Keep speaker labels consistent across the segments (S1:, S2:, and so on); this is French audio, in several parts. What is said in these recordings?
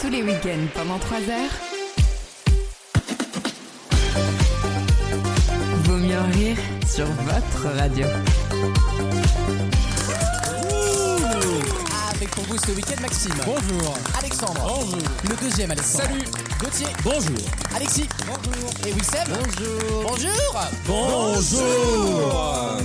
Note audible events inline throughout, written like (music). S1: tous les week-ends pendant 3 heures. Vaut mieux en rire sur votre radio.
S2: Avec pour vous ce week-end Maxime.
S3: Bonjour.
S2: Alexandre. Le deuxième Alexandre.
S3: Salut.
S2: Gauthier.
S3: Bonjour.
S2: Alexis. Bonjour. Et Wissem. Bonjour. Bonjour.
S3: Bonjour.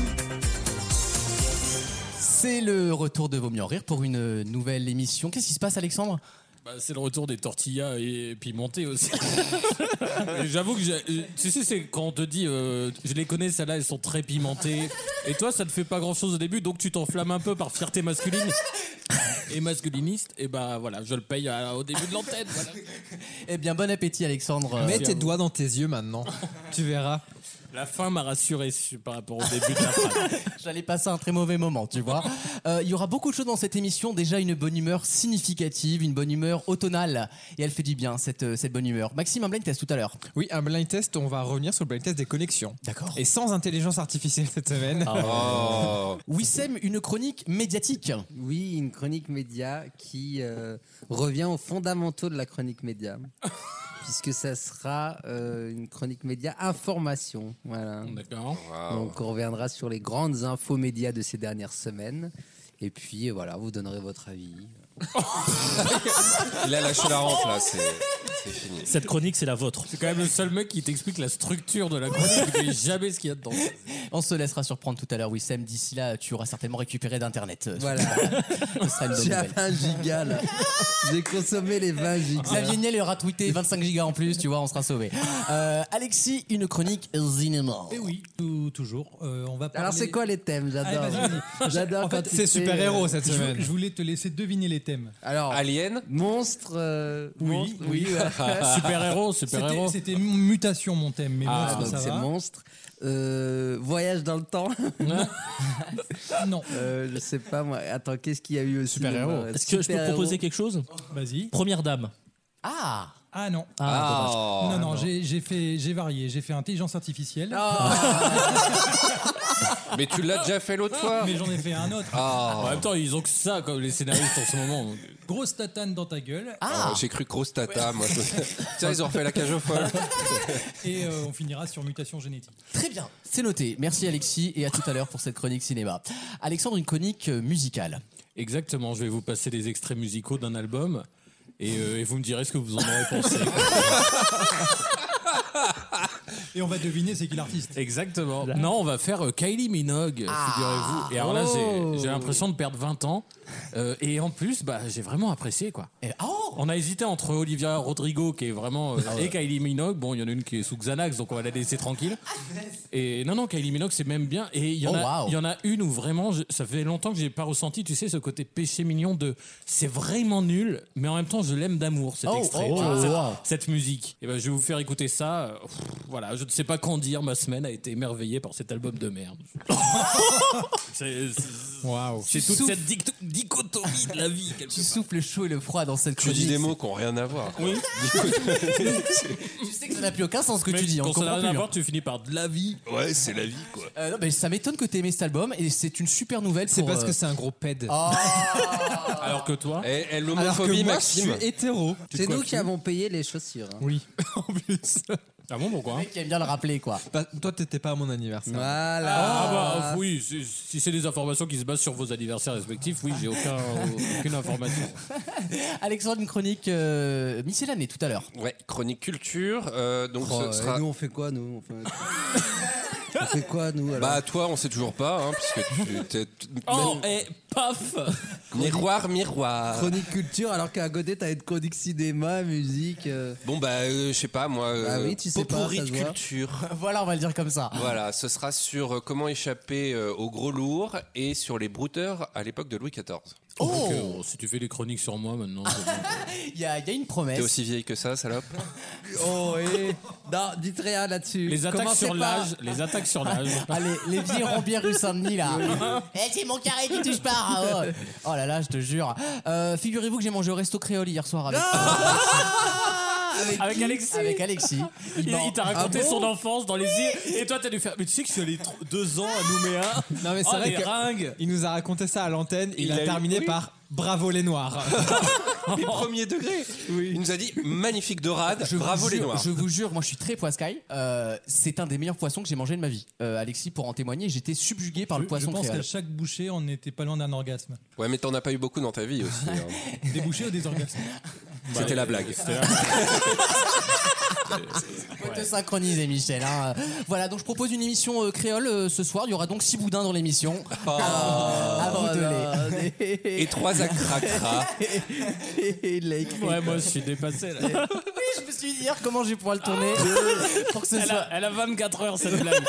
S2: C'est le retour de Vaut mieux en rire pour une nouvelle émission. Qu'est-ce qui se passe Alexandre
S3: Bah, c'est le retour des tortillas et, et pimentées aussi. (laughs) Mais J'avoue que j'ai- euh, tu sais c'est quand on te dit euh, je les connais celles-là elles sont très pimentées et toi ça ne fait pas grand-chose au début donc tu t'enflammes un peu par
S4: (laughs)
S3: fierté masculine et masculiniste et bah voilà je le paye à- au début de l'antenne. voilà.
S2: Eh bien bon appétit Alexandre.
S5: Mets
S3: Merci à
S5: tes
S3: vous.
S5: doigts dans tes yeux maintenant. tu verras.
S3: La fin m'a rassuré su- par rapport au début de la phrase.
S2: (laughs) J'allais passer un très mauvais moment, tu vois. Euh, Il y aura beaucoup de choses dans cette émission. Déjà, une bonne humeur significative, une bonne humeur automnale. Et elle fait du bien, cette, euh, cette bonne humeur. Maxime, un blind test tout à l'heure.
S5: Oui, un blind test, on va revenir sur le blind test des connexions.
S2: D'accord.
S5: Et sans intelligence artificielle cette semaine. Oh.
S3: Oh.
S5: (laughs)
S2: Wissem, une chronique médiatique.
S6: Oui, une chronique média qui euh, revient aux fondamentaux de la chronique média. puisque ça sera euh, une chronique média information. Voilà.
S3: D'accord.
S6: Donc on reviendra sur les grandes infos médias de ces dernières semaines. Et puis euh, voilà, vous donnerez votre avis.
S4: (laughs)
S7: Il a lâché la rampe là, c'est c'est fini.
S8: Cette chronique, c'est la vôtre.
S3: C'est quand même le seul mec qui t'explique la structure de la chronique et jamais ce qu'il y a dedans.
S2: On se laissera surprendre tout à l'heure, Wissem. D'ici là, tu auras certainement récupéré d'Internet. Euh,
S6: Voilà,
S2: Ce sera une bonne
S6: j'ai à
S2: nouvelle.
S6: 20 gigas (laughs) là. J'ai consommé les 20 gigas.
S2: Xavier Niel aura tweeté 25 gigas en plus, tu vois, on sera sauvé. Alexis, une chronique cinéma.
S4: Et oui, tou- toujours. Euh, on va parler...
S6: Alors c'est quoi les thèmes J'adore.
S4: Allez, vas-y, vas-y.
S6: J'adore
S4: En
S6: quand
S4: fait,
S6: tu
S5: c'est
S6: fais,
S5: super héros
S6: euh,
S5: cette
S4: je,
S5: semaine.
S4: je voulais te laisser deviner les thèmes.
S6: Alors,
S7: Alien
S6: monstre. euh, monstre, (laughs) oui. ouais.
S4: (laughs)
S3: Super héros, super
S4: C'était-
S3: héros.
S4: C'était mutation mon thème, mais
S6: Ah,
S4: monstre,
S6: donc
S4: ça
S6: c'est
S4: va.
S6: monstre. Euh, voyage dans le temps.
S4: Non,
S6: Euh, je sais pas moi. Attends, qu'est-ce qu'il y a eu aussi
S5: Super-héros.
S8: Est-ce que je peux proposer quelque chose
S4: vas-y.
S8: Première dame.
S2: Ah
S4: Ah non.
S8: Ah, dommage.
S4: non, non, j'ai j'ai fait, j'ai varié. J'ai fait intelligence artificielle,
S7: Mais tu l'as déjà fait l'autre fois
S4: Ah, mais j'en ai fait un autre.
S7: Ah
S3: En même temps, ils ont que ça comme les scénaristes en ce moment. donc.
S4: (laughs) Grosse tatane dans ta gueule.
S3: Ah.
S4: Ah.
S7: Oh, J'ai cru grosse tata, moi.
S3: (laughs)
S7: Tiens, ils ont refait la cage aux folles.
S4: Et euh, on finira sur mutation génétique.
S2: Très bien, c'est noté. Merci Alexis et à tout à l'heure pour cette chronique cinéma. Alexandre, une chronique euh, musicale.
S3: Exactement, je vais vous passer des extraits musicaux d'un album et, euh, et vous me direz ce que vous en aurez pensé.
S4: Et on va deviner c'est qui l'artiste.
S3: Exactement. Non, on va faire euh, Kylie Minogue,
S6: Ah.
S3: figurez-vous. Et alors là,
S6: Oh.
S3: j'ai- j'ai l'impression de perdre 20 ans. Euh, et en plus, bah, j'ai vraiment apprécié quoi.
S2: Eh, oh
S3: On a hésité entre Olivia Rodrigo, qui est vraiment. euh,
S2: Ah
S3: et Kylie Minogue. Bon, il y en a une qui est sous Xanax, donc on va la laisser tranquille. Et non, non, Kylie Minogue, c'est même bien. Et il y, en
S2: Oh,
S3: a-
S2: wow.
S3: il y en a une où vraiment, je- ça fait longtemps que j'ai pas ressenti, tu sais, ce côté péché mignon de c'est vraiment nul, mais en même temps, je l'aime d'amour, cet
S2: Oh,
S3: extrait,
S2: oh,
S3: tu vois,
S2: wow.
S3: cette,
S2: Wow.
S3: cette musique. Et ben, je vais vous faire écouter ça. Euh, pff, voilà, je ne sais pas qu'en dire, ma semaine a été émerveillée par cet album de merde. c'est c'est-
S5: Waouh.
S3: c'est toute
S2: souffles.
S3: cette dict- dichotomie de la vie, quelque
S2: Tu
S3: part.
S2: souffles le chaud et le froid dans cette
S7: Tu
S2: chronique.
S7: dis des mots qui n'ont rien à voir. quoi.
S2: Tu sais que ça n'a plus aucun sens ce que tu
S3: Même
S2: dis, hein, on
S3: quand ça n'a
S2: comprend
S3: rien à
S2: plus.
S3: voir, tu finis par de la vie.
S7: Ouais, c'est la vie, quoi.
S2: (laughs) Euh, non, mais ça m'étonne que tu aimé cet album et c'est une super nouvelle.
S5: C'est
S2: pour,
S5: parce
S2: euh, Ah,
S5: que c'est un gros ped.
S3: Alors que toi,
S7: Et, et
S5: Alors que
S7: (laughs) l'homophobie,
S5: moi,
S7: Maxime
S5: je suis hétéro.
S6: C'est nous
S3: coiffes,
S6: qui avons payé les chaussures. hein.
S5: Oui, en
S2: (laughs)
S5: plus.
S3: ah bon, pourquoi
S2: le mec aime bien le rappeler quoi.
S5: Bah, toi, t'étais pas à mon anniversaire.
S6: Voilà.
S3: Ah bah oui, si, si c'est des informations qui se basent sur vos anniversaires respectifs, oui, j'ai aucun, aucune
S2: (laughs)
S3: information.
S2: (laughs) Alexandre, une chronique euh, miscellanée tout à l'heure.
S7: Ouais, chronique culture. euh, donc
S6: Oh,
S7: ce
S6: et
S7: sera.
S6: Nous on fait quoi nous on fait... on fait quoi nous alors
S7: Bah, toi, on sait toujours pas, hein, parce que tu. t'es- t-
S3: Oh, et paf
S7: Miroir, miroir.
S6: Chronique culture alors qu'à côté t'as une chronique cinéma, musique. euh,
S7: Bon, bah, euh, je sais pas, moi.
S6: Bah
S7: euh,
S6: oui, tu sais pas,
S7: potpourri
S6: ça
S7: de
S6: se voit.
S7: culture.
S2: (laughs) Voilà, on va le dire comme ça.
S7: Voilà, ce sera sur euh, comment échapper euh, aux gros lourds et sur les brouteurs à l'époque de Louis XIV.
S3: Donc,
S2: Oh
S3: euh, Si tu fais des chroniques sur moi maintenant,
S6: Ah,
S3: c'est bon.
S2: (laughs) Il y, a il y a une
S7: T'es
S2: promesse.
S7: aussi vieille que ça, salope
S6: Oh
S2: eh.
S6: et non, dites rien là-dessus.
S3: les attaques
S6: Commencez pas.
S3: sur l'âge, les attaques sur
S2: (laughs)
S3: l'âge.
S2: Allez, les vieilles rombières rue Saint-Denis là. (laughs) Eh, c'est mon carré, tu touches pas. ah, oh. Oh là là, je te jure. Euh, Figurez-vous que j'ai mangé au resto créole hier soir avec. avec,
S3: Ah,
S2: (laughs)
S3: Avec
S2: qui
S3: Alexis.
S2: Avec Alexis.
S3: Il,
S2: ment.
S3: il t'a raconté
S2: Ah bon
S3: son enfance dans les îles. Et toi, t'as dû faire. Mais tu sais que je suis allé tr- deux ans à Nouméa.
S5: (laughs) Non, mais c'est
S3: Oh,
S5: vrai
S3: les
S5: que-
S3: ringues
S5: Il nous a raconté ça à l'antenne. Il,
S7: Il
S5: a,
S7: a eu-
S5: terminé
S7: oui.
S5: par Bravo les
S3: (laughs)
S5: Noirs.
S7: Mais premier degré. Il nous a dit magnifique dorade,
S2: Je vous
S7: bravo les
S2: jure-
S7: noirs.
S2: Je vous jure, moi je suis très poiscaille. Euh, c'est un des meilleurs poissons que j'ai mangé de ma vie. Euh, Alexis, pour en témoigner, j'étais subjugué par
S4: Je,
S2: le
S4: je
S2: poisson
S4: pense
S2: créole.
S4: qu'à chaque bouchée, on n'était pas loin d'un orgasme.
S7: Ouais, mais t'en as pas eu beaucoup dans ta vie aussi.
S2: (laughs)
S7: hein.
S4: Des bouchées ou des orgasmes
S3: Bah,
S2: Bah,
S7: C'était la blague.
S2: Faut te synchroniser, Michel. hein. Voilà, donc je propose une émission euh, créole euh, ce soir. Il y aura donc six boudins dans l'émission. (laughs)
S7: Oh.
S2: à vous de les-
S7: Et
S2: (laughs)
S7: trois à cracra.
S3: Ouais, moi, je suis dépassé là.
S2: Je me suis dit hier comment je vais pouvoir le tourner
S7: Ah.
S2: pour que ce
S3: Elle
S2: soit.
S3: a, elle a 24 heures cette blague.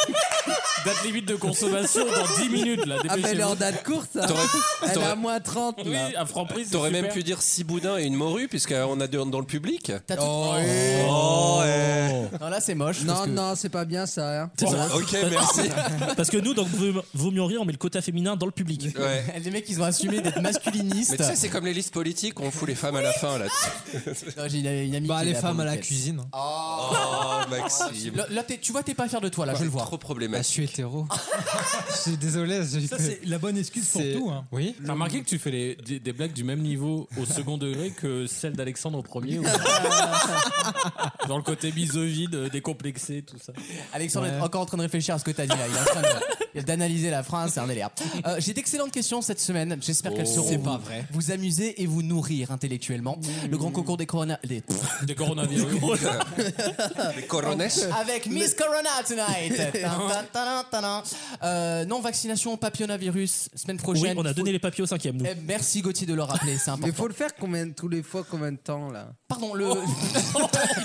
S3: Date limite de consommation dans 10 minutes là.
S6: Ah, mais
S3: dépêchez-vous.
S6: leur date courte, ça.
S7: T'aurais-
S6: Elle est
S7: t'aurais-
S6: à moins 30.
S3: (laughs) Oui,
S6: là.
S3: à Franprix. c'est
S7: T'aurais même
S3: super.
S7: pu dire six boudins et une morue, puisqu'on a deux dans le public. Oh,
S2: T'as tout-
S3: Oh.
S6: Oh.
S2: Non, là c'est moche. parce
S6: Non,
S2: que-
S6: non, c'est pas bien ça. hein.
S7: (laughs) ok, merci.
S8: (laughs) Parce que nous, donc, vaut mieux en rire, on met le quota féminin dans le public.
S2: (laughs)
S7: Ouais.
S2: Les mecs, ils ont assumé d'être
S7: Mais
S2: masculinistes.
S7: tu sais,
S2: (laughs)
S7: c'est comme les listes politiques, on fout les femmes à la fin là.
S2: (laughs) Non, j'ai une, une amie
S5: bah,
S2: qui est
S5: les
S2: là
S5: femmes
S2: pour
S5: à la
S2: lequel.
S5: cuisine.
S7: Oh, Maxime.
S2: Là, là, t'es- tu vois, t'es pas fier de toi là, je le vois.
S7: Trop
S5: Bah, je
S7: problématique.
S5: suis hétéro. je suis désolé. j'ai-
S4: Ça, c'est la bonne excuse pour
S5: c'est-
S4: tout. hein.
S5: Oui.
S3: T'as remarqué que tu fais les- des, des blagues du même niveau au second degré que celle d'Alexandre au premier ou- Dans le côté misogyne, euh, décomplexé, tout ça.
S2: Alexandre
S5: Ouais.
S2: est encore en train de réfléchir à ce que t'as dit là. Il est en train de- d'analyser la phrase, c'est un délire. Euh, J'ai d'excellentes questions cette semaine. J'espère
S8: Oh.
S2: qu'elles seront vous, vous amuser et vous nourrir intellectuellement. Le grand concours des corona.
S8: (laughs)
S2: des-
S3: Des coronavirus.
S7: Les coronets.
S2: Avec Miss Corona
S8: (laughs)
S2: tonight. Tan, tan, tan, tan, tan. Euh, non vaccination au papillonavirus semaine
S8: Oui,
S2: prochaine.
S8: on a donné les papiers au cinquième, nous.
S2: Eh, merci Gauthier de le rappeler, c'est
S6: Mais
S2: important.
S6: faut le faire combien, tous les fois, combien de temps là
S2: Pardon,
S8: Oh.
S2: le. (laughs)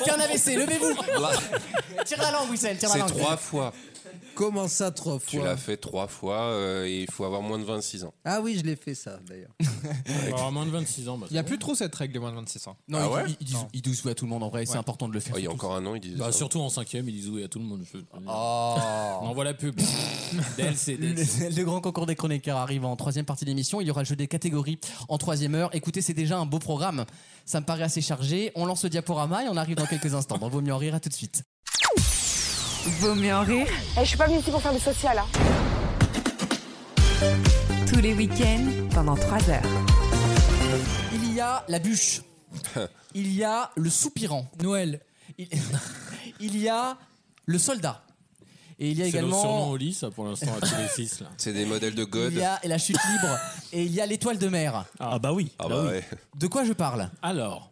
S2: Fais un AVC, levez-vous.
S7: Là,
S8: Bah.
S2: Tire la langue, Wissel, tire la
S7: C'est
S2: langue.
S7: trois fois.
S6: Comment ça, trois
S7: Tu
S6: fois
S7: l'as fait trois fois euh, et il faut avoir moins de 26 ans.
S6: Ah oui, je l'ai fait ça
S2: (laughs)
S6: d'ailleurs.
S3: Alors, à moins de 26 ans. bah,
S5: Il n'y a plus trop cette règle de moins de 26 ans.
S2: Non,
S7: Ah
S2: il-
S7: ouais
S2: il, il, il, douce à tout le monde en vrai, c'est important de le faire.
S7: Oh, il y a encore un an, ils disaient
S3: Bah,
S7: ça.
S3: surtout en cinquième, ils disent oui à tout le monde. Je... On envoie la pub. (laughs) DLC, DLC.
S2: Le, le grand concours des chroniqueurs arrive en troisième partie de l'émission. Il y aura le jeu des catégories en troisième heure. Écoutez, c'est déjà un beau programme. Ça me paraît assez chargé. On lance le diaporama et on arrive dans quelques instants. Dans Vaut mieux en rire, à tout de suite.
S1: Vaut mieux en rire
S9: Eh, je suis pas venue ici pour faire du social, hein.
S1: tous les week-ends pendant 3 heures.
S2: Il y a la bûche. Il y a le soupirant.
S4: Noël,
S2: Il, (laughs) il y a le soldat. Et il y a
S3: C'est nos surnoms
S2: également.
S3: au lit, ça, pour l'instant, à tous les six. Là.
S7: C'est des modèles de God.
S2: Il y a la chute libre. Et il y a l'étoile de mer.
S8: Ah, bah oui.
S7: Ah
S8: là,
S7: bah
S8: oui.
S7: ouais.
S2: De quoi je parle
S3: Alors,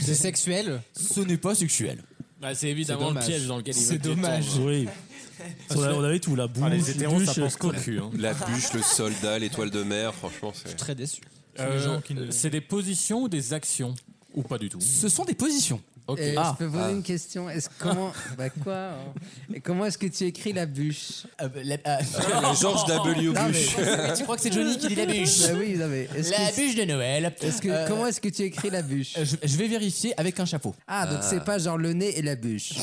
S5: C'est sexuel.
S2: Ce n'est pas sexuel.
S3: bah, c'est évidemment le
S5: dommage.
S3: piège dans lequel ils
S5: C'est
S3: veulent
S5: dommage.
S3: t'étendre.
S8: Oui. On, a- on avait tout, la bouche,
S3: Ah, les
S8: les
S3: hétéros, ça
S8: douches,
S3: pense qu'au
S8: euh,
S3: cul. hein.
S7: La bûche, le soldat, l'étoile de mer, franchement, c'est.
S5: Très déçu.
S3: Euh,
S4: gens qui ne-
S3: c'est des positions ou des actions Ou pas du tout
S2: Ce sont des positions.
S3: Ok.
S6: Et
S2: Ah.
S6: je peux vous poser une question
S2: (laughs)
S6: Est-ce comment Bah quoi hein Et comment est-ce que tu écris la bûche
S2: Euh, (laughs)
S6: (laughs)
S2: la- euh,
S7: George W.
S6: Non, mais-
S7: Bush.
S2: tu crois que c'est
S6: (laughs)
S2: Johnny qui dit la bûche
S6: Bah oui, non, mais est-ce
S2: La
S6: que-
S2: bûche de Noël.
S6: est-ce que-
S2: Euh,
S6: comment est-ce que tu écris la bûche
S2: je, je vais vérifier avec un chapeau.
S6: Ah, donc c'est pas genre le nez et la bûche.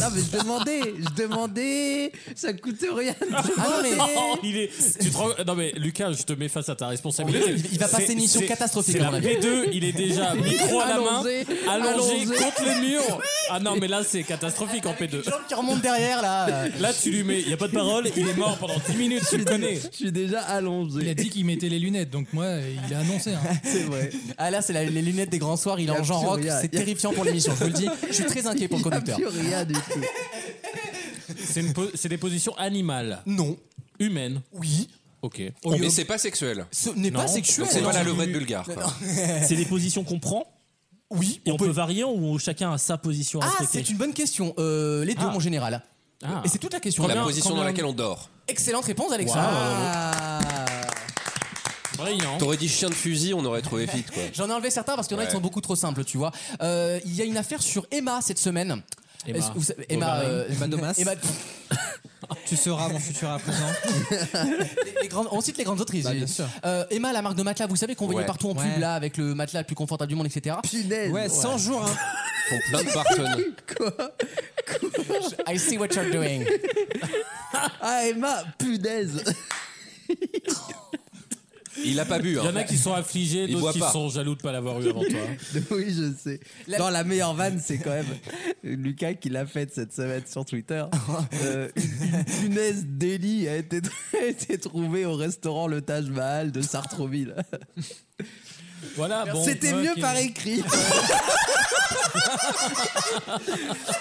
S6: non, mais je demandais, je demandais, ça coûte rien. de
S2: Ah
S3: (laughs)
S6: demander.
S3: Oh, il est. Tu te rends- Non mais Lucas, je te mets face à ta responsabilité.
S2: Il va passer
S3: C'est-
S2: une émission
S3: c'est-
S2: catastrophique,
S3: c'est
S2: à mon
S3: la
S2: avis.
S3: P2, il
S2: (laughs)
S3: est déjà micro à la main,
S6: Allongé,
S3: allongé
S6: allongé.
S3: contre le mur. Ah non mais là c'est catastrophique en P2.
S2: Jean qui remonte
S3: (laughs)
S2: derrière là.
S6: (laughs)
S2: euh,
S3: Là tu lui mets, il y a pas de parole, il est mort pendant 10 minutes, tu le connais.
S6: Je suis déjà
S4: il
S6: allongé.
S4: a dit qu'il mettait les lunettes, donc moi, euh, il a annoncé. hein.
S6: (laughs) C'est vrai.
S2: Ah là, c'est la- les lunettes des grands soirs. Il est
S6: Y a
S2: en Jean
S6: plus
S2: Rock.
S6: rien,
S2: C'est
S6: y a-
S2: terrifiant pour l'émission. Je vous le dis. Je suis très inquiet pour
S6: Il
S2: le
S6: y a
S2: conducteur.
S6: plus rien du tout.
S3: C'est une po- c'est des positions animales,
S2: Non.
S3: humaines.
S2: Oui. oh,
S3: Ok.
S7: Oh, Mais c'est pas sexuel.
S2: Ce n'est pas
S3: Non.
S2: sexuel.
S7: C'est pas la
S2: Non.
S7: levrette bulgare. quoi.
S3: (laughs)
S8: C'est des positions qu'on prend
S2: Oui.
S8: et on, peut... varier ou chacun a sa position à
S2: Ah,
S8: respecter
S2: c'est une bonne question. Euh, les deux,
S8: Ah.
S2: mon général.
S3: Ah.
S2: Et c'est toute la question.
S7: La
S2: Combien-
S7: position dans
S2: combien-
S7: laquelle on dort.
S2: Excellente réponse, Alexandre.
S6: Ah.
S3: Brillant.
S7: T'aurais dit chien de fusil, on aurait trouvé vite quoi.
S2: J'en ai enlevé certains parce qu'il y en a qui
S7: Ouais.
S2: sont beaucoup trop simples, tu vois. Euh, Il y a une affaire sur Emma cette semaine.
S3: Emma.
S2: Est-ce que vous savez- Emma,
S3: Bovary.
S2: euh,
S5: (laughs) Emma Domas.
S2: Emma- (laughs)
S5: Tu seras mon futur après-présent.
S2: les grandes- on cite les grandes autrices.
S5: Bah, bien
S2: j'ai-
S5: sûr.
S2: Euh, Emma, la marque de matelas, vous savez qu'on voyait
S7: Ouais.
S2: partout en pub
S5: Ouais.
S2: là avec le matelas le plus confortable du monde, etc.
S6: Punaise.
S5: Ouais, 100 jours. hein.
S7: Ils font plein de partenaires.
S2: I see what (laughs) you're doing.
S6: Ah, Emma, punaise.
S7: Il a pas bu.
S3: Il y en a
S7: Hein.
S3: qui sont affligés,
S7: Il
S3: d'autres
S7: boit
S3: qui
S7: pas.
S3: sont jaloux de pas l'avoir eu avant toi.
S6: (laughs) Oui, je sais. Dans la meilleure vanne, c'est quand même (laughs) Lucas qui l'a faite cette semaine sur (laughs) Twitter. Euh, une (laughs) punaise d'Eli a été, (laughs) a été trouvée au restaurant Le Taj Mahal de Sartreville. (laughs)
S3: Voilà, bon.
S6: C'était
S3: ok.
S6: mieux par écrit.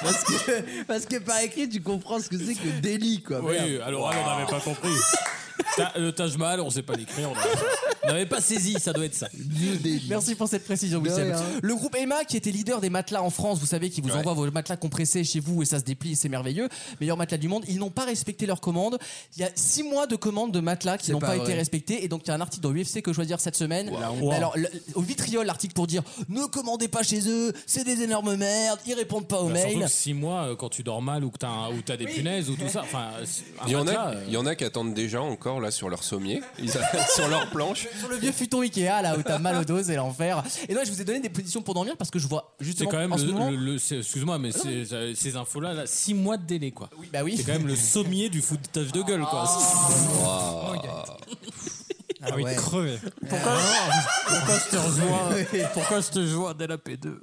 S6: parce, que, parce que par écrit, tu comprends ce que c'est que délit, quoi. Ah, Merde.
S3: Oui, alors elle, on n'avait pas compris.
S6: (laughs)
S3: Ta- le Taj Mahal, on sait pas l'écrire. on a- On n'avait pas saisi, ça doit être ça. Bah,
S6: Dieu délit.
S2: Merci pour cette précision,
S6: De
S2: Wissem.
S6: rien.
S3: hein.
S2: Le groupe Emma, qui était leader des matelas en France, vous savez, qui vous envoie vos matelas compressés chez vous et ça se déplie, c'est merveilleux. Meilleur matelas du monde. Ils n'ont pas respecté leurs commandes. Il y a six mois de commandes de matelas qui
S6: C'est
S2: n'ont pas,
S6: pas
S2: été
S6: vrai.
S2: respectées. Et donc, il y a un article dans UFC que je choisir cette semaine. Mais Alors, le- au vitriol, l'article pour dire ne commandez pas chez eux, c'est des énormes merdes, ils répondent pas aux
S3: Bah, surtout
S2: mails.
S3: que six mois, euh, quand tu dors mal ou que t'as un- ou t'as des punaises ou tout ça. Enfin, c'est- un
S7: Il y, en
S3: matelas,
S7: a,
S3: euh,
S7: il y en a qui attendent déjà encore là sur leur sommier, Ils attendent (laughs) sur leur planche.
S2: Sur le vieux futon Ikea, là où t'as mal aux doses et l'enfer. Et non, je vous ai donné des positions pour dormir parce que je vois
S3: C'est
S2: justement
S3: quand même
S2: en ce
S3: le,
S2: moment.
S3: le- le- c'est- excuse-moi mais c'est- euh, ces infos là, là 6 mois de délai quoi.
S2: Oui, bah oui.
S3: C'est quand même le sommier du foutage de gueule quoi. Oh,
S5: Ah oui,
S6: ouais.
S5: crevé.
S3: Ah. Pourquoi je
S2: (laughs)
S3: te rejoins Pourquoi je te joins dès la P2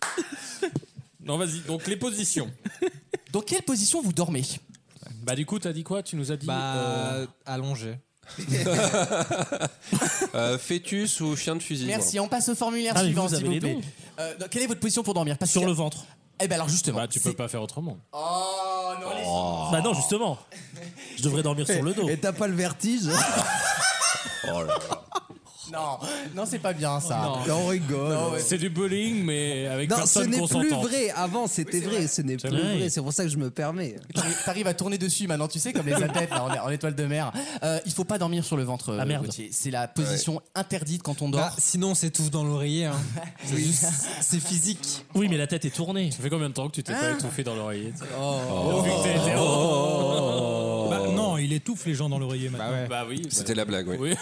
S3: (laughs) Non vas-y, donc les positions.
S2: Dans quelle position vous dormez
S3: Bah du coup t'as dit quoi Tu nous as dit
S5: Bah,
S3: euh,
S5: allongé.
S7: (laughs) Euh, fœtus ou chien de fusil
S2: Merci, on passe au formulaire
S8: Ah, mais
S2: suivant,
S8: vous
S2: s'il
S8: avez
S2: vous
S8: les
S2: plaît.
S8: dons.
S2: Euh, donc, quelle est votre position pour dormir Parce
S8: Sur
S2: que-
S8: le ventre.
S2: Eh ben alors justement.
S3: bah tu peux
S2: c'est-
S3: pas faire autrement.
S2: Oh non, les-
S8: Bah non, justement. Je devrais dormir
S2: (laughs)
S8: sur le dos.
S6: Et t'as pas le vertige
S2: non, non, c'est pas bien ça.
S6: Non, on rigole. Non,
S3: C'est du bowling mais avec
S6: ce
S3: personne
S6: n'est plus
S3: consentante.
S6: vrai. Avant, c'était vrai. Ce n'est plus
S8: vrai.
S6: vrai. C'est pour ça que je me permets.
S2: T'arri- T'arrives à tourner dessus maintenant, tu sais, comme les athlètes là, en, en étoile de mer. Euh, il faut pas dormir sur le ventre.
S8: Ah, merde.
S2: Gauthier. C'est la (laughs) position interdite quand on dort.
S5: Bah, sinon, on s'étouffe dans l'oreiller.
S2: (laughs)
S5: hein. C'est juste- C'est physique.
S8: Oui, mais la tête est tournée.
S3: Ça fait combien de temps que tu t'es pas étouffé dans l'oreiller Oh,
S2: Oh.
S4: Bah, non, il étouffe les gens dans l'oreiller maintenant.
S3: Bah oui. bah-
S7: C'était la blague, oui.
S3: Oui.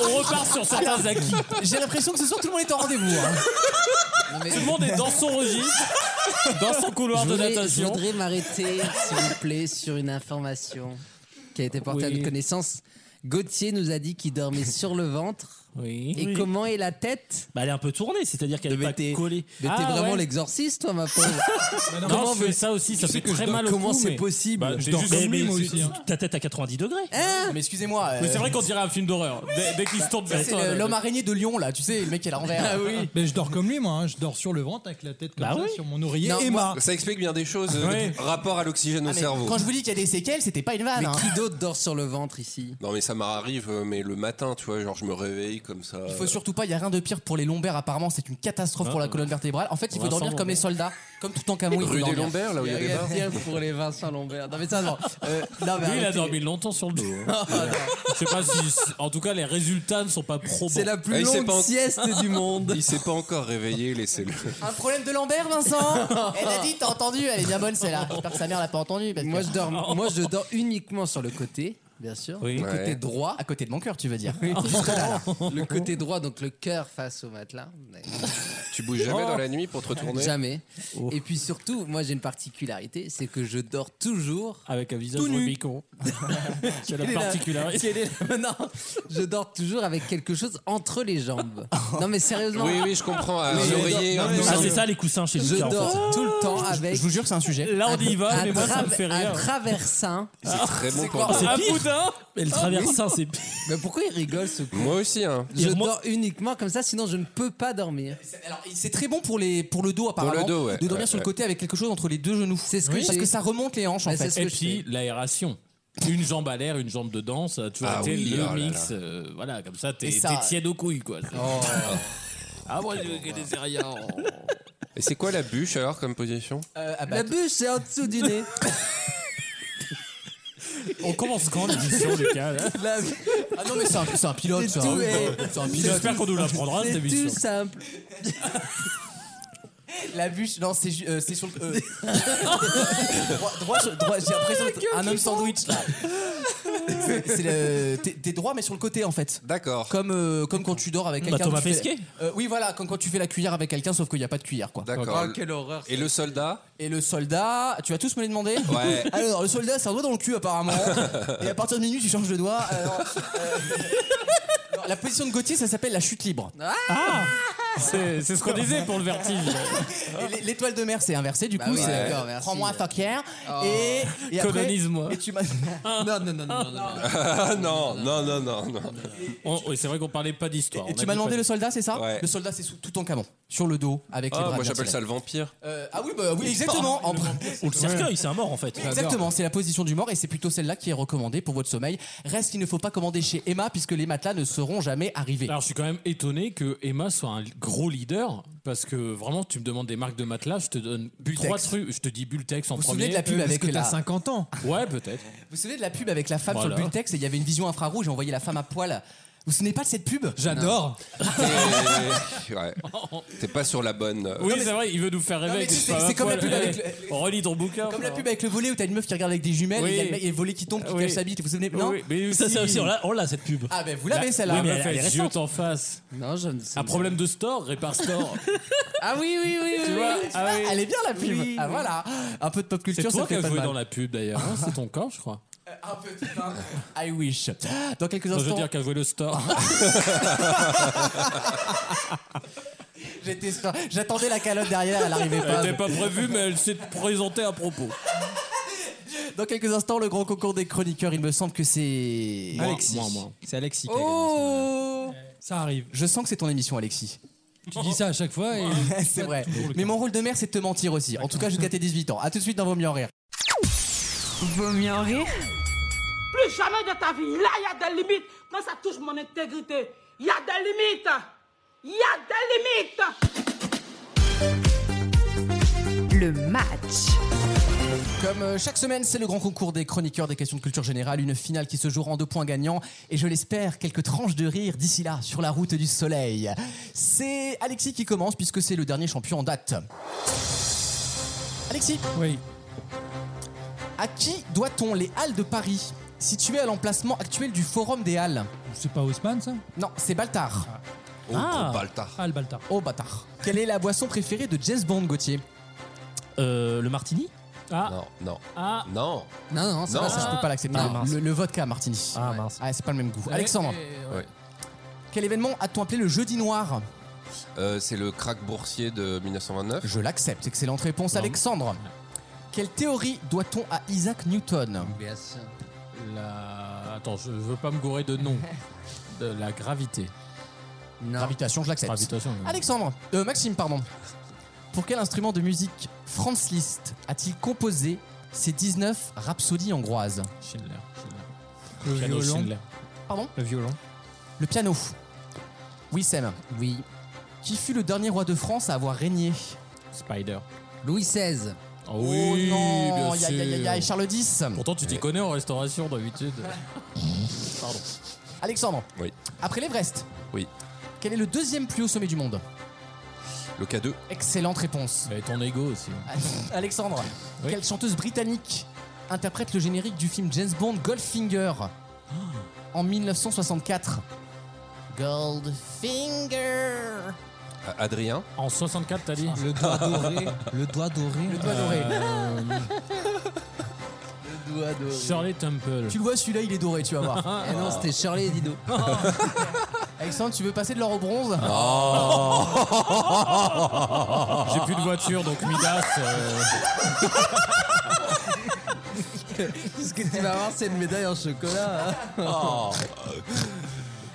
S3: On repart sur certains acquis.
S2: J'ai l'impression que ce soir tout le monde est en rendez-vous. hein.
S3: Tout le monde est dans son registre, dans son couloir
S6: Je
S3: de
S6: voudrais, je
S3: natation.
S6: voudrais m'arrêter, s'il vous plaît, sur une information qui a été portée à
S3: Oui.
S6: notre connaissance. Gauthier nous a dit qu'il dormait sur le ventre.
S3: Oui.
S6: Et
S8: Oui.
S6: comment est la tête
S8: Bah elle est un peu tournée, c'est-à-dire qu'elle
S6: Mais
S8: est pas
S6: t'es-
S8: collée.
S6: Mais t'es
S3: Ah,
S6: vraiment
S3: ouais.
S6: l'exorciste, toi, ma pauvre.
S3: (laughs) Non, je fais ça aussi, ça fait
S4: que je
S3: très
S4: dors-
S3: mal au
S6: comment
S3: cou,
S6: c'est
S3: mais-
S6: possible
S3: Bah, t'es
S4: dors
S3: juste-
S4: comme
S8: Eh, mais
S4: lui, moi
S8: c'est-
S4: aussi, hein.
S8: ta tête à 90 degrés.
S2: Mais excusez-moi. euh,
S3: Mais c'est vrai qu'on dirait un film d'horreur. Dès, dès qu'il se tourne vers
S2: Bah, c'est
S3: toi. euh,
S2: le-
S3: là,
S2: l'homme araignée de Lyon là, tu sais, le mec qui est
S4: (laughs)
S2: à l'envers. Ah oui.
S4: Mais je dors comme lui, moi. hein. Je dors sur le ventre avec la tête comme
S8: Bah
S4: ça,
S8: oui.
S4: sur mon oreiller.
S2: Non,
S4: et
S2: moi- Ah,
S4: ma-
S7: Ça explique bien des choses. euh,
S3: Ouais.
S7: Rapport à l'oxygène au cerveau.
S2: Quand je vous dis qu'il y a des séquelles, c'était pas une vanne.
S6: Mais
S2: hein.
S6: qui d'autre dort sur le ventre ici
S7: Non mais ça m'arrive, euh, mais le matin, tu vois, genre je me réveille comme ça.
S2: Il faut surtout pas, il y a rien de pire pour les lombaires apparemment, c'est une catastrophe pour la colonne vertébrale. En fait, il faut
S3: Vincent
S2: dormir comme les
S3: Lambert.
S2: soldats, comme tout en camon, il faut
S7: Rue des
S2: dormir.
S7: Lombaires, là où il y a des bars.
S6: bien (laughs) pour les Vincent Lambert. Non, mais ça, non. Euh, non, mais
S3: Lui, il a
S6: arrêtez.
S3: dormi longtemps sur le dos.
S7: (laughs) Ah,
S3: hein. Je sais pas si. En tout cas, les résultats ne sont pas probants.
S6: C'est la
S7: Ah,
S6: plus
S7: il s'est
S6: longue
S7: pas en-
S6: sieste du monde.
S7: (laughs) Il s'est pas encore réveillé,
S3: (laughs)
S7: laissez-le.
S2: Un problème de Lambert, Vincent Elle a dit, t'as entendu Elle est bien bonne celle-là. J'espère que sa mère l'a pas entendue. parce que- Oh.
S6: Moi je, dors,
S3: Oh.
S6: moi, je dors uniquement sur le côté, bien sûr.
S8: Oui.
S6: Le côté
S7: Ouais.
S6: droit.
S2: à côté de mon cœur, tu veux dire.
S3: (laughs) Oh.
S6: Le côté droit, donc le cœur face au matelas. Mais Oh.
S7: Tu bouges jamais dans
S2: Oh.
S7: la nuit pour te retourner.
S6: Jamais.
S3: Oh.
S6: Et puis surtout, moi j'ai une particularité,
S3: (laughs)
S6: c'est que je dors toujours.
S3: Avec un visage
S6: Tout nu.
S3: Rubicon. C'est la
S6: Quelle est la-
S3: particularité.
S6: quelle est la- (laughs) Non, je dors toujours avec quelque chose entre les
S3: (laughs)
S6: jambes. Non mais sérieusement,
S7: Oui, oui, je comprends. Un
S6: Mais-
S7: oreiller, un
S6: Non, mais-
S8: Ah,
S7: coussin.
S8: c'est ça les coussins chez
S6: je
S8: Lucas en fait.
S6: dors tout le temps avec
S2: Je vous jure, c'est un sujet.
S3: Là, on
S6: un,
S3: y va, mais
S6: un
S3: moi, ça me
S6: trave-
S3: fait
S6: un
S3: rire.
S6: traversin.
S7: C'est très bon pour
S8: C'est
S3: Un
S8: pire.
S3: boudin
S8: Mais le traversin, c'est pire.
S6: Mais pourquoi il rigole ce con
S7: Moi aussi, hein.
S6: Je
S8: Il remonte-
S6: dors uniquement comme ça, sinon je ne peux pas dormir.
S2: Alors, c'est très bon pour, les, pour le dos, apparemment.
S7: le dos, ouais.
S2: De dormir
S7: Ouais,
S2: sur le
S7: ouais.
S2: côté avec quelque chose entre les deux genoux.
S6: C'est ce que
S2: Parce
S6: j'ai.
S2: que ça remonte les hanches, en
S7: Ah,
S6: Ouais, c'est
S2: fait.
S6: ce
S3: Et
S6: que je
S3: puis, l'aération. Une jambe à l'air, une jambe dedans, ça a toujours
S7: Ah
S3: été
S7: oui,
S3: le
S7: oh là
S3: mix.
S7: là.
S3: euh, voilà, comme ça, t'es
S2: Et ça- Oh.
S3: t'es tiède aux couilles, quoi. Ah, moi, j'ai des rien.
S7: Et c'est quoi la bûche alors comme position
S2: Euh, ah bah,
S6: La bûche, c'est en dessous du nez.
S3: On commence quand l'émission, hein Lucas là
S6: La-
S2: ah non, mais c'est un, c'est un pilote,
S6: C'est
S2: ça. hein.
S6: tout, eh.
S2: C'est un pilote.
S3: J'espère qu'on nous l'apprendra, cette
S6: C'est tout
S3: émission.
S6: simple.
S2: (laughs) La bûche, non, c'est ju- euh, c'est sur
S6: (laughs)
S2: le. euh. droit, droit sur- droit, j'ai l'impression d'être un homme sandwich là. C'est- C'est le. T'es t'es droit, mais sur le côté en fait.
S7: D'accord.
S2: Comme, euh, comme quand tu dors
S3: Bah,
S2: avec quelqu'un.
S8: Thomas
S2: tu fais-
S8: Pesquet
S2: Euh, Oui, voilà, comme quand tu fais la cuillère avec quelqu'un, sauf qu'il n'y a pas de cuillère quoi.
S7: D'accord.
S6: horreur.
S7: Et le soldat
S2: Et le soldat, tu vas tous me les demander
S7: Ouais.
S2: Alors, le soldat, c'est un doigt dans le cul apparemment. Et à partir de minuit, tu changes de doigt. Alors, euh, La position de Gauthier, ça s'appelle la chute libre.
S3: Ah, C'est c'est ce qu'on disait pour le vertige.
S2: Et l'é- L'étoile de mer, c'est inversé, du coup,
S6: oui,
S2: c'est
S6: Bah d'accord, merci.
S2: Bah
S6: Oh.
S2: prends-moi un Oh. fucker. Et, et après-
S3: Colonise-moi.
S2: Et tu m'as. non, non, non, non, non, non.
S7: Ah (laughs) non, non, non, non, non.
S3: On- oui, C'est vrai qu'on parlait pas d'histoire.
S2: Et
S3: On
S2: tu
S3: a
S2: m'as
S3: dit
S2: demandé
S3: pas
S2: le soldat, c'est ça
S7: Ouais.
S2: Le soldat, c'est sous- tout en camon, sur le dos, avec les
S7: Ah,
S2: bras.
S7: moi
S2: bien
S7: j'appelle
S2: serrés.
S7: ça le vampire.
S2: Euh, ah oui, bah oui, exactement. En-
S8: Ou le cercueil, c'est un mort en fait.
S2: Exactement, c'est la position du mort et c'est plutôt celle-là qui est recommandée pour votre sommeil. Reste qu'il ne faut pas commander chez Emma puisque les matelas ne seront jamais arrivés.
S3: Alors je suis quand même étonné que Emma soit un gros leader parce que vraiment tu me demandes des marques de matelas, je te donne trois trucs, je te dis Bultex en
S2: Vous vous
S3: premier. Euh,
S2: souvenez de la pub
S4: Parce
S2: avec
S4: que t'as
S2: la
S4: 50 ans.
S3: (laughs) Ouais peut-être.
S2: Vous vous souvenez de la pub avec la femme sur le
S3: Voilà.
S2: bultex et il y avait une vision infrarouge et on voyait la femme à poil. Vous vous souvenez pas de cette pub
S4: J'adore.
S7: Et- ouais. T'es pas sur la bonne. euh,
S3: Oui c'est vrai, il veut nous faire
S2: mais
S3: rêver.
S2: tu sais, c'est comme la pub avec le-
S3: Relis ton bouquin.
S2: Comme la
S3: frère.
S2: pub avec le volet où t'as une meuf qui regarde avec des jumelles
S3: Oui.
S2: et il y a le mec- et le volet qui tombe, qui
S3: Oui.
S2: cache sa bite. Vous vous souvenez Non
S3: Oui, mais
S8: Ça, ça aussi, on l'a- on l'a cette pub.
S2: Ah ben vous l'avez
S3: Oui,
S2: celle-là.
S3: mais
S8: elle-
S3: elle,
S8: elle est
S3: fait yeux
S8: récente.
S3: en face.
S6: Non, je ne sais
S3: Un problème de store,
S2: (laughs)
S3: répare store.
S2: Ah oui oui oui.
S3: tu
S2: oui,
S3: vois
S2: oui.
S3: ah, oui.
S2: Elle est bien la pub.
S3: Oui,
S2: ah
S3: oui. (laughs)
S2: voilà. Un peu de pop
S3: C'est
S2: culture, ça
S3: toi qui
S2: fait
S3: as
S2: pas de
S3: joué
S2: mal.
S3: dans la pub d'ailleurs, hein, c'est ton corps
S2: (laughs)
S3: je crois.
S2: Euh, Un peu de pain. I wish. Dans quelques
S3: Non, je veux
S2: instants,
S3: dire qu'à joué le store.
S2: j'étais sûr- j'attendais la calotte derrière, (laughs) elle arrivait
S3: Elle
S2: pas.
S3: n'était pas prévue mais elle s'est présentée à propos.
S2: Dans quelques instants, le grand concours des chroniqueurs, il me semble que c'est.
S3: Moi,
S5: Alexis.
S3: moi, moi.
S5: C'est Alexis. qui a gagné.
S2: Oh
S4: Ça arrive.
S2: Je sens que c'est ton émission, Alexis.
S4: Tu dis ça à chaque fois. Et...
S2: c'est vrai. Mais mon rôle de mère, c'est de te mentir aussi. En tout cas, jusqu'à tes 18 ans. À tout de suite dans Vos mieux en rire.
S9: hein.
S1: Vaut mieux en rire
S10: Plus jamais de ta vie. Là, il y a des limites. Quand ça touche mon intégrité, il y a des limites. Il y a des limites.
S1: Le match.
S2: Comme euh, chaque semaine, c'est le grand concours des chroniqueurs des questions de culture générale, une finale qui se jouera en deux points gagnants et je l'espère quelques tranches de rire d'ici là sur la route du soleil. C'est Alexis qui commence puisque c'est le dernier champion en date. Alexis,
S4: Oui.
S2: à qui doit-on les Halles de Paris, situées à l'emplacement actuel du Forum des Halles
S4: C'est pas Haussmann ça
S2: Non, c'est Baltar.
S7: Oh,
S8: Ah.
S7: gros baltard.
S4: Ah le Baltar.
S2: Oh bâtard. Quelle est la boisson préférée de James Bond, Gauthier
S8: Euh, le martini
S3: Ah,
S7: Non, non,
S3: ah,
S7: non.
S2: Non, non,
S7: Non.
S2: ça, ça, je peux pas l'accepter.
S8: Ah, mince.
S2: le, le vodka martini.
S8: Ah, mince.
S2: Ah, c'est pas le même goût. Alexandre,
S7: Ouais.
S2: quel événement a-t-on appelé le jeudi noir
S7: Euh, c'est le crack boursier de 1929.
S2: Je l'accepte. Excellente réponse,
S3: Non.
S2: Alexandre. Quelle théorie doit-on à Isaac Newton
S3: la- Attends, je veux pas me gourer de nom. De la gravité.
S2: Gravitation, je l'accepte.
S3: Gravitation. oui.
S2: Alexandre, euh, Maxime, pardon. Pour quel instrument de musique Franz Liszt a-t-il composé ses 19 rhapsodies hongroises
S3: Schindler. Schindler.
S4: Le
S3: Piano
S4: violon.
S3: Schindler.
S4: Le violon.
S2: Le piano. Oui, Sam. Oui. Qui fut le dernier roi de France à avoir régné
S3: Spider.
S6: Louis XVI.
S3: Oh oui,
S2: non
S3: bien
S2: aïe, aïe, aïe, aïe,
S3: sûr.
S2: Charles X.
S3: Pourtant, tu t'y connais en restauration
S2: (laughs)
S3: d'habitude. Pardon.
S2: Alexandre.
S7: Oui.
S2: Après l'Everest.
S7: Oui.
S2: Quel est le deuxième plus haut sommet du monde
S7: Le K2.
S2: Excellente réponse.
S3: Mais ton ego aussi.
S2: (laughs) Alexandre,
S3: Oui.
S2: quelle chanteuse britannique interprète le générique du film James Bond
S3: (gasps)
S2: Goldfinger en 1964 Goldfinger
S7: Euh,
S8: (laughs)
S7: Adrien.
S3: En 64, t'as dit
S5: Le doigt
S3: (laughs)
S5: doré. Le doigt doré.
S2: Le doigt doré. Euh,
S3: Shirley Temple.
S2: Tu le vois, celui-là, il est doré, tu vas
S3: (laughs)
S2: voir.
S6: Eh non, c'était Shirley et Dino.
S2: (laughs) Alexandre, tu veux passer de l'or au bronze (laughs)
S3: J'ai plus de voiture, donc Midas. euh,
S6: Ce que tu vas avoir, c'est une
S3: (laughs)
S6: médaille en chocolat. hein Oh.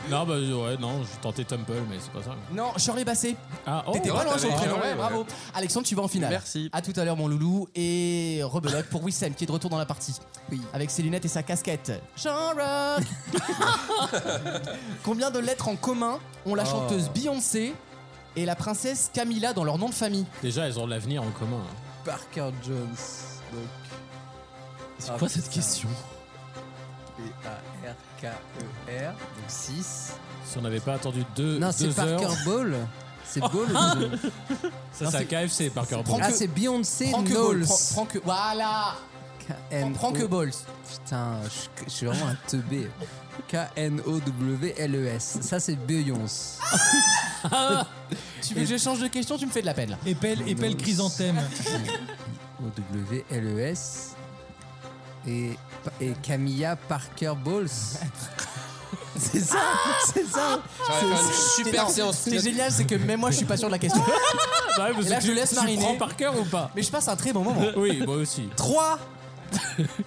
S3: Non, bah ouais, non, j'ai tenté Temple, mais c'est pas ça.
S2: Non, Shirley Bassé.
S3: Ah, oh,
S2: T'étais pas
S7: ouais,
S2: loin,
S7: t'avais-
S2: Jean-Pierre.
S7: ouais,
S2: Ouais,
S7: ouais.
S2: bravo. Alexandre, tu vas en finale.
S7: Merci.
S2: À tout à l'heure, mon loulou. Et rebelote pour Wissem, qui est de retour dans la partie. Avec ses lunettes et
S6: (laughs)
S2: sa casquette. Jean-Rock Combien de lettres en commun ont
S6: Oh.
S2: la chanteuse Beyoncé et la princesse Camilla dans leur nom de famille
S3: Déjà, elles ont l'avenir en commun. hein.
S6: Parker Jones. Donc. C'est quoi cette question P-A-R-K-E-R. E Donc 6.
S3: Si on n'avait pas attendu deux,
S6: Non, c'est
S3: deux
S6: Parker
S3: heures,
S6: Ball. C'est
S3: (laughs)
S6: Ball.
S3: ça c'est à KFC, Parker
S2: Prends
S3: Ball.
S6: ah,
S2: que-
S6: c'est Beyoncé
S2: Frank
S6: Knowles.
S2: Ball. Fran- Frank- voilà
S6: N O-
S2: Frank Balls.
S6: Putain, je, je suis vraiment un teubé. K-N-O-W-L-E-S. E Ça, c'est Beyoncé.
S3: Ah.
S2: Tu veux que je change de question, tu me fais de la peine. là.
S4: Épelle, épelle chrysanthème. (laughs)
S6: O-W-L-E-S. Et, et Camilla Parker Bowles. (laughs) C'est ça, c'est ça.
S7: Ça va
S6: C'est-
S7: faire une
S6: c'est-
S7: super
S6: c'est-
S7: séance.
S2: Ce qui est génial, c'est que même moi, je suis pas sûr de la (laughs) question. Et là, je laisse
S3: Tu prends
S2: mariner.
S3: par cœur ou pas
S2: Mais je passe un très bon moment.
S3: Oui, moi aussi.
S2: (laughs) 3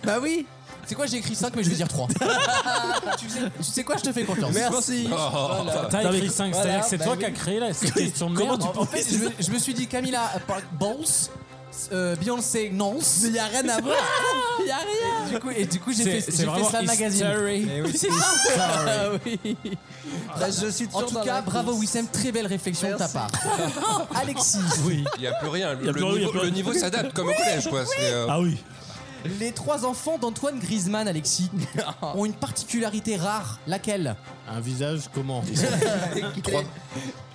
S6: Bah oui,
S2: C'est quoi, j'ai écrit 5, mais je vais dire 3. (laughs) tu, sais, tu sais quoi, je Oh te fais confiance.
S6: merci.
S3: Oh, T'as écrit 5, c'est-à-dire que c'est
S6: bah
S3: toi
S6: oui.
S3: qui as créé la cette question de
S2: Comment
S3: merde.
S2: tu En fait, je, me- je me suis dit Camilla Park Bowles, euh, Beyoncé Nance. Mais y a rien à voir. (laughs) y a rien. Du coup, et du coup, j'ai fait,
S3: C'est- c'est
S2: j'ai fait
S3: vraiment
S2: Slam Magazine.
S3: history.
S2: Eh oui, c'est ça. Ah Oui.
S6: Bah, je suis
S2: En
S6: toujours
S2: tout
S6: dans
S2: cas,
S6: la
S2: bravo
S6: course.
S2: Wissem, très belle réflexion de ta part. (laughs) Alexis,
S7: Il n'y a plus rien. Le,
S8: plus rien, il y a
S7: niveau,
S8: plus
S7: le
S8: rien.
S7: niveau s'adapte comme au collège, quoi. C'est, euh,
S8: Ah oui.
S2: les trois enfants d'Antoine Griezmann,
S7: (laughs)
S2: Alexis, ont une particularité rare. Laquelle
S3: Un visage
S2: (laughs)
S3: comment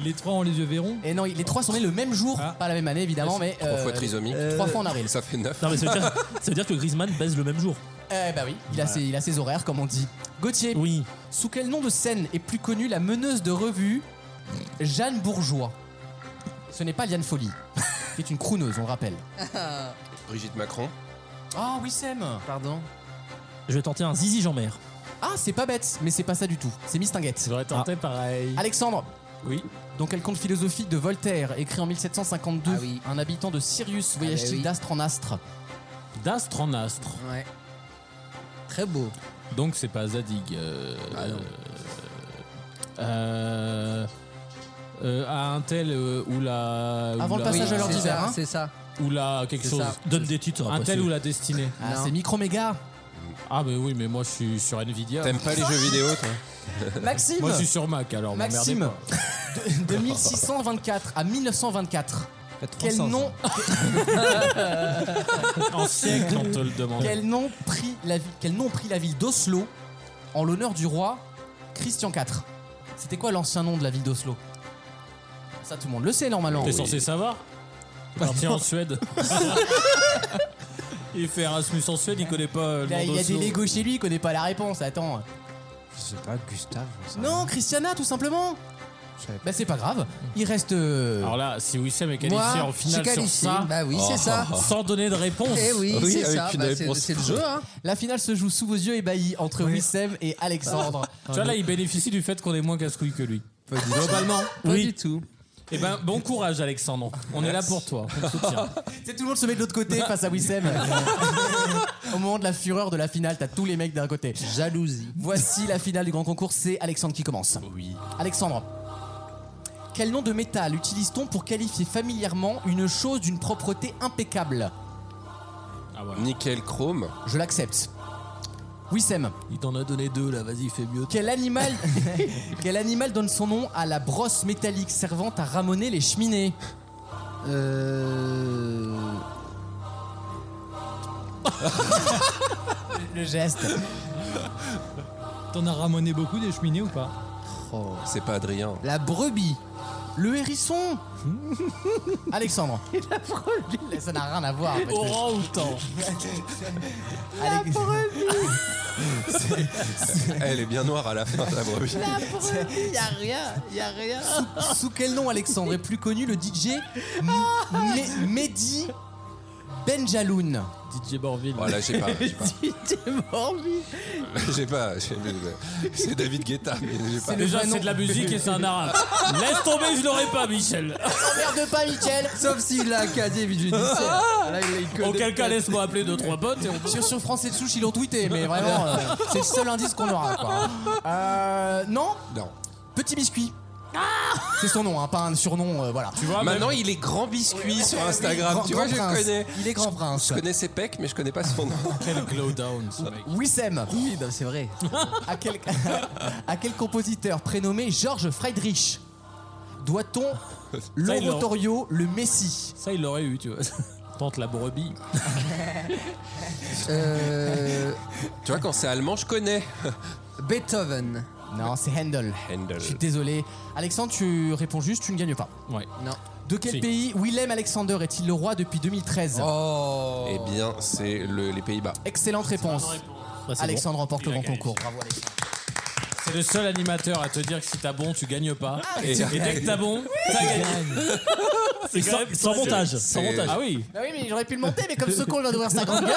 S4: Les trois ont les yeux verrons.
S2: Et non, les trois sont nés le même jour, pas la même année évidemment, mais
S7: Ah. Trois
S2: euh,
S7: fois trisomie.
S2: trois fois en avril.
S7: Ça fait neuf.
S8: Non, mais ça
S7: (laughs)
S8: veut, dire, ça veut dire que Griezmann baise le même jour.
S2: Eh bah oui, il a, ses, il a ses horaires comme on dit. Gauthier,
S8: Oui.
S2: Sous quel nom de scène est plus connue la meneuse de revue Jeanne Bourgeois Ce n'est pas Liane Folly, qui est une crooneuse, on le rappelle.
S7: Brigitte Macron.
S2: Ah, oui Wissem
S6: Pardon.
S8: Je vais tenter un Zizi jean mer
S2: Ah, c'est pas bête, mais c'est pas ça du tout. C'est Mistinguette.
S3: J'aurais
S8: Ah.
S3: tenté pareil.
S2: Alexandre
S3: Oui.
S2: Dans quel conte philosophique de Voltaire, écrit en 1752,
S6: Ah oui.
S2: un habitant de Sirius voyage-t-il
S6: bah oui.
S2: d'astre en astre
S3: D'astre en astre.
S6: Ouais. Très beau.
S3: Donc c'est pas Zadig. Euh,
S2: Ah
S6: non.
S3: euh, euh, à un tel euh, ou la. ou
S2: Avant le
S3: la-
S2: passage à l'heure
S6: c'est
S2: d'hiver,
S6: ça,
S2: hein.
S6: c'est ça.
S3: Ou la quelque
S6: C'est
S3: chose.
S6: ça.
S8: Donne des titres.
S3: Un
S8: après,
S3: tel
S8: c'est-
S3: ou la destinée.
S2: Ah,
S6: Non.
S2: c'est Microméga.
S3: Ah mais oui, mais moi je suis sur Nvidia.
S7: T'aimes pas les jeux vidéo,
S2: (laughs)
S7: toi
S2: Maxime
S3: Moi je suis sur Mac alors. m'emmerdez
S2: Maxime.
S3: pas.
S2: (laughs) De 1624 à 1924, quel
S5: 300,
S2: nom
S3: (laughs) En siècle on te le demande.
S2: Quel nom prit la, vi- quel nom prit la ville d'Oslo en l'honneur du roi Christian IV C'était quoi l'ancien nom de la ville d'Oslo Ça, tout le monde le sait normalement.
S3: T'es censé savoir Parti en Suède. (laughs) il fait Erasmus en Suède, il connaît pas euh, le
S2: Il a,
S3: nom
S2: il y a des
S3: d'Oslo.
S2: Lego chez lui, il connaît pas la réponse, attends.
S6: Je sais pas, Gustave.
S2: Non, Christiana, tout simplement
S6: Je savais pas.
S2: Bah, c'est pas grave,
S3: Mmh.
S2: il reste. euh,
S3: Alors là, si Wissem est qualifié
S6: Moi,
S3: en
S6: je suis
S3: finale sur
S6: qualifié.
S3: ça,
S6: Bah oui, c'est ça.
S3: (laughs) sans donner de réponse.
S6: Eh oui,
S7: Oui,
S6: c'est ça.
S7: avec une
S6: Bah, c'est
S7: réponse.
S6: c'est le jeu, hein.
S2: La finale se joue sous vos yeux ébahis entre Wissem et
S6: (laughs)
S2: Alexandre.
S3: Tu vois, là, il bénéficie du fait qu'on est moins casse-couille que lui. Globalement.
S6: Pas
S3: Oui.
S6: du tout.
S3: Eh ben, bon courage, Alexandre. On est là pour toi. On te
S6: (laughs)
S2: (laughs)
S3: soutient.
S2: C'est tout le monde se met de l'autre côté face à
S3: (laughs)
S2: Wissem. Au moment de la fureur de la finale, t'as tous les mecs d'un côté.
S6: Jalousie.
S2: Voici la finale du grand concours, c'est Alexandre qui commence. Oui. Alexandre, quel nom de métal utilise-t-on pour qualifier familièrement une chose d'une propreté impeccable
S3: Ah, voilà.
S7: Nickel chrome.
S2: Je l'accepte. Wissem,
S3: Il t'en a donné deux, là. Vas-y, fais mieux.
S2: quel animal, (laughs) quel animal donne son nom à la brosse métallique servant à ramoner les cheminées
S6: Euh.
S2: Le geste.
S4: T'en as ramonné beaucoup des cheminées ou pas
S2: Oh.
S7: C'est pas Adrien.
S6: La brebis.
S2: Le hérisson (laughs) Alexandre. Ça n'a rien à voir. en fait.
S3: Orang
S2: (laughs)
S3: outan.
S2: Alex- (laughs)
S7: Elle est bien noire à la fin de la brebis.
S6: Y'a rien, y'a rien.
S2: (laughs) Sous quel nom Alexandre est plus connu le DJ (laughs) M- Me- Mehdi Benjaloun
S3: DJ Borville.
S7: Oh
S3: (laughs)
S7: là, j'ai pas. j'ai pas.
S6: T'es morbi.
S7: J'ai pas. j'ai- C'est David Guetta, mais j'ai pas.
S2: C'est le
S3: Déjà,
S2: vrai nom.
S3: c'est de la musique et c'est un arabe. Laisse tomber, je l'aurais pas, Michel.
S2: T'emmerdes pas, Michel
S6: Sauf s'il a un casier judiciaire.
S2: Ah,
S6: Là, Ah, il il connaît
S3: Auquel cas,
S6: pas.
S3: laisse-moi appeler deux, trois potes et on
S2: sur, sur Français de Souche, ils l'ont tweeté, mais vraiment, euh, c'est le seul indice qu'on aura. Quoi. Euh, non
S7: Non.
S2: Petit Biscuit. c'est son nom, hein, pas un surnom, euh, voilà.
S3: Tu vois, même-
S7: Maintenant, il est grand biscuit sur Instagram.
S2: Grand-
S7: Tu vois,
S2: grand
S7: je
S2: prince.
S7: connais.
S2: Il est grand prince.
S7: Je connais ses pecs, mais je connais
S2: (laughs)
S7: pas son nom.
S3: quel glow down, ce mec.
S2: Wissem,
S6: Oui, bah, c'est vrai.
S2: à quel, (laughs) à quel compositeur prénommé Georges Friedrich doit-on
S3: il l'a.
S2: l'oratorio Le Messie
S3: Ça, il l'aurait eu, tu vois. (laughs) Tente la brebis.
S6: Euh.
S7: Tu vois, quand c'est allemand, je connais.
S6: Beethoven.
S2: Non, c'est Handel.
S7: Handel.
S2: Je suis désolé. Alexandre, tu réponds juste, tu ne gagnes pas.
S3: Ouais.
S6: Non.
S2: De quel
S3: Si.
S2: pays Willem Alexander est-il le roi depuis 2013
S6: Oh.
S7: Eh bien, c'est le- les Pays-Bas.
S2: Excellente réponse.
S8: Bah, c'est
S2: Alexandre remporte le
S8: Il a
S2: grand
S8: gagné.
S2: concours. Bravo Alexandre.
S3: C'est le seul animateur à te dire que si t'as bon, tu gagnes pas. et,
S7: Ah, c'est
S3: et dès que t'as bon, t'as gagné.
S8: bon. Et sans, sans montage. Sans montage.
S3: Ah oui.
S2: Bah oui, mais j'aurais pu le monter, mais comme ce con vient d'ouvrir sa grande gueule,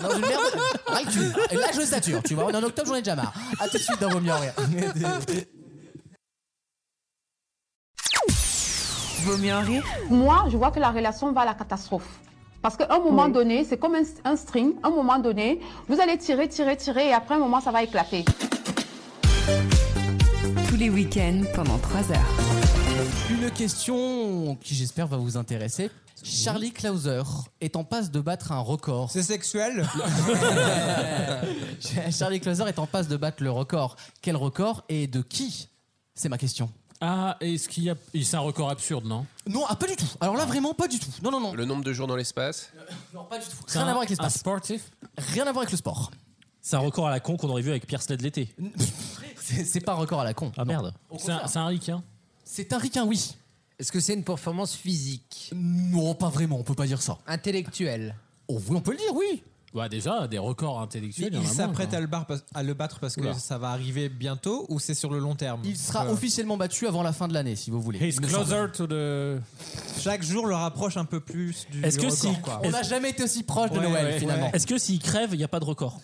S2: dans une merde. ras le cul. Et là, je sature, tu vois. On est en octobre, j'en ai déjà marre. À tout de suite dans Vaut mieux en rire.
S6: (laughs)
S1: Vaut mieux en rire.
S9: Moi, je vois que la relation va à la catastrophe. Parce qu'à un moment donné, c'est comme un, un string. À un moment donné, vous allez tirer, tirer, tirer, et après un moment, ça va éclater.
S1: Tous les week-ends pendant 3 heures.
S2: Une question qui, j'espère, va vous intéresser. Charlie Clauser est en passe de battre un record.
S5: C'est sexuel
S2: (laughs) Charlie Clauser est en passe de battre le record. Quel record et de qui C'est ma question.
S3: Ah, est-ce qu'il y a. C'est un record absurde, non
S2: Non, ah, pas du tout. Alors là, vraiment, pas du tout. Non, non, non.
S7: Le nombre de jours dans l'espace
S2: Non, pas du tout.
S3: C'est
S2: Rien à
S3: un-
S2: voir avec
S3: Un
S2: l'espace.
S3: sportif
S2: Rien à voir avec le sport.
S8: C'est un record à la con qu'on aurait vu avec Pierre Sled l'été.
S2: (laughs) C'est c'est pas un record à la con.
S8: Ah merde.
S3: C'est un, c'est un
S8: hein.
S3: ricain
S2: C'est un ricain, oui.
S6: Est-ce que c'est une performance physique,
S2: Non, pas vraiment, on peut pas dire ça.
S6: intellectuelle
S2: Oh, oui, on peut le dire, oui.
S3: Bah, déjà, des records intellectuels.
S5: Il,
S3: y en a moins,
S5: s'apprête
S3: quoi.
S5: à le, bar- parce- à le battre parce que
S3: Oula.
S5: ça va arriver bientôt ou c'est sur le long terme Euh,
S2: Il sera
S5: Parce que
S2: officiellement battu avant la fin de l'année, si vous voulez.
S3: He's
S2: Il me semble.
S3: closer to the.
S5: Chaque jour le rapproche un peu plus du
S8: Est-ce que
S5: record,
S8: si-
S5: quoi.
S2: On n'a jamais été aussi proche de
S5: Ouais,
S2: Noël,
S5: ouais,
S2: finalement.
S8: Est-ce que s'il crève, il n'y a pas de record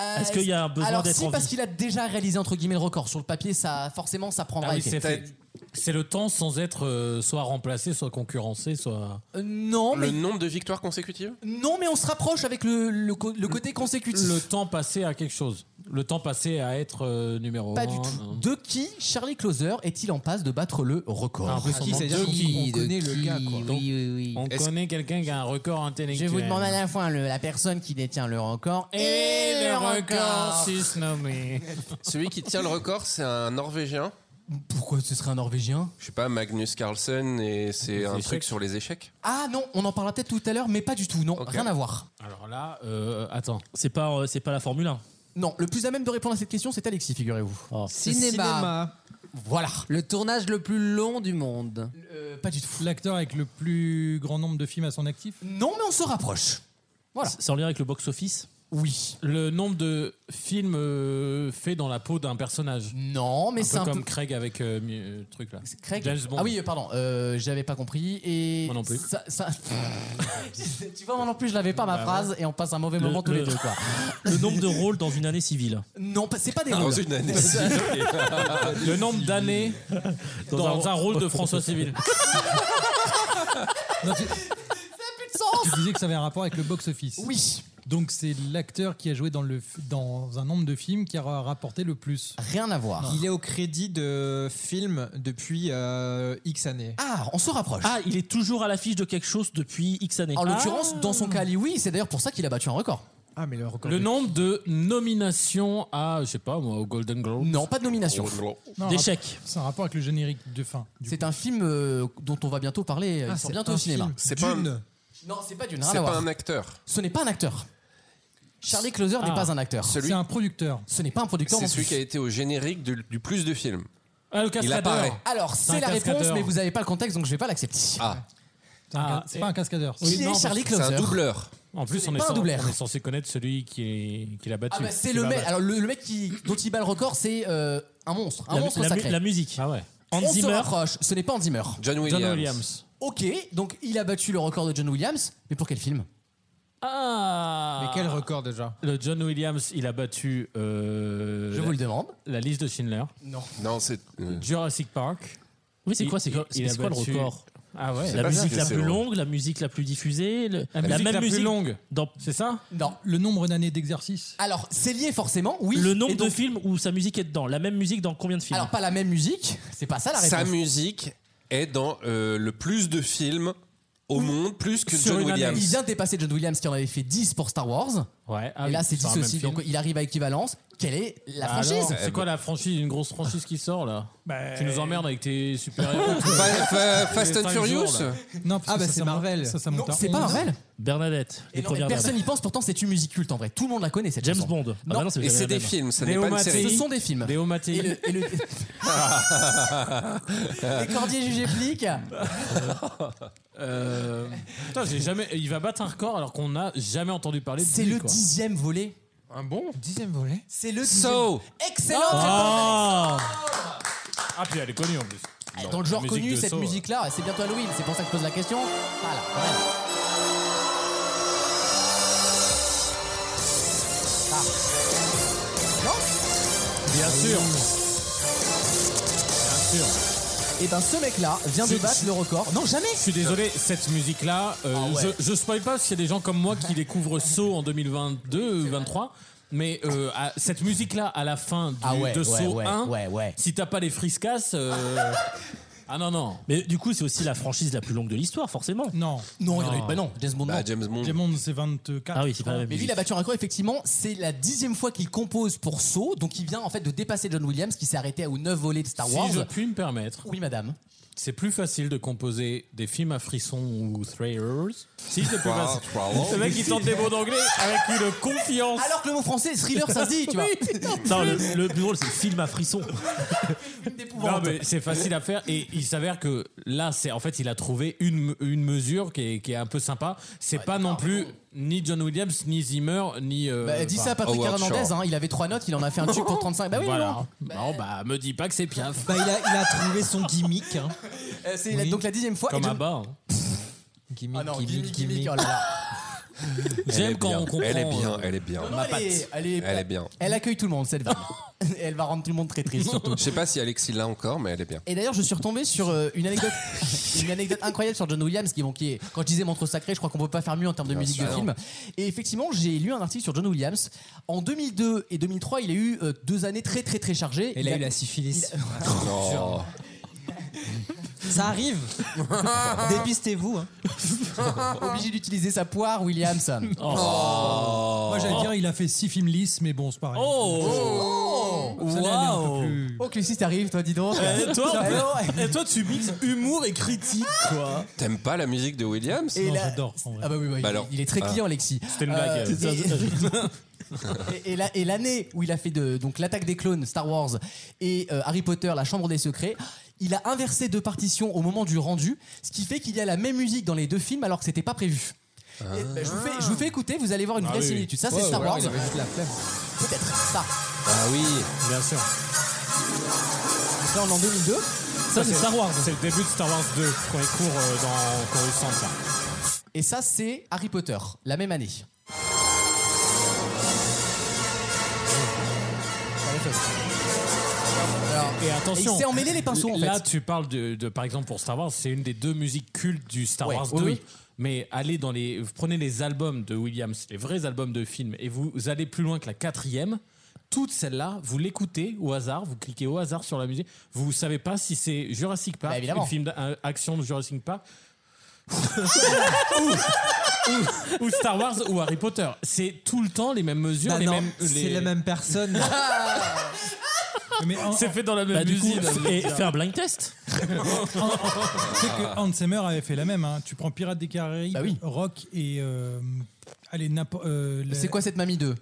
S2: Euh,
S8: Est-ce qu'il y a un besoin
S2: Alors
S8: d'être
S2: si,
S8: en
S2: parce
S8: vie
S2: qu'il a déjà réalisé entre guillemets le record sur le papier, ça forcément ça prendra.
S3: Ah oui,
S2: effet.
S3: c'est fait. C'est le temps sans être euh, soit remplacé, soit concurrencé, soit.
S2: Euh, non,
S7: Le
S2: mais
S7: nombre de victoires consécutives
S2: non, mais on se rapproche avec le, le, co- le côté consécutif.
S3: Le temps passé à quelque chose. Le temps passé à être euh, numéro
S2: Pas
S3: un,
S2: du tout.
S3: non.
S2: De qui Charlie Closer est-il en passe de battre le record
S3: Ah,
S5: De qui, c'est-à-dire
S3: De
S5: qu'on-
S3: qui,
S5: on connaît le gars quoi.
S3: Donc,
S6: oui,
S3: On
S7: Est-ce-
S3: connaît quelqu'un qui a un record
S2: Je
S3: intellectuel.
S2: vous demande à la fois le- la personne qui détient le record et,
S3: Et le record
S2: record.
S3: s'est nommé.
S7: Celui qui tient le record, c'est un Norvégien.
S2: Pourquoi ce serait un Norvégien
S7: Je sais pas, Magnus Carlsen, et c'est
S3: Les
S7: un
S3: échecs.
S7: truc sur les échecs.
S2: Ah non, on en parlera peut-être tout à l'heure, mais pas du tout. Non,
S7: Ok.
S2: rien à voir.
S3: Alors là, euh, attends.
S8: C'est pas, euh, c'est pas la Formule 1.
S2: Non, le plus à même de répondre à cette question, c'est Alexis, figurez-vous.
S6: Cinéma.
S2: Voilà.
S6: Le tournage le plus long du monde.
S2: Euh, pas du tout.
S4: L'acteur avec le plus grand nombre de films à son actif
S2: Non, mais on se rapproche. Voilà.
S8: C'est en lien avec le box-office.
S2: Oui.
S3: Le nombre de films euh, faits dans la peau d'un personnage.
S2: Non, mais
S3: Un
S2: c'est
S3: peu
S2: un
S3: comme
S2: peu.
S3: Craig avec euh, mi- euh, truc là.
S2: C'est Craig
S3: James Bond.
S2: Ah oui, euh, pardon, euh, j'avais pas compris. Et
S3: Moi non plus.
S2: ça- ça- (laughs) tu vois, moi non plus, je l'avais pas ma
S8: Bah
S2: phrase et on passe un mauvais
S8: Le-
S2: moment tous
S8: le-
S2: les deux, quoi.
S8: Le nombre de rôles dans une année civile.
S2: Non, pas- c'est pas des
S7: Dans
S2: rôles. (laughs)
S7: une année.
S3: Le nombre d'années dans, un, rôle de François Civil.
S4: (laughs) Non, tu,
S2: Sens.
S4: tu disais que ça avait un rapport avec le box-office.
S2: Oui.
S4: Donc c'est l'acteur qui a joué dans, le, f- dans un nombre de films qui a rapporté le plus.
S2: Rien à voir.
S5: Il est au crédit de films depuis euh, X années.
S2: Ah, on se rapproche.
S8: Ah, il est toujours à l'affiche de quelque chose depuis X années.
S2: en l'occurrence, dans son cas, oui, c'est d'ailleurs pour ça qu'il a battu un record.
S5: Ah mais le record.
S3: Le
S5: de-
S3: nombre de nominations à, je sais pas moi, au Golden Globe.
S2: Non, pas de nomination.
S4: Non,
S8: d'échecs.
S4: C'est un rapport avec le générique de fin. du
S2: C'est un film euh, dont on va bientôt parler.
S4: Ah,
S2: il sort
S4: c'est
S2: bientôt
S4: un
S2: au cinéma.
S4: film.
S7: C'est pas un-
S4: Dune.
S2: Non, c'est pas d'une. Rien
S7: C'est
S2: à
S7: pas
S2: voir.
S7: un acteur.
S2: Ce n'est pas un acteur. Charlie Closer n'est
S3: Ah.
S2: pas un acteur.
S7: Celui-
S4: C'est un producteur.
S2: Ce n'est pas un producteur.
S7: C'est
S2: non
S7: celui
S2: plus.
S7: qui a été au générique du, du plus de films.
S3: Ah, le cascadeur.
S7: apparaît.
S2: Alors,
S3: un
S2: c'est la réponse,
S3: cascadeur.
S2: mais vous n'avez pas le contexte, donc je vais pas l'accepter.
S7: Ah,
S4: C'est un
S3: Ah,
S4: ca- c'est
S3: et-
S4: pas un cascadeur.
S2: Qui est
S3: non, parce
S2: Charlie
S7: c'est
S2: Closer
S7: un doubleur.
S3: En plus,
S2: Ce
S3: on
S2: n'est
S3: est,
S2: pas un
S3: censé,
S2: doubleur.
S3: on est censé connaître celui qui, qui l'a battu.
S2: Ah bah, c'est
S3: Qui
S2: le
S3: l'a
S2: mec.
S3: battu.
S2: Alors le, le mec qui, dont il bat le record, c'est euh, un monstre, un
S8: La, mu-
S2: monstre
S8: la mu-
S2: sacré.
S8: la musique.
S3: Ah ouais.
S8: Hans
S2: On se
S8: Zimmer.
S2: rapproche. Ce n'est pas Hans Zimmer.
S7: John Williams.
S3: John Williams.
S2: Ok, donc il a battu le record de John Williams, mais pour quel film
S3: Ah
S5: Mais quel record déjà
S3: Le John Williams, il a battu euh,
S2: Je vous le demande.
S3: la liste de Schindler,
S7: Non, c'est. euh,
S3: Jurassic Park.
S8: Oui, c'est
S3: Il-
S8: quoi, c'est quoi,
S3: il-
S8: c'est
S3: il a
S8: quoi le
S3: battu-
S8: record
S3: Ah ouais.
S8: La
S7: pas
S8: musique
S7: ça,
S8: la
S7: c'est
S8: plus
S7: le-
S8: longue, la musique la plus diffusée, le-
S3: La, musique
S8: même
S3: la
S8: musique
S3: plus longue.
S8: dans
S3: C'est ça
S2: Non.
S4: Le nombre d'années d'exercice.
S2: Alors c'est lié forcément, oui.
S8: le
S2: Et
S8: nombre
S2: donc-
S8: de films où sa musique est dedans. La même musique dans combien de films
S2: Alors pas la même musique, c'est pas ça la
S7: Sa
S2: réponse.
S7: musique est dans euh, le plus de films au monde, plus que
S3: Sur
S7: John
S3: une année.
S2: Il
S7: Williams.
S2: vient de dépasser John Williams qui en avait fait 10 pour Star Wars.
S3: Ouais. ah
S2: et là
S3: oui,
S2: c'est
S3: sur
S2: 10
S3: un même
S2: aussi,
S3: film.
S2: donc il arrive à équivalence. Quelle est la
S3: Alors,
S2: franchise
S3: C'est quoi la franchise, une grosse franchise qui sort là Tu nous emmerdes avec tes
S7: (laughs)
S3: super-héros.
S7: Fa- Bah, fa- Fast
S3: cinq
S7: and Furious
S3: jours, là.
S4: Non, parce
S5: Ah,
S4: que ça,
S5: bah, c'est
S4: ça monte-
S5: Marvel.
S4: Ça, ça
S2: Non,
S4: monte à
S2: c'est pas
S4: 11.
S2: Marvel.
S8: Bernadette,
S2: Et
S8: les
S2: non, mais
S8: premières
S2: personne
S8: Bernadette.
S2: n'y pense, pourtant c'est une musique culte en vrai. Tout le monde la connaît cette
S8: James
S2: chanson.
S8: Bond. Ah
S2: Non,
S8: bah non,
S7: Et
S8: jamais
S7: c'est
S8: la
S7: des
S8: même.
S7: films, ça n'est
S3: Léo
S7: pas une
S3: Mattei.
S2: Ce
S7: série.
S2: sont des films. Et
S3: Léo (laughs) Mattei.
S2: le, (laughs) et le- les cordiers
S3: (laughs)
S2: jugés flics.
S3: Euh, Putain, j'ai jamais. Il va battre un record alors qu'on n'a jamais entendu parler de
S2: C'est
S3: lui,
S2: le
S3: quoi.
S2: dixième volet.
S5: Un bon Dixième volet.
S2: C'est le dixième.
S7: So,
S2: Excellente
S3: Ah Ah, puis elle est connue en plus.
S2: réponse. Dans le genre
S3: La musique
S2: connu,
S3: de
S2: cette
S3: Saw.
S2: musique-là, c'est bientôt Halloween. C'est pour ça que je pose la question. Voilà. bref.
S3: Bien sûr. Bien sûr.
S2: Et ben ce mec-là vient de
S3: Si-
S2: battre
S3: si-
S2: le record. Oh Non, jamais.
S3: Je suis désolé, cette musique-là, euh,
S2: Ah ouais.
S3: je, je spoil pas s'il y a des gens comme moi
S2: (laughs)
S3: qui découvrent So en 2022 ou 23. Mais euh, à- cette musique-là, à la fin du,
S2: Ah ouais,
S3: de
S2: ouais,
S3: So
S2: ouais,
S3: 1,
S2: ouais, ouais.
S3: si t'as pas les friscasses,
S2: (laughs)
S3: euh, ah non non.
S8: Mais du coup, c'est aussi la franchise la plus longue de l'histoire, forcément.
S4: Non.
S2: Non, il y en a eu.
S8: Non.
S2: Bah non, James Bond. non.
S7: Bah, James Bond.
S4: Diamond, c'est 24.
S8: Ah oui, c'est pas la même
S2: Mais lui, il a battu un record, effectivement. C'est la dixième fois qu'il compose pour So. Donc, il vient en fait de dépasser John Williams, qui s'est arrêté aux neuf volets de Star Wars.
S3: Si je puis me permettre,
S2: Oui, madame.
S3: c'est plus facile de composer des films à frissons ou thrillers. Si c'est plus
S7: Wow,
S3: facile.
S7: wow.
S3: Le mec il tente des mots d'anglais avec une confiance.
S2: Alors que le mot français, thriller, ça se dit,
S3: (laughs)
S2: tu vois.
S8: Non, le, le plus drôle, c'est le film à frisson.
S3: Non, mais c'est facile à faire et il s'avère que là, c'est en fait, il a trouvé une, une mesure qui est, qui est un peu sympa. C'est pas non plus ni John Williams, ni Zimmer, ni. euh,
S2: Bah, dis ça à
S3: enfin,
S2: Patrick
S7: Howard
S2: Hernandez,
S7: Shore.
S2: hein, il avait trois notes, il en a fait un
S3: (laughs)
S2: truc pour 35. Bah oui,
S3: voilà. Bon, bah, me dis pas que c'est Piaf.
S5: Bah, il, a,
S3: (laughs)
S5: il a trouvé son gimmick. hein.
S2: mais bon. Euh, c'est la- donc la dixième fois.
S3: Comme
S2: et John-
S3: un bas. hein.
S5: Gimmick,
S2: Ah non,
S5: gimmick,
S2: gimmick, gimmick,
S5: gimmick.
S2: oh là là.
S7: Elle
S3: J'aime
S7: est
S3: quand
S7: bien.
S3: on comprend.
S7: Elle est bien,
S3: euh,
S7: elle est bien.
S2: Non, elle, est, elle, est,
S7: Elle est bien.
S2: elle accueille tout le monde, cette vanne. Et elle va rendre tout le monde très triste, surtout.
S7: Je sais pas si Alexis l'a encore, mais elle est bien.
S2: Et d'ailleurs, je suis retombé sur euh, une anecdote, une anecdote incroyable sur John Williams, qui, bon, qui est, quand je disais Montre Sacré, je crois qu'on peut pas faire mieux en termes de musique de
S7: sûr.
S2: film. Et effectivement, j'ai lu un article sur John Williams. En 2002 et 2003, il a eu euh, deux années très très très chargées.
S5: Il a eu la syphilis.
S2: Euh,
S7: (laughs) Oh.
S5: Ça arrive. Dépistez-vous. hein.
S2: obligé d'utiliser sa poire, Oh. Williams.
S8: Oh.
S4: Moi, j'allais dire, il a fait 6 films
S2: (laughs)
S4: lisses, mais bon, c'est pareil.
S8: Oh,
S4: Ça, là, elle est un peu plus-
S2: Oh, Clécy, t'arrives, toi, dis donc.
S8: Et toi,
S2: Ça, non,
S8: et toi, tu mixes humour et critique, quoi.
S7: T'aimes pas la musique de Williams
S2: Et
S4: Non,
S2: là-
S4: j'adore. en vrai.
S2: Ah bah oui, bah, il,
S7: Bah alors.
S2: il est très client, Alexis.
S8: C'était une blague.
S2: Euh, (laughs) et- et, et la- et l'année où il a fait de, donc l'attaque des clones, Star Wars, et euh, Harry Potter, la chambre des secrets, il a inversé deux partitions au moment du rendu, ce qui fait qu'il y a la même musique dans les deux films alors que c'était pas prévu. Et, bah, je, vous fais, je vous fais écouter, vous allez voir Oh,
S4: Ah
S2: une vraie
S3: Ah oui.
S2: similitude. Ça, c'est Star Wars. Bah Peut-être ça.
S7: Ah oui.
S3: Bien sûr.
S2: Donc Là, on est en 2002.
S8: Ça, c'est Star Wars.
S3: C'est le début de Star Wars 2 quand il court euh, dans Coruscant. Là.
S2: Et ça, c'est Harry Potter, la même année.
S3: Et
S2: Et il
S3: attention.
S2: s'est emmêlé les pinceaux, en fait.
S3: Là, tu parles de, de- par exemple, pour Star Wars, c'est une des deux musiques cultes du Star
S2: Ouais,
S3: Wars 2.
S2: oui, oui.
S3: Mais allez dans les, vous prenez les albums de Williams, les vrais albums de films, et vous allez plus loin que la quatrième. Toutes celles-là, vous l'écoutez au hasard, vous cliquez au hasard sur la musique. Vous savez pas si c'est Jurassic
S2: Bah,
S3: Park,
S2: évidemment.
S3: le film d'action de Jurassic
S2: (laughs)
S3: Park, ou, ou- ou Star Wars, ou Harry Potter. C'est tout le temps les mêmes mesures,
S5: Bah
S3: les
S5: non,
S3: mêmes.
S5: c'est
S3: les-
S5: la même
S3: (laughs)
S5: personne.
S4: Mais en-
S3: C'est fait dans la même
S8: Bah, du coup,
S3: usine.
S8: et fais un blind
S2: (laughs)
S8: test.
S4: Tu sais que Hans Zimmer avait fait la même. hein. Tu prends Pirates des Caraïbes,
S2: Bah oui.
S4: Rock et. euh, allez, n'importe. euh, la-
S2: C'est quoi cette mamie 2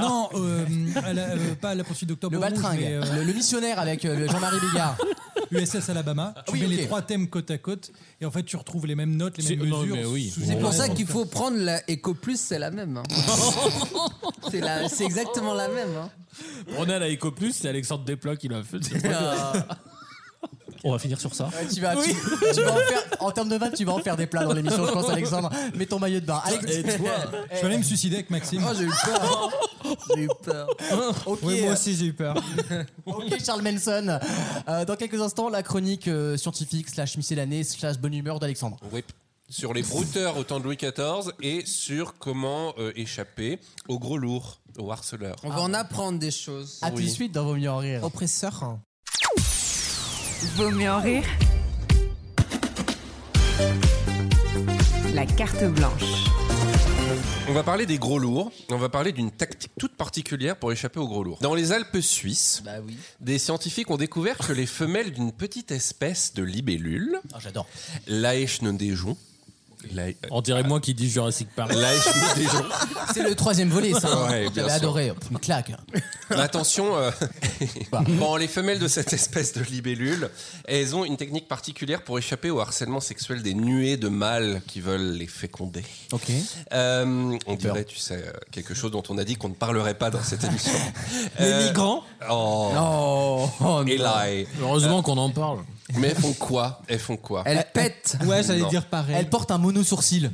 S4: Non, euh, à la- euh, pas à la poursuite d'octobre.
S2: Le
S4: Rouge,
S2: baltringue,
S4: mais, euh,
S2: le, le missionnaire avec euh, le Jean-Marie
S4: (laughs)
S2: Bigard. Ah
S4: USS Alabama. Tu
S2: oui,
S4: mets
S2: ok.
S4: les trois thèmes côte à côte et en fait, tu retrouves les mêmes notes, les
S3: C'est-
S4: mêmes
S3: non,
S4: mesures.
S3: mais oui.
S4: sous-
S3: C'est
S6: C'est pour ça qu'il faut prendre la Eco Plus, c'est la même. hein.
S2: Ah.
S6: c'est la- c'est exactement la même. hein.
S3: On est à la Eco Plus, c'est Alexandre Desplat qui l'a fait.
S8: On va finir sur ça.
S2: tu vas, tu- tu vas en, faire- en termes de vannes, tu vas en faire des plats dans l'émission, je pense, Alexandre. Mets ton maillot de bain. Alex, (laughs)
S4: Je suis allé me suicider avec Maxime.
S6: Oh, j'ai eu
S4: (laughs)
S6: peur. hein. J'ai eu peur.
S2: ok,
S5: Oui, moi aussi, j'ai eu peur.
S2: (laughs) ok, Charles Manson. Euh, dans quelques instants, la chronique euh, scientifique slash miscellanée slash bonne humeur d'Alexandre.
S7: Oui. Sur les brouteurs au temps de Louis XIV et sur comment euh, échapper aux gros lourds, aux harceleurs.
S6: On va en apprendre des choses.
S2: A tout de suite dans Vos mieux en rire.
S5: Oppresseur. hein.
S1: Vaut mieux en rire. La carte blanche.
S7: On va parler des gros lourds. On va parler d'une tactique toute particulière pour échapper aux gros lourds. Dans les Alpes suisses,
S6: Bah oui.
S7: des scientifiques ont découvert que les femelles d'une petite espèce de libellule,
S2: Ah, J'adore.
S7: l'Aechnodéjon, la-
S3: On dirait moi qui dis Jurassic Park.
S7: l'Aechnodéjon,
S2: C'est le troisième volet, ça. hein.
S7: Ouais, bien
S2: J'avais
S7: sûr.
S2: adoré. Pff, Une claque.
S7: Mais
S2: (laughs)
S7: Attention, euh, (laughs) bon, les femelles de cette espèce de libellule, elles ont une technique particulière pour échapper au harcèlement sexuel des nuées de mâles qui veulent les féconder.
S2: Ok.
S7: Euh, on dirait, tu sais, euh, quelque chose dont on a dit qu'on ne parlerait pas dans cette
S2: (laughs)
S7: émission.
S5: Les
S7: Euh,
S5: migrants.
S7: Oh,
S2: Oh, oh, non.
S7: et là, et-
S3: Heureusement qu'on en
S7: (laughs)
S3: parle.
S7: Mais elles font quoi Elles font quoi
S6: Elle pète.
S3: (laughs)
S7: (laughs)
S5: Ouais, j'allais
S7: Non.
S5: dire pareil.
S2: Elle porte un mono sourcil.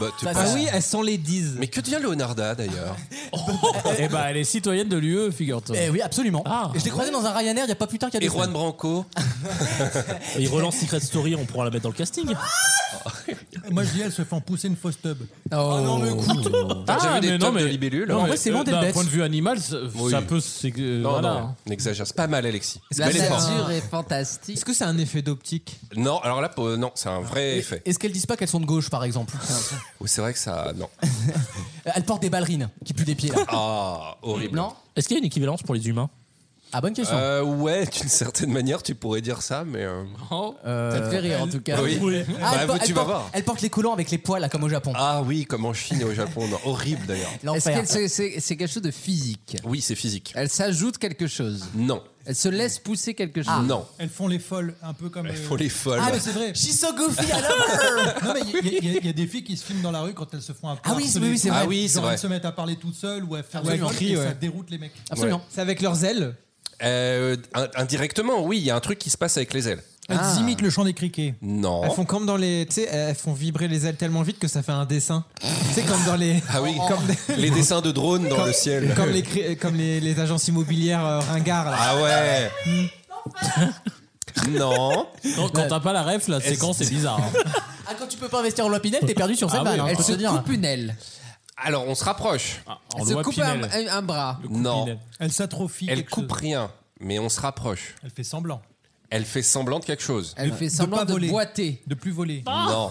S7: Bah, tu
S4: Ah
S7: passes-
S4: oui, elles sont les 10.
S7: Mais que devient Leonarda d'ailleurs
S3: (laughs) Eh ben, elle est citoyenne de l'UE, figure-toi.
S2: Eh oui, absolument.
S3: Ah.
S2: Et je l'ai croisé dans un Ryanair il y a pas plus tard qu'il y a
S7: Et
S2: deux
S7: Juan
S2: semaines. (laughs)
S7: Branco
S8: Il relance Secret Story, on pourra la mettre dans le casting.
S4: Moi, je dis, elle se fait en pousser une fausse tub.
S2: Oh, non, mais écoute
S7: T'as
S8: Ah.
S7: déjà vu des
S3: non,
S7: tubes de libellules
S3: non,
S2: En
S3: mais,
S2: vrai, c'est
S3: euh,
S2: loin d'être
S3: D'un
S2: bête.
S3: point de vue animal, ça,
S7: Oui.
S3: ça peut. c'est- euh,
S7: Non,
S3: voilà.
S7: non, n'exagère, c'est pas mal Alexis.
S6: La
S7: Bel effort.
S6: nature est fantastique.
S5: Est-ce que c'est un effet d'optique
S7: Non, alors là, pour- non, c'est un vrai effet.
S2: Est-ce qu'elles disent pas qu'elles sont de gauche, par exemple
S7: Oui, c'est vrai que ça. Non.
S2: Elles portent des ballerines qui puent des pieds, là.
S7: Ah, horrible.
S2: Non
S8: Est-ce qu'il y a une équivalence pour les humains
S2: Ah, bonne question.
S7: Euh, ouais, d'une certaine manière, tu pourrais dire ça, mais. euh,
S3: Oh.
S6: Ça te fait rire en tout cas.
S7: Oui.
S2: Ah,
S7: Bah,
S2: elles por-
S7: tu
S2: elles
S7: vas
S2: portent-
S7: voir.
S2: Elles portent les collants avec les poils, là, comme au Japon.
S7: Ah oui, comme en Chine et au Japon. non, horrible d'ailleurs.
S6: Est-ce
S2: L'enfer.
S6: qu'elle- c'est c'est- c'est quelque chose de physique
S7: Oui, c'est physique.
S6: Elle s'ajoute quelque chose.
S7: Non. Ah.
S6: Elle se laisse pousser quelque
S2: Ah.
S6: chose.
S7: Non.
S4: Elles font les folles, un peu comme.
S7: Il
S4: euh,
S7: faut les folles.
S4: Ah, mais c'est vrai.
S2: She's so goofy,
S4: (laughs)
S2: I love her.
S4: Non, mais il y, a- il y a- il y a des filles qui se filment dans la rue quand elles se font un peu.
S2: Ah oui,
S4: harceler.
S2: oui, oui, c'est
S7: vrai. Ah oui, c'est
S4: Genre,
S7: vrai.
S4: Elles se mettent à parler toutes seules ou à faire des
S5: Absolument.
S4: folles Ah, et
S5: Ouais.
S4: ça déroute les mecs.
S2: Absolument.
S5: C'est avec leurs ailes
S7: Euh, in- indirectement, oui, il y a un truc qui se passe avec les ailes.
S4: Elles
S6: Ah.
S5: Ah.
S4: imitent le chant des criquets.
S7: Non.
S5: Elles font comme dans les. Tu sais, elles font vibrer les ailes tellement vite que ça fait un dessin. Tu sais, comme dans les.
S7: Ah oui,
S5: (laughs) Comme,
S7: (laughs) les dessins de drones dans le ciel.
S5: comme les, cré- comme les, les agences immobilières euh, ringards, là. Hmm.
S7: Ah ouais. non.
S3: Quand, quand t'as pas la ref, la séquence est bizarre. hein.
S2: Ah, quand tu peux pas investir en loi Pinel, t'es perdu sur cette
S3: Ah
S2: balle.
S3: oui,
S2: hein,
S6: Elle
S2: faut
S6: se
S2: te dire.
S6: coupe une aile.
S7: Alors, on se rapproche.
S3: En
S6: Elle se
S3: loi
S6: coupe un,
S3: Pinel.
S6: un- un bras.
S3: Le coup
S7: Non.
S3: Pinel.
S4: Elles s'atrophient.
S7: Elle
S4: quelque
S7: coupe
S4: chose.
S7: rien, mais on se rapproche.
S4: Elle fait semblant.
S7: Elle fait semblant de quelque chose.
S6: Elle fait
S4: de
S6: semblant
S4: pas
S6: de
S4: voler.
S6: boiter.
S4: De plus voler.
S2: Ah
S7: Non.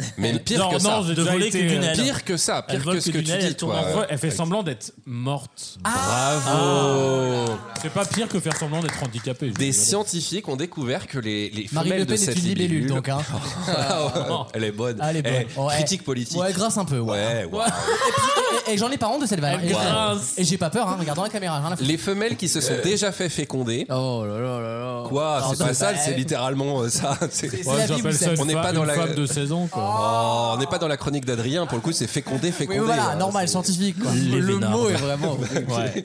S7: (laughs) Mais le pire
S3: non,
S7: que
S3: non,
S7: ça.
S3: j'ai
S8: De
S3: déjà
S8: voler
S3: été,
S8: que d'une
S3: euh,
S8: aile.
S7: Pire que ça.
S8: Elle
S7: Pire
S8: vole
S7: que ce que
S8: d'une
S7: tu
S8: aile,
S7: dis,
S8: elle tourne
S7: toi.
S3: En vrai, elle fait semblant d'être morte.
S7: Bravo.
S3: Ah. C'est pas pire que faire semblant d'être handicapé. je
S7: Des
S3: suis désolé.
S7: scientifiques ont découvert que les, les
S2: Marine
S7: femelles
S2: Le
S7: de
S2: Pen
S7: cette
S2: est une libellule,
S7: libellule,
S2: donc. Hein.
S7: (laughs) Ah, elle est bonne.
S2: Ah, elle est bonne.
S7: Eh,
S2: Ouais.
S7: Critique politique.
S2: Ouais, elle grince un peu, ouais.
S7: Ouais, ouais.
S2: Et, puis, et- et j'en ai pas honte de cette vanne.
S8: Elle
S2: Et-
S8: grince.
S2: Et j'ai pas peur, hein, regarde dans la caméra. rien à foutre.
S7: Les femelles qui se sont déjà fait féconder.
S6: Oh là là là là.
S7: Quoi C'est
S2: non,
S7: pas ça,
S2: bah,
S7: c'est
S2: euh,
S7: littéralement euh, ça. c'est-
S2: c'est-
S7: Oh,
S2: la
S3: Ouais,
S2: Bible,
S3: j'appelle
S2: ça.
S3: ça une,
S7: On n'est
S3: fa-
S7: pas dans
S3: une
S7: la- Oh,
S3: femme de 16 ans. Quoi.
S7: on n'est pas dans la chronique d'Adrien, pour le coup, c'est fécondé,
S2: Oui,
S7: fécondé.
S2: voilà,
S7: hein,
S2: normal,
S7: c'est-
S2: scientifique, quoi.
S8: Les
S6: Le
S8: vénards.
S6: mot est
S7: (laughs)
S6: vraiment.
S8: Ouais.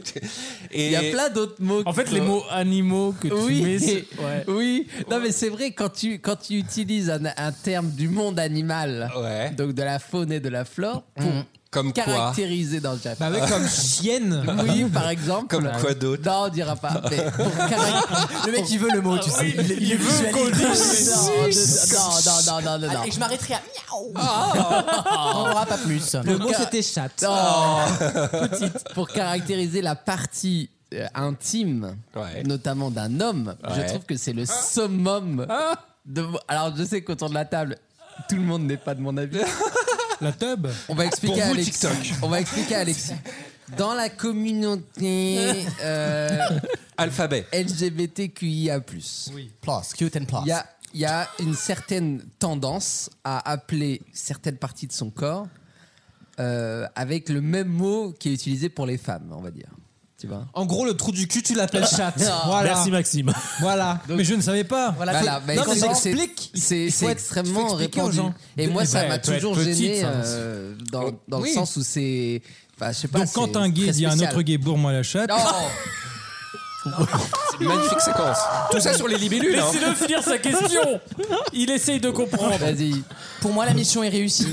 S7: Et
S6: Il y a plein d'autres mots.
S3: En fait,
S6: que-
S3: les mots animaux que tu mets.
S6: Oui,
S3: c'est- ouais.
S6: oui. Non, mais c'est vrai, quand tu, quand tu utilises un, un terme du monde animal,
S7: Ouais.
S6: donc de la faune et de la flore,
S3: Mm.
S6: pour
S7: Comme quoi
S6: caractériser dans le Japon.
S5: Bah oui,
S6: (laughs)
S7: (laughs)
S5: comme chienne.
S6: Oui, par exemple.
S7: Comme quoi d'autre
S6: Non, on dira pas. mais pour caract-
S2: Ah, Le mec, il veut le mot, tu sais. Ah, Il, il veut qu'on
S6: non, non, non, non, non, non.
S2: Et je m'arrêterai à miaou. Ah. On aura pas plus.
S5: Le mot, c'était chatte.
S6: Oh.
S2: Oh.
S6: (laughs) Non. Pour caractériser la partie euh, intime,
S7: Ouais.
S6: notamment d'un homme,
S7: Ouais. Ah.
S6: je trouve que c'est le summum. De... Alors, je sais qu'autour de la table, tout le monde n'est pas de mon avis.
S4: La tub.
S6: On va expliquer
S7: Pour
S6: à
S7: vous,
S6: Alexis.
S7: TikTok.
S6: On va expliquer à Alexis. Dans la
S5: (laughs)
S6: communauté euh,
S7: Alphabet.
S6: LGBTQIA+,
S2: Plus, cute and plus.
S6: il y a, il y a une certaine tendance à appeler certaines parties de son corps euh, avec le même mot qui est utilisé pour les femmes, on va dire. Tu vois
S5: En gros, le trou du cul, tu l'appelles chatte. Voilà.
S8: Merci Maxime.
S5: Voilà.
S4: Mais je ne savais pas.
S6: Voilà,
S5: faut-
S6: mais
S5: non, mais
S6: c'est-
S5: explique.
S6: c'est- C'est
S5: Il faut
S6: c'est
S5: être-
S6: extrêmement
S5: faut expliquer aux
S6: répandu.
S5: gens.
S6: Et moi, ça
S3: Ouais,
S6: m'a
S3: elle peut
S6: toujours
S3: être petite,
S6: gêné
S4: hein,
S3: ça.
S6: euh, dans, dans le
S5: Oui.
S6: sens où c'est. Enfin, je sais pas.
S4: Oh, Donc quand
S6: c'est
S4: un gay
S6: très
S4: dit à un
S6: spécial.
S4: autre gay bourre-moi la chatte.
S6: Non
S7: C'est une magnifique séquence. Tout ça sur les libellules. hein.
S8: Laissez-le finir sa question. Il essaye de comprendre.
S6: Vas-y.
S2: Pour moi, la mission est réussie.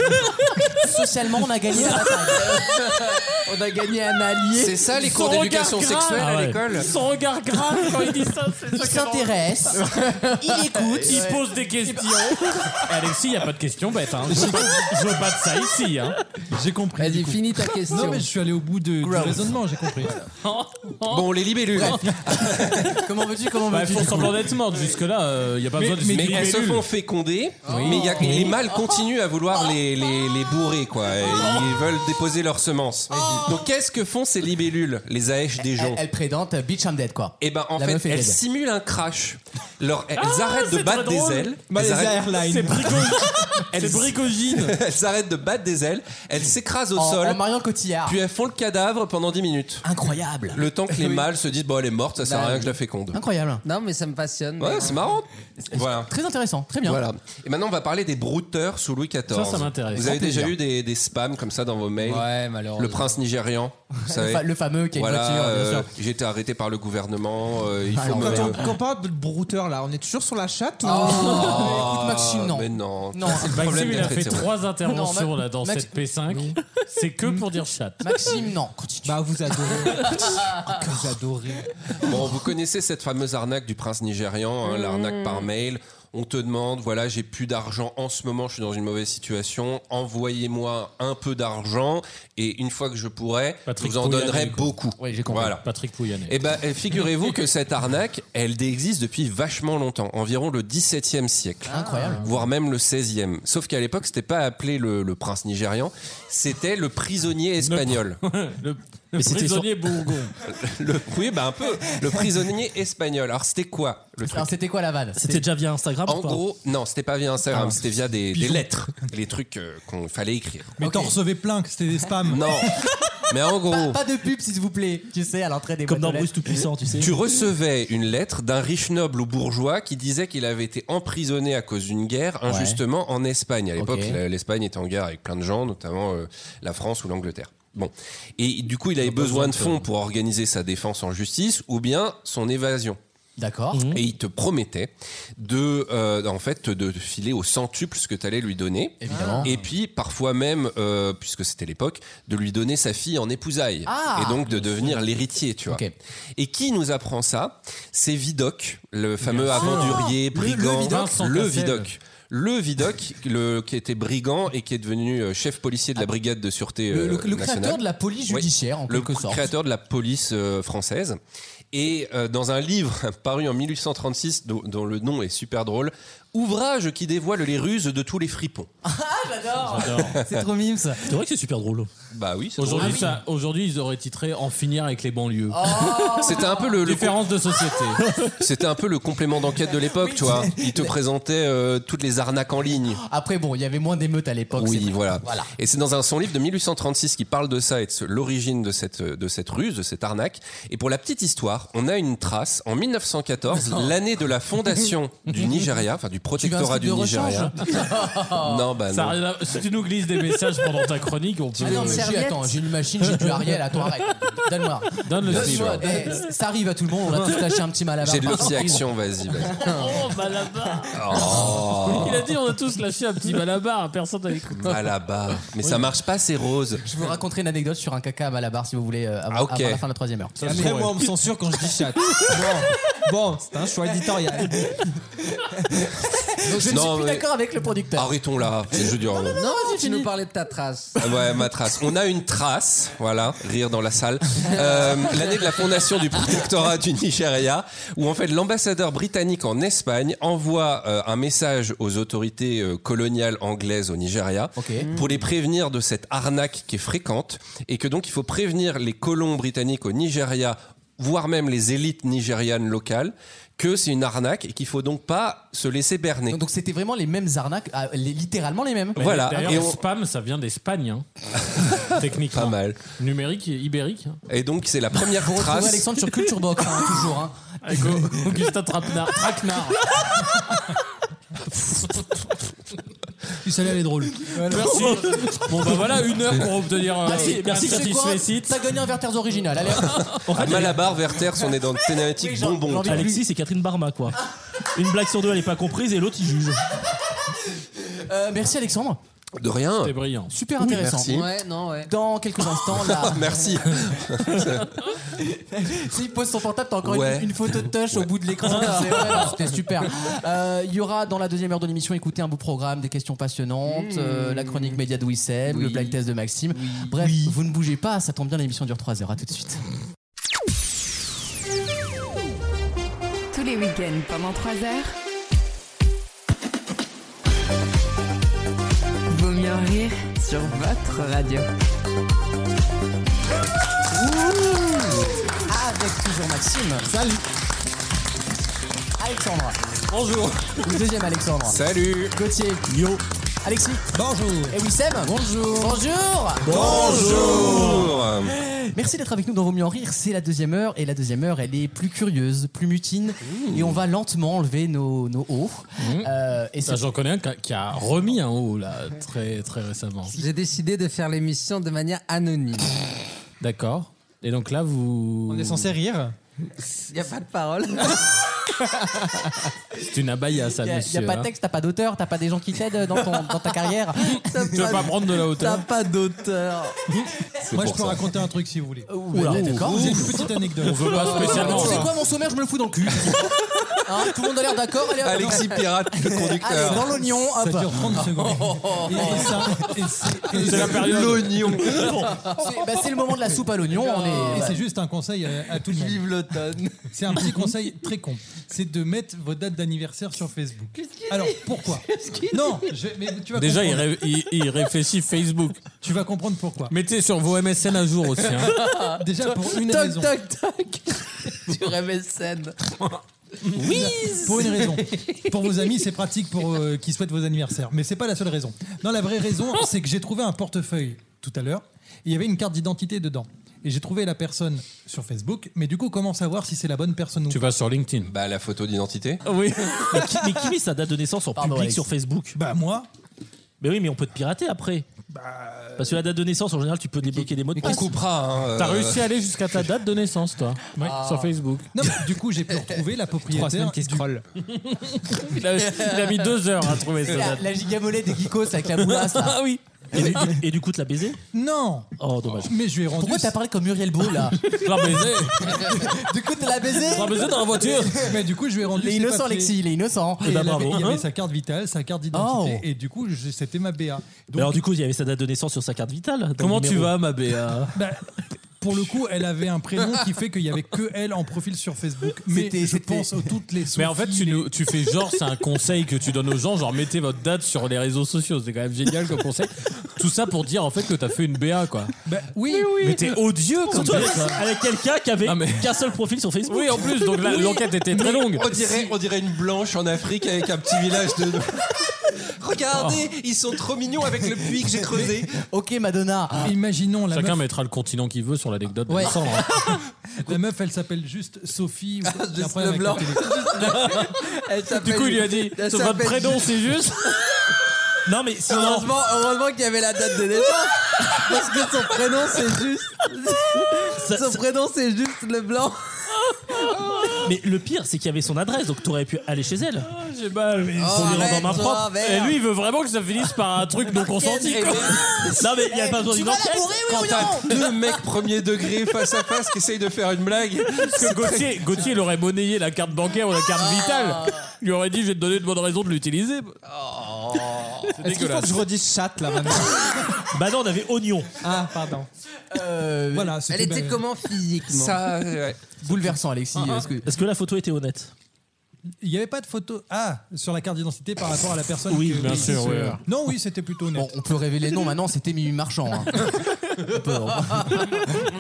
S2: Socialement, on a gagné la bataille.
S6: On a gagné un allié.
S7: C'est ça les cours
S8: regard
S7: d'éducation
S8: grave.
S7: sexuelle
S8: Ah
S7: à
S8: ouais.
S7: l'école
S8: Son regard grave quand il dit ça, c'est
S2: Il s'intéresse,
S7: (laughs)
S2: il écoute.
S8: Il pose des questions. Et Alexis, il n'y a pas de questions bêtes.
S7: (laughs)
S8: Hein. Je veux pas de ça ici. Hein.
S4: (laughs) J'ai compris.
S6: Vas-y,
S4: du coup.
S6: finis ta question.
S4: Non mais je suis allé au bout de, du raisonnement, j'ai compris.
S7: Bon, les libellules.
S2: (laughs) Comment veux-tu, comment
S8: Bah,
S2: veux-tu
S8: ils font semblant d'être mortes. Jusque-là, euh, il n'y a pas besoin de
S7: Mais
S8: se
S7: elles se
S8: libellule.
S7: font féconder, mais il y a- les mâles continuent à vouloir les, les, les bourrer, quoi. Et Ils veulent déposer leurs semences. Donc qu'est-ce que font ces libellules, les AH des gens
S2: Elle, elle prédente euh, Bitch I'm Dead, quoi.
S7: Eh ben en
S2: La meuf
S7: fait,
S2: est
S7: elles
S2: dead.
S7: simulent un crash. Leur- elles arrêtent
S8: Ah,
S7: de
S8: c'est
S7: battre
S8: très drôle.
S7: des ailes.
S5: Bah,
S7: elles,
S5: les
S7: arrêtent,
S8: C'est
S5: airlines.
S7: (laughs)
S8: bricogine. C'est bricogine.
S7: elles arrêtent de battre des ailes. Elles s'écrasent au
S2: En,
S7: sol.
S2: en Marion Cotillard.
S7: Puis elles font le cadavre pendant 10 minutes.
S2: Incroyable.
S7: Le temps que les mâles se disent bon elle est morte, ça sert à rien que je la féconde.
S2: Bah Incroyable.
S6: Non, mais hein. ça me passionne.
S7: Ouais, c'est marrant. Voilà.
S2: Très intéressant, très bien.
S7: Voilà. Et maintenant, on va parler des brouteurs sous Louis XIV.
S2: Ça, ça m'intéresse.
S7: Vous avez
S2: Grand
S7: déjà
S2: plaisir.
S7: eu des, des spams comme ça dans vos mails
S6: Ouais, malheureusement.
S7: Le prince nigérian. vous
S2: (laughs) Le
S7: savez.
S2: fa- le fameux qui a une
S7: Voilà,
S2: voiture, bien
S7: euh,
S2: sûr. Ah,
S7: J'ai été arrêté par le gouvernement. euh, il faut
S5: Alors,
S7: me-
S5: quand, on, quand on parle de brouteur là, on est toujours sur la chatte ou-
S6: Oh.
S5: (laughs)
S7: Ah,
S5: Écoute, Maxime, non.
S6: (laughs)
S7: Mais non.
S2: Non.
S7: C'est le problème
S8: Maxime, il a
S7: d'être
S8: fait
S7: hétéro.
S8: trois interventions
S2: Non, Ma-
S8: là dans
S2: Max-
S8: cette P5. C'est que pour dire chat.
S2: Maxime, non, continue.
S5: Bah, vous adorez. vous adorez.
S7: Bon, vous connaissez cette fameuse arnaque du prince nigérian, hein, l'arnaque par mail. On te demande, voilà, j'ai plus d'argent en ce moment, je suis dans une mauvaise situation, envoyez-moi un peu d'argent et une fois que je pourrai,
S8: Patrick
S7: je vous en
S8: Pouyanné,
S7: donnerai
S8: quoi.
S7: beaucoup.
S2: Oui, j'ai compris.
S7: Voilà.
S8: Patrick
S7: (laughs)
S8: Pouyanné.
S7: Eh ben, euh, figurez-vous que cette arnaque, elle existe depuis vachement longtemps, environ le XVIIe siècle.
S2: Ah. Incroyable.
S7: Voire même le XVIe. Sauf qu'à l'époque, c'était pas appelé le, le prince nigérian, c'était le prisonnier espagnol.
S8: Le, le
S7: Mais c'était
S8: prisonnier Bourgon.
S7: (laughs) Le, oui, bah un peu. Le prisonnier espagnol. Alors, c'était quoi le truc
S2: Alors, c'était quoi la vanne
S8: C'était déjà via Instagram
S7: En
S8: ou pas
S7: gros, non, c'était pas via Instagram,
S8: Ah.
S7: c'était via des, des
S8: Pigeon.
S7: lettres, les trucs euh, qu'on fallait écrire.
S5: Mais
S2: Ok.
S5: t'en recevais plein que c'était des spams.
S2: (laughs)
S7: Non, mais en gros,
S2: Pas de pub, s'il vous plaît, tu sais, à l'entrée des
S8: Comme
S2: boîtes
S8: dans
S2: aux lettres.
S8: Bruce Tout-Puissant, tu sais.
S7: tu recevais une lettre d'un riche noble ou bourgeois qui disait qu'il avait été emprisonné à cause d'une guerre injustement en Espagne. À l'époque,
S2: Ok.
S7: la- l'Espagne était en guerre avec plein de gens, notamment euh, la France ou l'Angleterre. Bon, et du coup, il avait besoin de fonds pour organiser sa défense en justice ou bien son évasion.
S2: D'accord.
S8: Mhm.
S7: et il te promettait de euh, en fait de filer au centuple ce que tu allais lui donner
S2: Évidemment.
S7: et puis parfois même euh, puisque c'était l'époque de lui donner sa fille en épousaille
S2: Ah.
S7: et donc de devenir l'héritier tu vois
S2: Ok.
S7: et qui nous apprend ça c'est Vidocq le fameux aventurier brigand
S8: Vidocq. Vincent
S7: le
S8: Cassel.
S7: Vidocq le Vidocq le, qui était brigand et qui est devenu euh, chef policier de la brigade de sûreté
S2: Ah. Le,
S7: euh,
S2: le- le créateur
S7: nationale
S2: de la police
S7: Oui.
S2: judiciaire, en
S7: le
S2: quelque sorte.
S7: créateur de la police euh, française. Et euh, dans un livre (laughs) paru en 1836, dont, dont le nom est super drôle, Ouvrage qui dévoile les ruses de tous les fripons.
S2: Ah. (laughs) C'est trop mimes. ça.
S8: C'est vrai que c'est super drôle.
S7: Bah oui, c'est
S8: Aujourd'hui,
S2: Ah
S7: drôle.
S8: ça- aujourd'hui, ils auraient titré En finir avec les banlieues.
S2: Oh. Ah.
S7: c'était un peu le, le
S8: Différence de société.
S7: com- (laughs) c'était un peu le complément d'enquête de l'époque,
S2: (laughs)
S7: tu vois. Il te présentait euh, toutes les arnaques en ligne.
S2: Après, bon, il y avait moins d'émeutes à l'époque. c'est
S7: Oui,
S2: vrai.
S7: voilà.
S2: Voilà.
S7: Et c'est dans un son livre de 1836 qui parle de ça et de ce- l'origine de cette, de cette ruse, de cette arnaque. Et pour la petite histoire, on a une trace en 1914, l'année de la fondation
S2: (laughs)
S7: du Nigeria, enfin du protectorat
S2: Tu
S7: du
S2: veux un slip de (laughs)
S7: Nigeria. non, bah
S8: Ça a
S7: non.
S8: rien à- Si tu nous glisses des messages pendant ta chronique, on peut.
S2: Ah non, mais j'ai,
S6: serviette.
S2: attends, j'ai une machine, j'ai du Ariel, attends, arrête. Donne-moi.
S8: Donne le slip.
S2: Donne-moi. Eh, Ça arrive à tout le
S7: (laughs)
S2: monde, on a tous lâché un petit mal à
S7: J'ai de l'oxy-action, vas-y. vas-y.
S8: Oh, Malabar
S7: Oh,
S8: (laughs) Il a dit on a tous lâché un petit Malabar, personne n'a écouté.
S7: à la barre. Mais ça marche pas, c'est rose.
S2: Je vous raconterai une anecdote sur un caca à Malabar si vous voulez euh, avant,
S7: Ah, ok.
S2: avant la fin de la troisième heure.
S5: Après, moi, on me censure quand je dis
S2: (laughs)
S5: chatte. Bon, bon c'est un choix éditorial.
S2: Donc je ne suis
S7: Non,
S2: plus
S7: mais-
S2: d'accord avec le producteur.
S7: Arrêtons là. Je veux dire,
S6: Non, tu nous parlais de ta trace.
S7: Ah Ouais, ma trace. On a une trace, voilà, rire dans la salle. Euh, L'année de la fondation du protectorat du Nigeria, où en fait l'ambassadeur britannique en Espagne envoie euh, un message aux autorités euh, coloniales anglaises au Nigeria
S2: Ok.
S7: pour les prévenir de cette arnaque qui est fréquente et que donc il faut prévenir les colons britanniques au Nigeria, voire même les élites nigérianes locales, que c'est une arnaque et qu'il faut donc pas se laisser berner.
S2: Donc, donc c'était vraiment les mêmes arnaques, ah, les- littéralement les mêmes.
S8: Mais
S7: Voilà.
S8: D'ailleurs,
S7: Et
S8: le
S7: on-
S8: spam, ça vient d'Espagne.
S7: (laughs)
S8: hein. Techniquement.
S7: Pas mal.
S8: Numérique et ibérique. hein.
S7: Et donc c'est la première
S2: Vous retrouvez
S7: trace.
S2: Alexandre sur Culture Box,
S7: (laughs)
S2: hein, toujours. hein.
S8: Avec Au- Augustin Trapenard. Traquenard.
S4: Tu sais, elle est drôle.
S8: (laughs) Merci. Bon, bah voilà, une heure pour obtenir. euh, un
S2: Tu sais quoi
S8: satisfait-site.
S2: T'as gagné un Werther's original. Allez,
S7: À Malabar, Werther, on est dans le Ténématique bonbon.
S11: Alexis, c'est Catherine Barma, quoi. Une blague sur deux, elle est pas comprise et l'autre, il juge.
S2: euh, merci Alexandre.
S7: De rien.
S8: C'était brillant.
S2: Super intéressant.
S7: merci.
S6: Ouais, non, ouais.
S2: Dans quelques (laughs) instants, là,
S7: Oh,
S2: euh,
S7: Merci.
S2: (laughs) s'il pose son portable, t'as encore
S7: Ouais.
S2: une, une photo de touch au bout de l'écran. (laughs) C'est vrai, non, C'était
S8: (laughs)
S2: super.
S8: Mmh.
S2: Euh, Il y aura dans la deuxième heure de l'émission, écoutez un beau programme, des questions passionnantes, euh, la chronique média de Wissem, le black test de Maxime. Bref, vous ne bougez pas, ça tombe bien, l'émission dure 3 heures. À tout de suite.
S1: Tous les week-ends pendant 3 heures. Vaut mieux en rire sur votre radio.
S2: Avec toujours Maxime. Salut. Alexandre.
S8: Bonjour.
S2: Le deuxième Alexandre.
S7: Salut.
S2: Gauthier. Alexis. Bonjour. Et Wissem. Bonjour. Bonjour. Eh,
S7: Bonjour.
S2: Merci d'être avec nous dans Vos Mieux en Rire. C'est la deuxième heure et la deuxième heure, elle est plus curieuse, plus mutine et on va lentement enlever nos, nos hauts. Euh, et
S3: Ah, J'en connais un qui a- qui a remis un haut là très très récemment.
S6: J'ai décidé de faire l'émission de manière anonyme.
S3: D'accord. Et donc là vous.
S6: On est censé
S3: rire.
S6: Il n'y a pas de
S2: (laughs)
S6: parole.
S3: C'est une abaya ça
S2: Il n'y a,
S3: monsieur.
S2: pas de
S3: hein.
S2: texte, t'as pas d'auteur, t'as pas des gens qui t'aident dans, ton- dans ta carrière.
S3: Tu veux pas prendre de la hauteur.
S6: T'as pas d'auteur.
S4: Moi, je
S2: pour
S4: peux
S2: ça.
S4: raconter un truc si vous voulez.
S2: Oula, d'accord.
S4: J'ai une petite anecdote.
S2: On veut pas spécialement. hein. C'est quoi mon sommaire Je me le fous dans le cul. (laughs) Hein, tout le monde a l'air d'accord. allez, hop, hop, hop.
S7: Alexis
S4: (laughs)
S7: Pirate, le conducteur.
S2: Allez, dans l'oignon, hop.
S4: Ça dure
S2: (laughs)
S4: 30 secondes. Et- et ça- et (laughs) c'est- et-
S7: C'est la période. L'oignon.
S2: C'est bah, c'est le moment de la soupe à l'oignon. On est. bah.
S4: Et c'est juste un conseil à, à tout le monde. Vive
S6: l'automne.
S4: C'est un petit conseil très con. C'est de mettre vos dates d'anniversaire sur Facebook. Alors pourquoi Non, je- mais tu (laughs) vas
S3: Déjà il,
S4: comprendre.
S3: ré- il- il réfléchit Facebook.
S4: Tu vas comprendre pourquoi.
S3: Mettez sur vos MSN à jour aussi. hein.
S4: Ah, Déjà pour une
S6: toc,
S4: raison.
S6: Toc, toc, (laughs) Sur MSN.
S4: Oui. Pour une raison. Pour vos amis, c'est pratique pour euh, qui souhaitent vos anniversaires. Mais c'est pas la seule raison. Non, la vraie raison,
S3: Oh.
S4: c'est que j'ai trouvé un portefeuille tout à l'heure. et Il y avait une carte d'identité dedans. Et j'ai trouvé la personne sur Facebook. Mais du coup, comment savoir si c'est la bonne personne ou
S3: Tu Ah
S4: pas
S3: vas sur LinkedIn. Oh,
S7: Bah la photo d'identité.
S4: (laughs)
S11: Oui. mais, (laughs) qui, mais qui met sa date de naissance en
S7: Pardon,
S11: public
S7: Alex.
S11: sur Facebook
S4: Bah moi. Bah,
S11: Mais oui, mais on peut te pirater après. Parce que la date de naissance, en général, tu peux débloquer des mots de
S7: On
S11: passe.
S7: coupera. hein, euh,
S11: T'as réussi à aller jusqu'à ta date de naissance, toi
S4: sur
S11: Facebook.
S4: Non, mais du coup, j'ai pu retrouver la
S11: (laughs) Trois
S4: propriétaire.
S11: semaines qui
S4: du- (laughs)
S11: scrollent. il, a, il a mis deux heures à trouver
S2: C'est
S11: sa
S2: la,
S11: date.
S2: la gigamolée des geekos avec la moulasse. là.
S11: (laughs) Ah oui. Et du, et du coup, tu l'as baisé
S4: Non.
S11: Oh, dommage.
S4: Mais je lui ai rendu.
S2: Pourquoi t'as parlé comme Muriel Beau
S11: (laughs)
S2: là
S11: Tu l'as baisé
S2: Du coup, t'as la baisé
S11: Tu l'as baisé dans la voiture
S4: (laughs)
S11: Eh ben,
S4: Mais du coup, je lui ai rendu.
S2: Il est
S4: ses
S2: innocent,
S4: papiers.
S2: Alexis, il est innocent.
S3: Eh ben,
S4: Et il, avait, il y avait sa carte vitale, sa carte d'identité,
S6: Oh.
S4: et du coup, je- c'était ma BA. Donc,
S11: Hein Mais alors, du coup, il y avait sa date de naissance sur sa carte vitale. dans le
S3: Comment tu
S11: numéro.
S3: vas
S11: (laughs)
S3: ma Béa
S4: bah, pour le coup, elle avait un prénom qui fait qu'il y avait que elle en profil sur Facebook. Mais
S2: C'était-
S4: je
S2: c'était-
S4: pense aux toutes les.
S3: Mais en fait, tu,
S4: Sophie,
S3: nous- tu fais genre, c'est un conseil que tu donnes aux gens, genre mettez votre date sur les réseaux sociaux. C'est quand même génial comme conseil. Tout ça pour dire en fait que t'as fait une BA quoi.
S4: les- Bah, oui.
S3: Mais t'es odieux comme
S11: Surtout
S3: ça.
S11: avec, avec quelqu'un qui avait
S3: Ah, mais-
S11: qu'un seul profil sur Facebook.
S3: Oui, en plus, donc la- l'enquête était très longue.
S7: On dirait, on dirait une blanche en Afrique avec un petit village de. Regardez, ils sont trop mignons avec le puits que j'ai creusé.
S2: Ok, Madonna.
S4: Ah, Imaginons la
S3: Chacun
S4: meuf,
S3: mettra le continent qu'il veut sur l'anecdote de
S2: Ouais.
S3: Vincent, hein.
S4: la meuf, elle s'appelle juste Sophie. ou- j'ai un
S6: Juste
S4: problème
S6: le
S4: avec
S6: blanc.
S4: la télé.
S6: Elle
S3: Du
S6: s'appelle-
S3: coup, il lui a dit
S6: elle
S3: sur votre
S6: s'appelle
S3: prénom,
S6: Ju-
S2: (laughs)
S3: c'est juste.
S11: Non, mais si on
S6: Heureusement, heureusement qu'il y avait la date de naissance. Parce que son
S11: Eh
S6: prénom, c'est (laughs) juste. Son prénom, c'est juste le blanc.
S11: (laughs) Mais le pire, c'est qu'il y avait son adresse, donc t'aurais pu aller chez elle.
S3: J'ai mal. mais-
S11: pour
S2: Oh,
S11: lui rendre en main
S6: Oh, arrête,
S11: propre.
S6: toi,
S3: Et
S6: merde. eh
S3: lui, il veut vraiment que ça finisse par un truc non consenti.
S6: Quel-
S3: quoi.
S11: (laughs) Non, mais il n'y a pas besoin d'une enquête.
S7: Quand t'as deux mecs premier degré face à face qui essayent de faire une blague.
S3: Parce que Gauthier, Gauthier, il aurait monnayé la carte bancaire ou la carte
S2: Ah.
S3: vitale. Il lui aurait dit, je vais te donner de bonnes raisons de l'utiliser.
S2: Oh.
S3: C'est
S5: Est-ce qu'il faut
S3: dégueulasse.
S5: que je redise chat là maintenant
S11: Bah non, on avait oignon.
S5: Ah, pardon.
S11: Ah,
S4: Voilà, c'était
S6: Euh, Elle était
S4: bah,
S6: comment physiquement
S7: Ça, ouais.
S2: euh, Bouleversant, Alexis. Est-ce que-
S11: Ah, Est-ce que la photo était honnête
S4: Il n'y avait pas de photo. Ah, sur la carte d'identité par rapport à la personne.
S11: Oui,
S4: que-
S11: bien
S4: qui-
S11: sûr,
S4: se-
S11: ouais, ouais.
S4: Non, oui, c'était plutôt honnête.
S2: Bon, on peut révéler les noms maintenant, c'était Mimi Marchand. hein. On peut-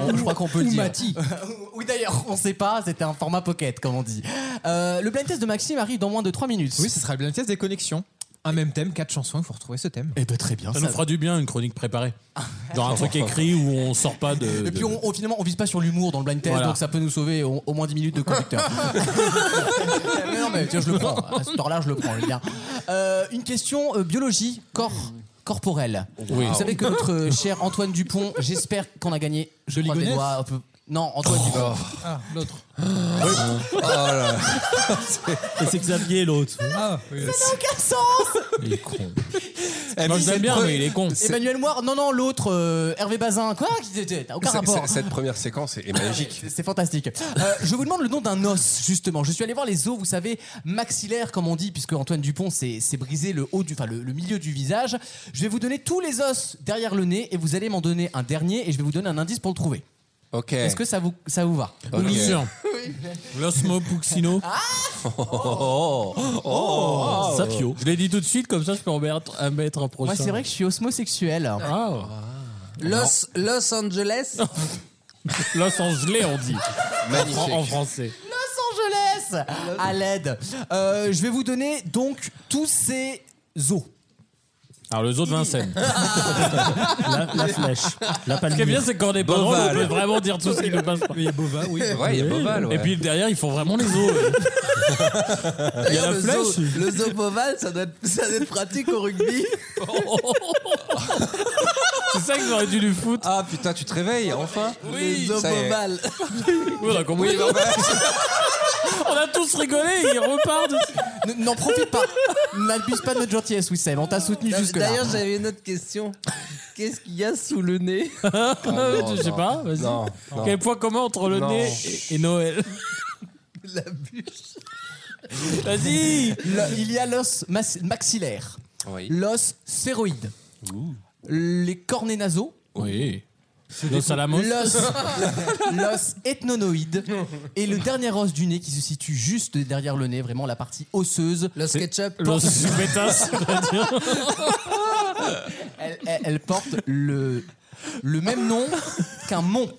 S2: on- on- je crois qu'on peut le
S4: Ou
S2: dire.
S4: Mati.
S2: (laughs) Oui, d'ailleurs, on sait pas, c'était un format pocket, comme on dit. Euh, le blind test de Maxime arrive dans moins de 3 minutes.
S5: Oui, ce sera le blind test des connexions. Un même thème, quatre chansons, il faut retrouver ce thème.
S2: Eh ben, très bien.
S3: Ça
S2: ça-
S3: nous fera du bien une chronique préparée.
S5: Ah.
S3: Genre un truc écrit où on sort pas de.
S2: Et puis,
S3: de-
S2: on, on- finalement, on vise pas sur l'humour dans le blind test,
S3: Voilà.
S2: donc ça peut nous sauver au, au moins 10 minutes de conducteur. mais non, mais tiens, je le prends. À ce temps-là, je le prends, le lien. Euh, une question euh, biologie, corps, corporel.
S3: Oui.
S2: Vous savez que
S5: Ah
S2: notre euh, cher Antoine Dupont, j'espère qu'on a gagné. Je croise les
S4: Ligonnès
S2: doigts, un peu- Non,
S5: Oh.
S2: Antoine Dupont.
S4: Ah, l'autre.
S7: Oh là là.
S11: Ah. (laughs) Et c'est Xavier l'autre.
S4: Ah, oui.
S3: Il est con.
S7: Eh,
S3: Moi,
S7: mais
S3: je
S7: cette
S3: l'aime bien,
S7: pre-
S3: mais il est con.
S2: Emmanuel Moir, non, non, l'autre, euh, Hervé Bazin, quoi qui- T'as aucun
S7: c'est-
S2: rapport.
S7: c'est- Cette première séquence est est magique.
S2: C'est c'est fantastique. Euh, je vous demande le nom d'un os, justement. Je suis allé voir les os, vous savez, maxillaire, comme on dit, puisque Antoine Dupont s'est s'est brisé le haut du, enfin, le, le milieu du visage. Je vais vous donner tous les os derrière le nez et vous allez m'en donner un dernier et je vais vous donner un indice pour le trouver.
S7: Ok.
S2: Est-ce que ça vous, ça vous va Ah,
S7: Ok.
S3: Bien
S7: (laughs)
S3: sûr. L'osmo Puccino.
S7: Oh, oh, oh.
S3: Sapio. Je l'ai dit tout de suite, comme ça je peux en mettre, en mettre un prochain.
S2: Moi, c'est vrai que je suis osmosexuel.
S3: Ah.
S6: Los, Los Angeles.
S3: Los Angeles, on dit. En,
S7: Magnifique.
S3: fran- en français.
S2: Los Angeles À l'aide. Euh, je vais vous donner donc tous ces os.
S3: Alors le zoo de Vincennes.
S11: la, la flèche. La
S3: Ah. Ce qui est bien, c'est quand on est pas drôle, on
S11: Boval.
S3: peut vraiment dire tout ce qui nous passe
S4: (laughs)
S3: par.
S4: Il y a Bova, oui.
S7: Ouais, il y a Boval, ouais.
S3: Et puis derrière, ils font vraiment les os. Il y a la
S6: le
S3: flèche.
S6: zoo- le zoo boval, ça doit, être, ça doit être pratique au rugby.
S3: C'est ça que j'aurais dû lui foutre.
S7: Ah putain, tu te réveilles, enfin
S6: Les zoos
S7: ça y est.
S6: bovales.
S3: Oui, on a compris.
S7: Oui, bah, bah,
S3: (laughs) On a tous rigolé, il repart.
S2: N- N'en profite pas. N'abuse pas de notre gentillesse, Wissem. On t'a soutenu jusque-là.
S6: D'ailleurs,
S3: (laughs)
S6: j'avais une autre question. Qu'est-ce qu'il y a sous le nez Oh,
S7: non,
S3: Je sais
S7: non.
S3: pas, vas-y.
S7: Non, non.
S3: Quel point commun entre le
S7: Non.
S3: nez et, et Noël
S6: La bûche.
S3: Vas-y
S2: Le- il y a l'os mas- maxillaire,
S7: Oui.
S2: l'os séroïde, les cornets nasaux,
S3: Oui. Nos salamos.
S2: l'os (laughs) l'os ethnonoïde et le dernier os du nez qui se situe juste derrière le nez, vraiment la partie osseuse.
S6: Le SketchUp.
S3: Los subetas.
S2: (laughs) Elle, elle- elle porte le, le même nom qu'un mont.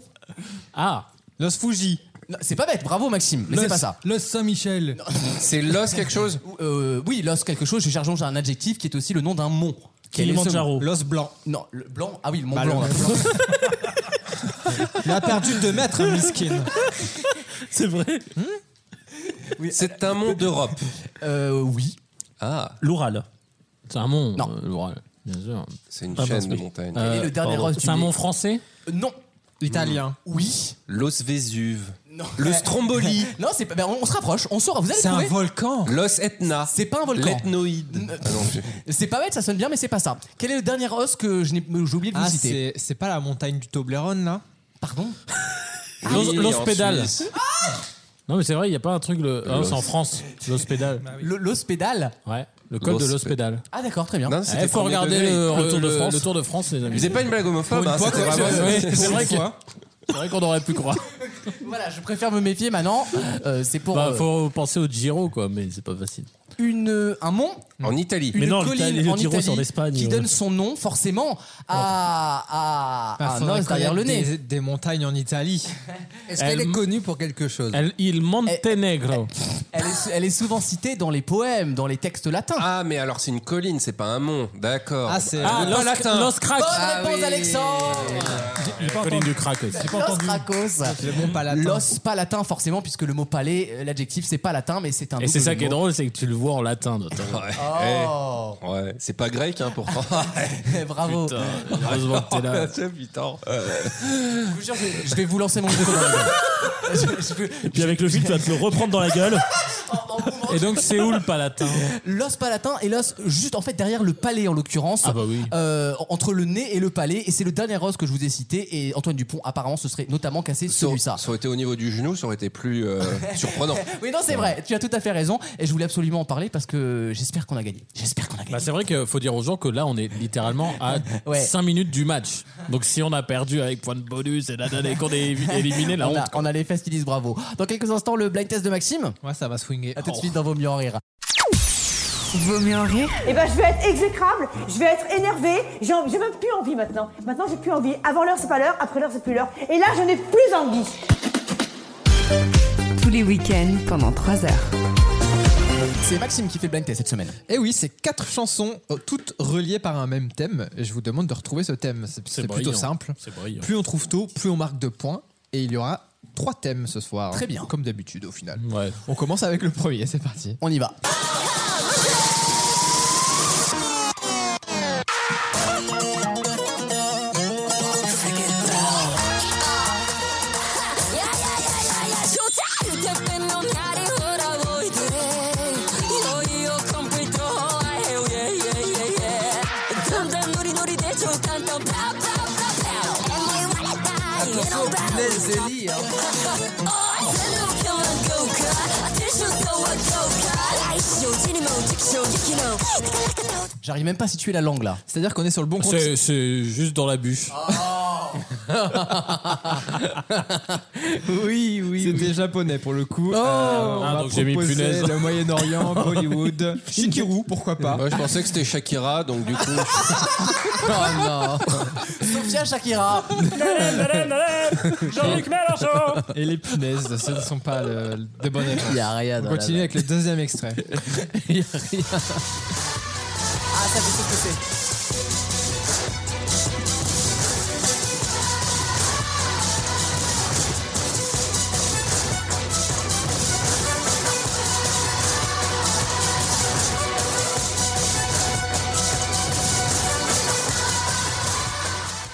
S3: Ah
S5: Los Fuji.
S2: Non, C'est pas bête, bravo Maxime, mais c'est
S4: Los-
S2: pas ça.
S4: Los Saint-Michel.
S7: C'est l'os
S2: (laughs)
S7: quelque chose
S2: Euh, oui, l'os quelque chose, j'ai chargeons un adjectif qui est aussi le nom d'un mont. Quel est ce mont
S11: Kilimanjaro.
S5: Los Blanc.
S2: Non, le blanc, ah oui, le mont
S5: Bah,
S2: blanc.
S5: le-
S2: là. (laughs)
S5: Il a perdu 2 mètres,
S3: Euh,
S5: hein,
S3: (laughs)
S5: miskin.
S11: C'est vrai.
S3: Hmm
S7: C'est un mont d'Europe.
S2: Euh, oui.
S7: Ah,
S11: L'Oural.
S3: C'est un mont.
S2: Non.
S3: euh, ouais, bien sûr.
S7: c'est une
S11: Ah,
S7: chaîne
S11: mince,
S7: de
S11: oui.
S7: montagnes.
S2: Quel est le dernier os du
S3: Euh, C'est un
S2: nez
S3: mont français
S2: Euh, Non.
S5: Italien.
S2: Oui.
S7: L'os Vésuve.
S2: Non.
S7: Le Stromboli.
S2: (laughs) Non, c'est pas. ben, on, on se rapproche, on saura, vous allez
S5: C'est un
S2: trouver.
S5: volcan.
S7: L'os Etna.
S2: C'est pas un volcan.
S7: L'ethnoïde.
S2: N-
S7: Ah non, je-
S2: C'est pas bête, ça sonne bien, mais c'est pas ça. Quel est le dernier os que je n'ai- j'ai oublié de vous
S5: Ah,
S2: citer
S5: c'est c'est pas la montagne du Toblerone, là
S2: Pardon
S3: L'os-
S7: Oui, en
S3: L'hospédal.
S7: Suisse.
S3: Non, mais c'est vrai, il n'y a pas un truc. Le...
S5: Euh,
S3: Ah,
S7: L'os.
S3: c'est en France, l'hospédal.
S2: Le- L'hospédal
S3: Ouais, le code de
S7: L'os-
S3: l'hospédal.
S2: Ah, d'accord, très bien.
S7: Non, c'était
S3: Il faut
S7: premier
S3: regarder
S7: degré.
S3: le,
S7: Le Tour de France.
S3: Le Tour de France, les amis.
S7: C'est pas une blague homophobe, hein, c'était vraiment-
S3: Ouais, c'est vrai que- c'est vrai qu'on aurait pu (laughs) croire.
S2: Voilà, je préfère me méfier maintenant. Euh, c'est pour
S3: Bah,
S2: euh,
S3: faut penser au Giro, quoi, mais c'est pas facile.
S2: une, un mont,
S7: En Italie.
S2: une
S11: Mais non,
S2: colline
S11: l'Italie- le
S2: en
S11: Giro,
S2: Italie
S11: c'est en Espagne,
S2: qui
S3: euh.
S11: ouais.
S2: donne son nom forcément
S12: Oh.
S2: à, à, à un
S5: faudrait
S2: os ah, derrière le
S5: connaître
S2: nez.
S5: Des, des montagnes en Italie.
S6: Est-ce qu'elle
S3: Elle-
S6: est connue pour quelque chose
S3: El,
S2: Eh,
S3: il Montenegro.
S2: Elle est, elle est souvent citée dans les poèmes, dans les textes latins.
S7: Ah, mais alors c'est une colline, c'est pas un mont. D'accord.
S5: Ah, c'est.
S3: Ah,
S7: le Ah, pas latin.
S3: Los Cracks.
S2: Bonne réponse,
S6: oui.
S2: Alexandre
S4: J'ai
S3: La
S4: pas
S3: colline
S4: entendu.
S3: du crack aussi.
S4: J'ai pas
S2: Los
S4: entendu.
S2: Cracos
S5: le mont palatin.
S2: L'os, pas latin forcément, puisque le mot palais, euh, l'adjectif, c'est pas latin, mais c'est un
S3: Et
S2: double
S3: c'est ça qui est
S2: mot.
S3: drôle, c'est que tu le vois en latin. de temps en temps.
S7: Ouais.
S2: Oh
S7: Eh, ouais. C'est pas grec, hein, pourtant.
S2: Bravo
S3: Putain,
S7: (laughs)
S3: heureusement que Oh, t'es là.
S7: Tiens, putain.
S2: Je vous jure, je, je vais vous lancer mon micro dans la gueule. (laughs) Je- je veux-
S11: Puis avec le fil, tu vas te le reprendre dans la gueule.
S2: en- en mouvement.
S3: Et donc, c'est où le palatin
S2: L'os palatin et l'os juste en fait derrière le palais en l'occurrence.
S3: Ah bah oui.
S2: Euh, entre le nez et le palais. Et c'est le dernier os que je vous ai cité. Et Antoine Dupont apparemment se serait notamment cassé
S7: Ça,
S2: celui-là.
S7: Ah, ça aurait été au niveau du genou, ça aurait été plus
S2: (laughs)
S7: euh, surprenant.
S2: Oui non c'est vrai, tu as tout à fait raison. Et je voulais absolument en parler parce que j'espère qu'on a gagné. J'espère qu'on a gagné.
S3: Bah, c'est vrai qu'il faut dire aux gens que là, on est littéralement à
S2: Ouais.
S3: 5 minutes du match. Donc, si on a perdu avec point de bonus et, nanana et qu'on
S2: (laughs)
S3: est évi- éliminé, la
S2: on, a,
S3: honte.
S2: on a les fesses qui disent bravo. Dans quelques instants le blind test de Maxime.
S5: Ouais, ça va Oh. swinguer.
S2: À tout de suite dans Vaut mieux en rire.
S12: Vaut mieux en rire
S10: Eh ben, je vais être exécrable, je vais être énervée, j'ai envie- j'ai même plus envie maintenant. Maintenant, j'ai plus envie. Avant l'heure, c'est pas l'heure, après l'heure, c'est plus l'heure. Et là, je n'ai plus envie.
S12: tous les week-ends (laughs) pendant 3 heures.
S2: C'est Maxime qui fait le blind test cette semaine.
S5: Et Eh oui, c'est quatre chansons, euh, toutes reliées par un même thème. Et je vous demande de retrouver ce thème. C'est- C'est plutôt
S3: brillant.
S5: simple.
S3: (laughs) C'est brillant.
S5: Plus on trouve tôt, plus on marque de points. Et il y aura trois thèmes ce soir.
S2: Très bien.
S5: Comme d'habitude, au final.
S3: Ouais.
S5: On commence avec le premier, c'est parti.
S2: On y va. J'arrive même pas à situer la langue là.
S5: C'est-à-dire qu'on est sur le bon compte.
S3: C'est, c'est juste dans la bûche.
S5: (laughs)
S2: Oh.
S5: Oui, oui. C'est des japonais pour le coup. on
S3: Ah,
S5: va
S2: Oh.
S3: donc j'ai mis
S5: proposer
S3: punaise.
S5: Le
S3: (laughs)
S7: (laughs)
S5: Moyen-Orient, Bollywood. Shikiru, pourquoi pas.
S7: Ouais, je pensais que c'était Shakira, donc du coup.
S2: (laughs)
S3: (laughs) Oh,
S2: Sophia
S5: (laughs)
S2: Shakira.
S11: Jean-Luc Mélenchon
S5: Et les punaises, ce ne sont pas le- de bonnes réponses.
S2: Il y a rien.
S5: On
S2: dans la- (laughs)
S5: continue avec le deuxième extrait.
S2: Ah ça je sais ce que c'est.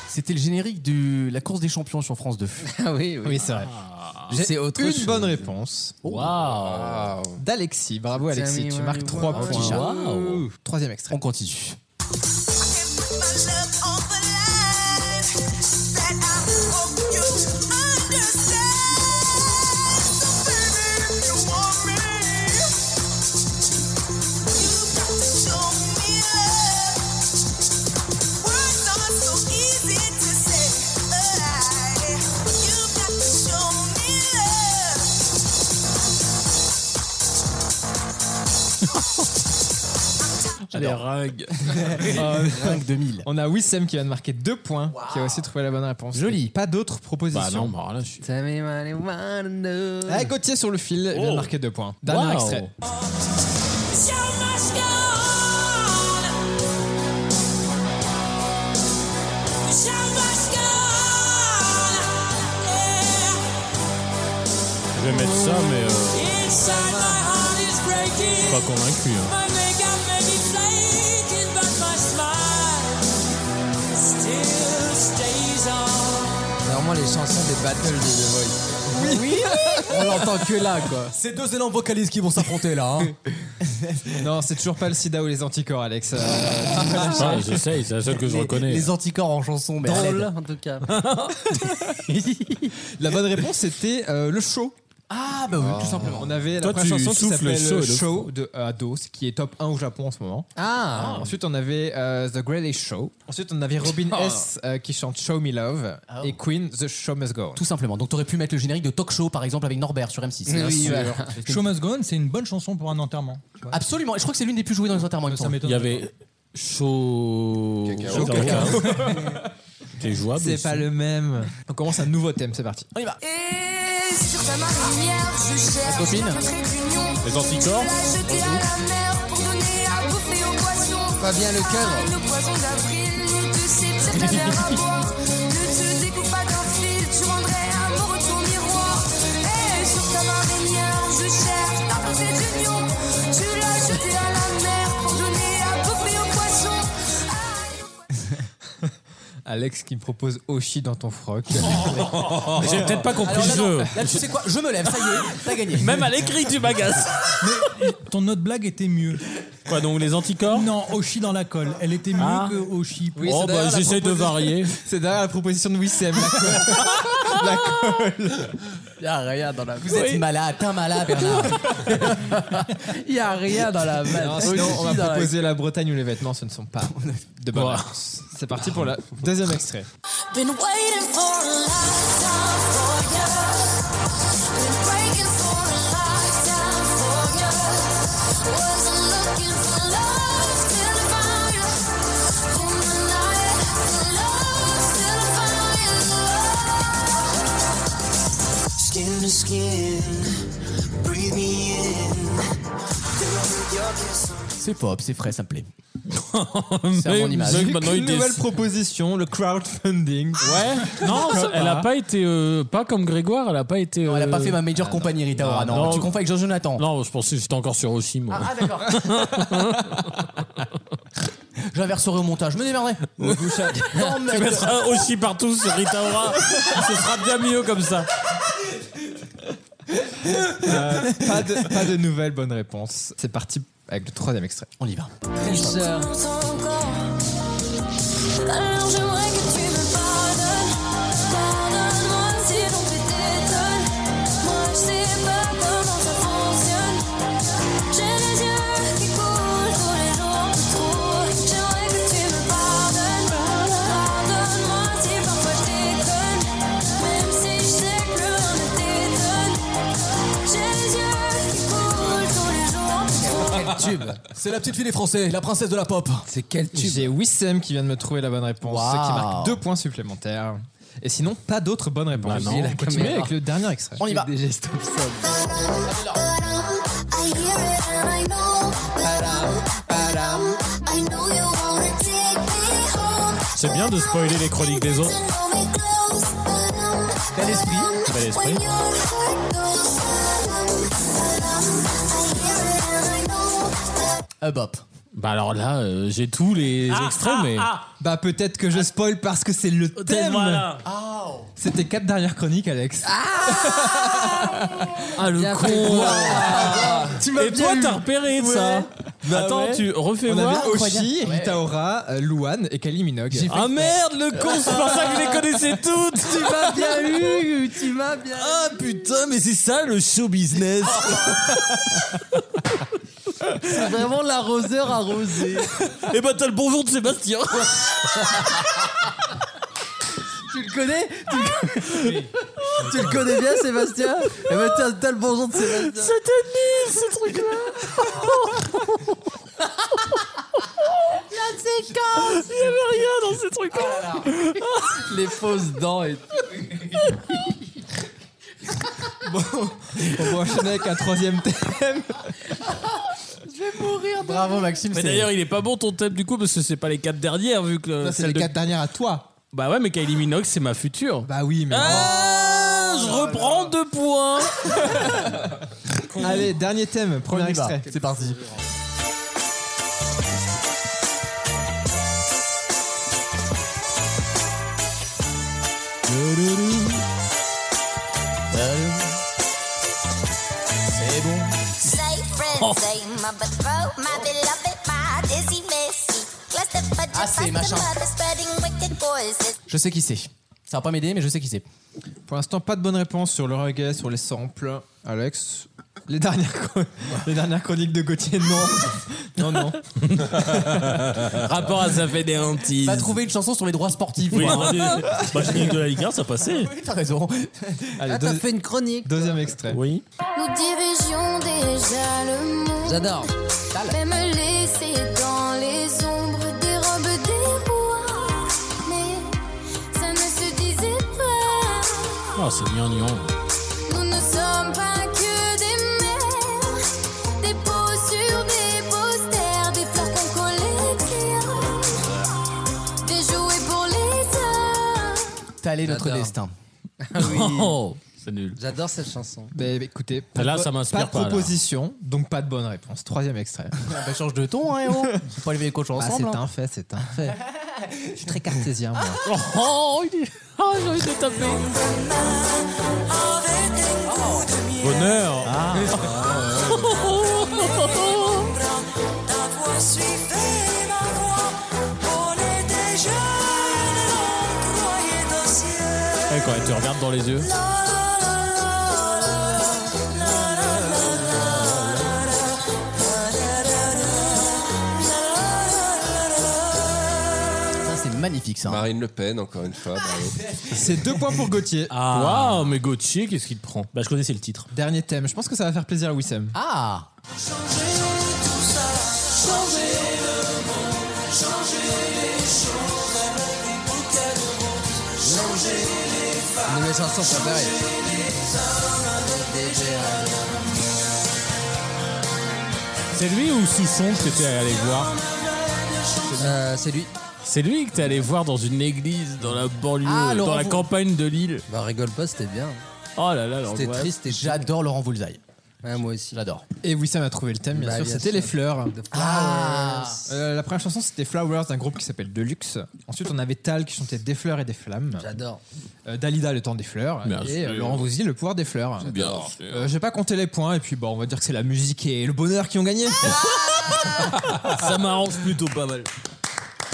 S2: C'était le générique de la course des champions sur France 2.
S5: Ah oui, oui. Oui, c'est vrai. J'ai
S2: C'est autre
S5: une
S2: chose. Oh.
S5: bonne réponse.
S2: Waouh.
S5: D'Alexis. Bravo Alexis, tu marques 3
S2: Trois petits
S5: points.
S2: chats.
S5: Troisième extrait.
S2: On continue.
S5: Allez,
S3: (laughs) ringue.
S2: Ringue 2000.
S5: On a Wissem qui vient de marquer 2 points, qui a aussi trouvé la bonne réponse. Joli. Pas d'autres propositions.
S3: Bah non, bah là, je suis.
S5: Ah, Gauthier sur le fil, il vient de
S3: Oh.
S5: marquer 2 points. Dernier
S3: Wow.
S5: extrait.
S3: Je vais mettre ça, mais euh, je suis pas convaincu. hein.
S6: Alors moi les chansons des battles de
S5: (laughs)
S6: The Voice.
S2: On l'entend que là, quoi.
S5: C'est deux élans vocalistes qui vont s'affronter là.
S3: hein.
S5: (laughs) non, c'est toujours pas le sida ou les anticorps, Alex. Euh,
S3: Ouais, J'essaye, c'est la seule que Ah, je
S2: Les-
S3: reconnais.
S2: Les anticorps en chanson, mais à l'aide.
S6: en tout cas.
S5: la bonne réponse c'était euh, le show. Oh.
S2: Ah bah oui, tout simplement.
S5: On avait la
S2: Toi,
S5: première
S2: tu
S5: chanson qui
S2: souffles
S5: s'appelle
S2: chaud et le
S5: Show, show de Ados, qui est top 1 au Japon en ce moment.
S2: Ah.
S5: Ensuite, on avait euh, The Greatest Show. Ensuite, on avait Robin
S2: Ah.
S5: S euh, qui chante Show Me Love et Queen The Show Must Go. On.
S2: Tout simplement. Donc t'aurais pu mettre le générique de Talk Show par exemple avec Norbert sur M6.
S5: Oui,
S2: Bien sûr.
S5: voilà.
S4: (laughs)
S2: C'était-
S4: Show Must Go On, c'est une bonne chanson pour un enterrement. tu vois.
S2: Absolument. Et je crois que c'est l'une des plus jouées dans les enterrements. me
S4: Ça
S2: semble.
S4: m'étonne.
S3: Il y avait chaud.
S5: Cacao.
S3: Chaud
S2: (laughs)
S5: Cacao.
S3: cacao. T'es jouable.
S5: C'est
S3: aussi.
S5: pas le même. On commence un nouveau thème, c'est parti.
S2: On y va.
S12: Et sur ta marinière, je cherche
S5: copine.
S12: notre réunion.
S5: Les anticorps.
S12: Je la jeter à la mer pour donner à bouffer aux poissons.
S6: Pas bien le cœur.
S12: Arrête le poison d'avril, nous deux, c'est peut-être la mer à boire. Ne te découpe pas d'un fil, tu rendrais à mon retour miroir. Et sur ta marinière, je cherche ta poussée d'union. Tu l'as jetée à la mer pour donner à bouffer aux poissons.
S5: Alex qui me propose Oshi dans ton froc. Oh.
S3: Mais J'ai peut-être pas compris
S2: Alors
S3: le
S2: là, non.
S3: jeu.
S2: Là, tu sais quoi Je me lève, ça y est, t'as gagné.
S11: Même à l'écrit, tu bagasses.
S4: Ton autre blague était mieux.
S3: Quoi donc les anticorps
S4: Non, Oshi dans la colle. Elle était mieux
S3: Ah.
S4: que Oshi.
S5: Oui,
S3: Oh
S5: c'est d'ailleurs
S3: bah
S5: la
S3: j'essaie de
S5: proposition-
S3: varier.
S5: C'est derrière la proposition de Wissem. La colle. La colle.
S6: Il y a rien dans la
S2: Vous êtes malade, t'es un malade, Bernard.
S6: Il (laughs) y a rien dans la
S5: Non,
S6: vanne. Aussi
S5: sinon, on va
S6: dans la-
S5: proposer la Bretagne où les vêtements ce ne sont pas de bonnes réponses. C'est parti pour le (laughs) deuxième extrait.
S12: Been waiting for a lifetime for ya. Been breaking for a lifetime for ya. Wasn't looking for love till I found ya. In the night, for love till I found ya.
S13: Skin to skin, breathe me in. Fill with your kiss.
S2: C'est pop, c'est frais, ça
S6: (laughs)
S2: me plaît. C'est à
S3: Mais
S2: mon image.
S3: vous avez maintenant
S5: Une
S3: idée.
S5: nouvelle proposition, le crowdfunding. Ouais. (laughs)
S3: Non, ça- elle a pas été euh, pas comme Grégoire, elle a pas été.
S2: Elle a pas
S3: euh,
S2: fait ma meilleure compagnie, Rita Ora.
S3: Ah,
S2: Non,
S3: non.
S2: tu confonds avec Jean-Jonathan.
S3: Non, je pensais que j'étais encore sur Oshim. moi.
S2: Ah, d'accord. J'inverserai au montage, je me démerderai. Non,
S3: (laughs) Tu
S2: mec.
S3: mettras Oshi partout sur Rita Ora. Ce sera bien mieux comme ça.
S5: Euh, pas, de, pas de nouvelle bonne réponse. C'est parti avec le troisième extrait.
S2: On y va.
S12: Douceur. Alors j'aimerais que tu me pardonnes. Pardonne-moi si ton fait t'étonne. Moi je sais pas comment ça fonctionne. J'ai les yeux qui coulent pour les jours de trop. J'aimerais que tu me pardonnes. Pardonne-moi si parfois je déconne. Même si je sais que rien ne t'étonne. J'ai les yeux qui coulent pour les jours de trop.
S2: Tube. C'est la petite fille des Français, la princesse de la pop.
S5: C'est quel tube J'ai Wissem qui vient de me trouver la bonne réponse,
S2: Wow.
S5: ce qui marque deux points supplémentaires. Et sinon, pas d'autres bonnes réponses.
S2: Bah non.
S5: on va continuer
S2: Caméra.
S5: avec le dernier extrait.
S2: On y va.
S5: Des gestes obscènes.
S12: I hear it and I know. I know you wanna take me home.
S3: C'est bien de spoiler les chroniques des autres.
S12: Hold me close.
S2: Bel esprit.
S3: Bel esprit.
S12: I hear it and I know.
S2: Up up.
S3: Bah alors là, euh, j'ai tous les
S5: Ah,
S3: extraits,
S5: ah,
S3: mais.
S5: ah. Bah peut-être que je spoil parce que c'est le thème.
S3: voilà.
S5: C'était quatre dernières chroniques, Alex.
S3: Ah le con
S5: Tu m'as
S3: Et
S5: bien
S3: toi,
S5: eu.
S3: t'as repéré ça
S5: Bah
S3: Attends,
S5: ouais.
S3: tu refais
S5: On
S3: voir.
S5: avait Oshi, Rita Ora, euh, Luan et Kylie Minogue.
S3: J'ai fait Ah exprès. merde, le con, c'est pour ça que je les connaissais
S5: (laughs)
S3: toutes.
S6: Tu m'as bien eu, tu m'as bien
S3: Ah putain, mais c'est ça le show business
S6: C'est vraiment l'arroseur arrosé.
S3: Et bah t'as le bonjour de Sébastien
S6: Tu le connais tu le... tu le connais bien, Sébastien Eh ben, t'as, t'as le bonjour de Sébastien.
S12: C'était nul ce truc-là. La séquence. Il n'y avait rien dans ce truc-là.
S6: Les fausses dents et
S5: Bon,
S12: (laughs)
S5: on va enchaîner avec un troisième thème.
S6: Je vais mourir.
S5: Bravo Maxime.
S3: Mais d'ailleurs, il est pas bon ton thème du coup, parce que c'est pas les quatre dernières, vu que.
S5: Ça, c'est les quatre dernières à toi.
S3: Bah ouais, mais Kylie Minogue, c'est ma future.
S5: Bah oui, mais.
S3: Ah, je reprends deux points.
S5: Allez, dernier thème, premier
S2: On y va.
S5: extrait.
S2: C'est parti.
S12: C'est bon. Oh. Ah, c'est machin.
S2: Je sais qui c'est. Ça va pas m'aider, mais je sais qui c'est.
S5: Pour l'instant, pas de bonne réponse sur le reggae, sur les samples. Alex, les dernières, (laughs) chron- les dernières chroniques de
S2: (laughs)
S5: Gauthier, non. Non, non.
S3: (laughs) Rapport à sa fait des hantises.
S2: Va trouver une chanson sur les droits sportifs.
S11: Oui,
S2: quoi.
S11: bah, j'ai dit que de la Ligue 1, ça passait.
S2: Oui, t'as raison.
S5: Ah, t'as deux- fait
S2: une chronique.
S5: Deuxième extrait.
S11: Oui.
S12: Nous dirigeons déjà le monde.
S5: J'adore.
S12: Mais me laisser dans les ombres des robes des rois. Mais ça ne se disait pas.
S3: Oh, c'est mignon.
S12: Nous ne sommes pas que des mères. Des peaux sur des posters. Des fleurs qu'on collectionne. Des jouets pour les hommes.
S2: T'as allé Oh. notre
S6: J'adore.
S2: destin.
S3: c'est nul.
S6: J'adore cette chanson.
S5: Mais, mais Bah, écoutez,
S6: Ah, là,
S5: propo-
S6: ça m'inspire
S5: de
S6: pas, là.
S5: proposition, donc pas de bonne réponse. Troisième extrait.
S2: (laughs) bah, change de ton, hein, héros. Faut pas lever les cochons
S5: Ah,
S2: ensemble.
S5: c'est
S2: hein.
S5: un fait, c'est un
S2: (laughs)
S5: fait. Je suis très cartésien, moi.
S3: Oh, il est... (laughs) oh j'ai envie de le taper. (laughs) Bonheur. Eh, quand elle te regarde dans les yeux.
S2: Ça, c'est magnifique, ça.
S7: Marine Le Pen, encore une fois. bravo.
S5: C'est (laughs) deux points pour Gauthier.
S3: Waouh, mais Gauthier, qu'est-ce qu'il te prend
S11: Bah, je connaissais le titre.
S5: Dernier thème, je pense que ça va faire plaisir à Wissem.
S2: Ah
S6: Une de mes chansons préférées.
S3: C'est lui ou Sousson que t'es allé voir
S6: C'est lui.
S3: C'est lui que t'es allé voir dans une église, dans la banlieue,
S2: Ah, Laurent
S3: dans la
S2: Vou-
S3: campagne de Lille.
S6: Bah rigole pas, c'était bien.
S3: Oh là là,
S6: C'était
S3: l'angoisse.
S6: triste et
S2: J'adore Laurent Voulzaï.
S6: moi aussi.
S2: J'adore.
S5: Et Wissem a trouvé le thème, bien
S6: Bah,
S5: sûr.
S6: bien
S5: C'était
S6: sûr.
S5: les fleurs.
S6: Ah
S5: Euh, la première chanson, c'était Flowers d'un groupe qui s'appelle Deluxe. Ensuite, on avait Tal qui chantait Des fleurs et des flammes.
S6: J'adore.
S5: Euh, Dalida, le temps des fleurs.
S3: Bien
S5: et
S3: sûr.
S5: euh, Laurent Voulzy, le pouvoir des fleurs.
S3: Bien sûr.
S5: Euh, J'ai pas compté les points, et puis bon, on va dire que c'est la musique et le bonheur qui ont gagné.
S2: Ah.
S3: Ça m'arrange plutôt pas mal.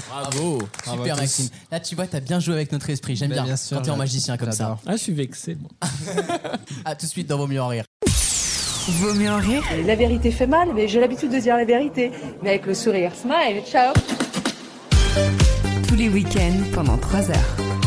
S3: Bravo. Bravo à
S2: Ah, Super
S3: Ah, bah, tous.
S2: Maxime. Là tu vois, t'as bien joué avec notre esprit. J'aime
S5: Bah,
S2: bien,
S5: bien sûr,
S2: quand t'es en
S5: j'adore.
S2: magicien comme ça.
S5: J'adore.
S3: Ah, je suis vexé. moi.
S2: (laughs) À tout de suite dans Vos mieux en rire.
S1: Vaut mieux en rire
S14: La vérité fait mal, mais j'ai l'habitude de dire la vérité. Mais avec le sourire, smile, ciao
S1: tous les week-ends pendant 3 heures.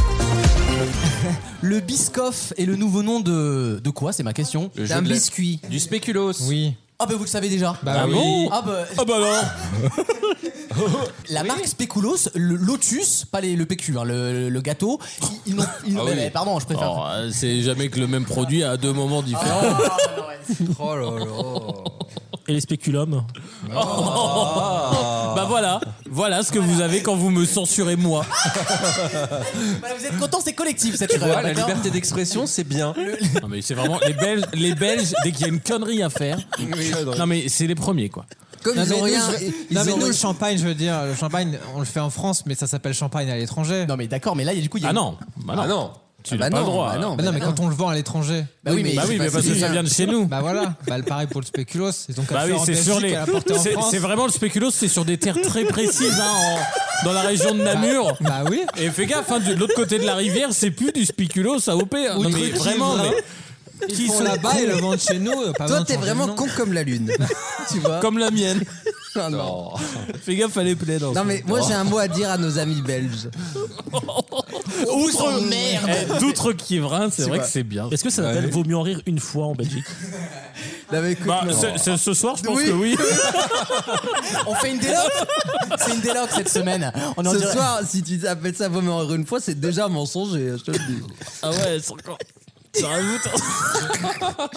S2: Le Biscoff est le nouveau nom de de quoi C'est ma question.
S7: Le jeu de la- Du spéculos.
S5: Oui.
S2: Ah bah vous le savez déjà.
S5: Bah Ah oui. bon
S2: Ah bah
S3: Ah bah non.
S2: La marque Spéculos, le Lotus, pas les- le PQ, hein, le, le gâteau. Ils, ils n'ont- ils n'ont-
S3: Ah oui.
S2: mais- mais Pardon, je préfère.
S3: Alors, euh, c'est jamais que le même produit à deux moments différents.
S6: Oh là là.
S11: Et les spéculums
S3: Bah voilà, voilà ce que vous avez quand vous me
S5: (laughs)
S3: censurez moi.
S5: Bah,
S2: Voilà, vous êtes contents, c'est collectif cette
S7: Tu vois,
S2: erreur,
S7: la
S2: d'accord
S7: liberté d'expression, c'est bien.
S3: Non mais c'est vraiment les Belges, les Belges dès qu'il y a une connerie à faire.
S7: Une connerie.
S3: Non mais c'est les premiers quoi.
S6: comme
S5: Non,
S6: ils
S5: mais
S6: ont
S5: nous,
S6: rien.
S5: je-
S6: ils
S5: non, mais
S6: ont
S5: nous,
S6: rien-
S5: le champagne, je veux dire, le champagne, on le fait en France, mais ça s'appelle champagne à l'étranger.
S2: Non, mais d'accord, mais là, du coup, il y a.
S5: Ah non,
S2: bah non. Ah non.
S5: Tu
S2: Ah bah
S5: n'as pas
S2: non,
S5: le droit.
S2: bah non,
S5: Bah non,
S2: bah
S5: mais
S2: non.
S5: quand on le vend à l'étranger.
S2: Bah oui, mais Bah oui, c'est mais pas parce que si ça bien. vient de
S3: chez nous.
S5: Bah voilà, bah le pareil pour le spéculos. Ils ont qu'à
S3: Bah
S5: le
S3: oui,
S5: faire en
S3: c'est
S5: Belgique
S3: sur les.
S5: et à l'apporter en
S3: c'est-
S5: France.
S3: C'est vraiment le spéculoos, c'est sur des terres très précises, hein, en- dans la région de Namur.
S5: Bah, oui.
S3: Et fais gaffe, hein, de l'autre côté de la rivière, c'est plus du spéculoos AOP. hein.
S5: Ou
S3: Non,
S5: du
S3: mais
S5: truc
S3: vraiment,
S5: qui est
S3: mais.
S5: vrai. Ils font là-bas et le vendent chez nous, euh, pas besoin
S6: Toi,
S5: de
S6: t'es
S5: changer de
S6: vraiment
S5: nom.
S6: con comme la
S5: (laughs)
S6: lune. tu vois
S3: Comme la mienne.
S6: (laughs)
S3: Oh.
S6: non, non.
S3: Fais gaffe à les plaies.
S6: Non, mais moi, j'ai un mot à dire à nos amis
S3: (laughs)
S6: belges.
S3: Outre merde D'outre Kievrin, Eh, c'est
S11: C'est
S3: vrai
S11: pas-
S3: que c'est bien.
S11: Est-ce que
S2: Bah,
S11: ça s'appelle Vaut mieux en rire une fois en Belgique
S3: Bah, ce- ce- ce soir, je pense que oui.
S2: (laughs) On fait une déloque C'est une déloque cette semaine. On en
S6: Ce
S2: dirait-
S6: soir, si tu appelles ça vomir en rire une fois, c'est déjà mensonger, je te le dis.
S11: Ah ouais, c'est encore. C'est rajoute.
S12: hein.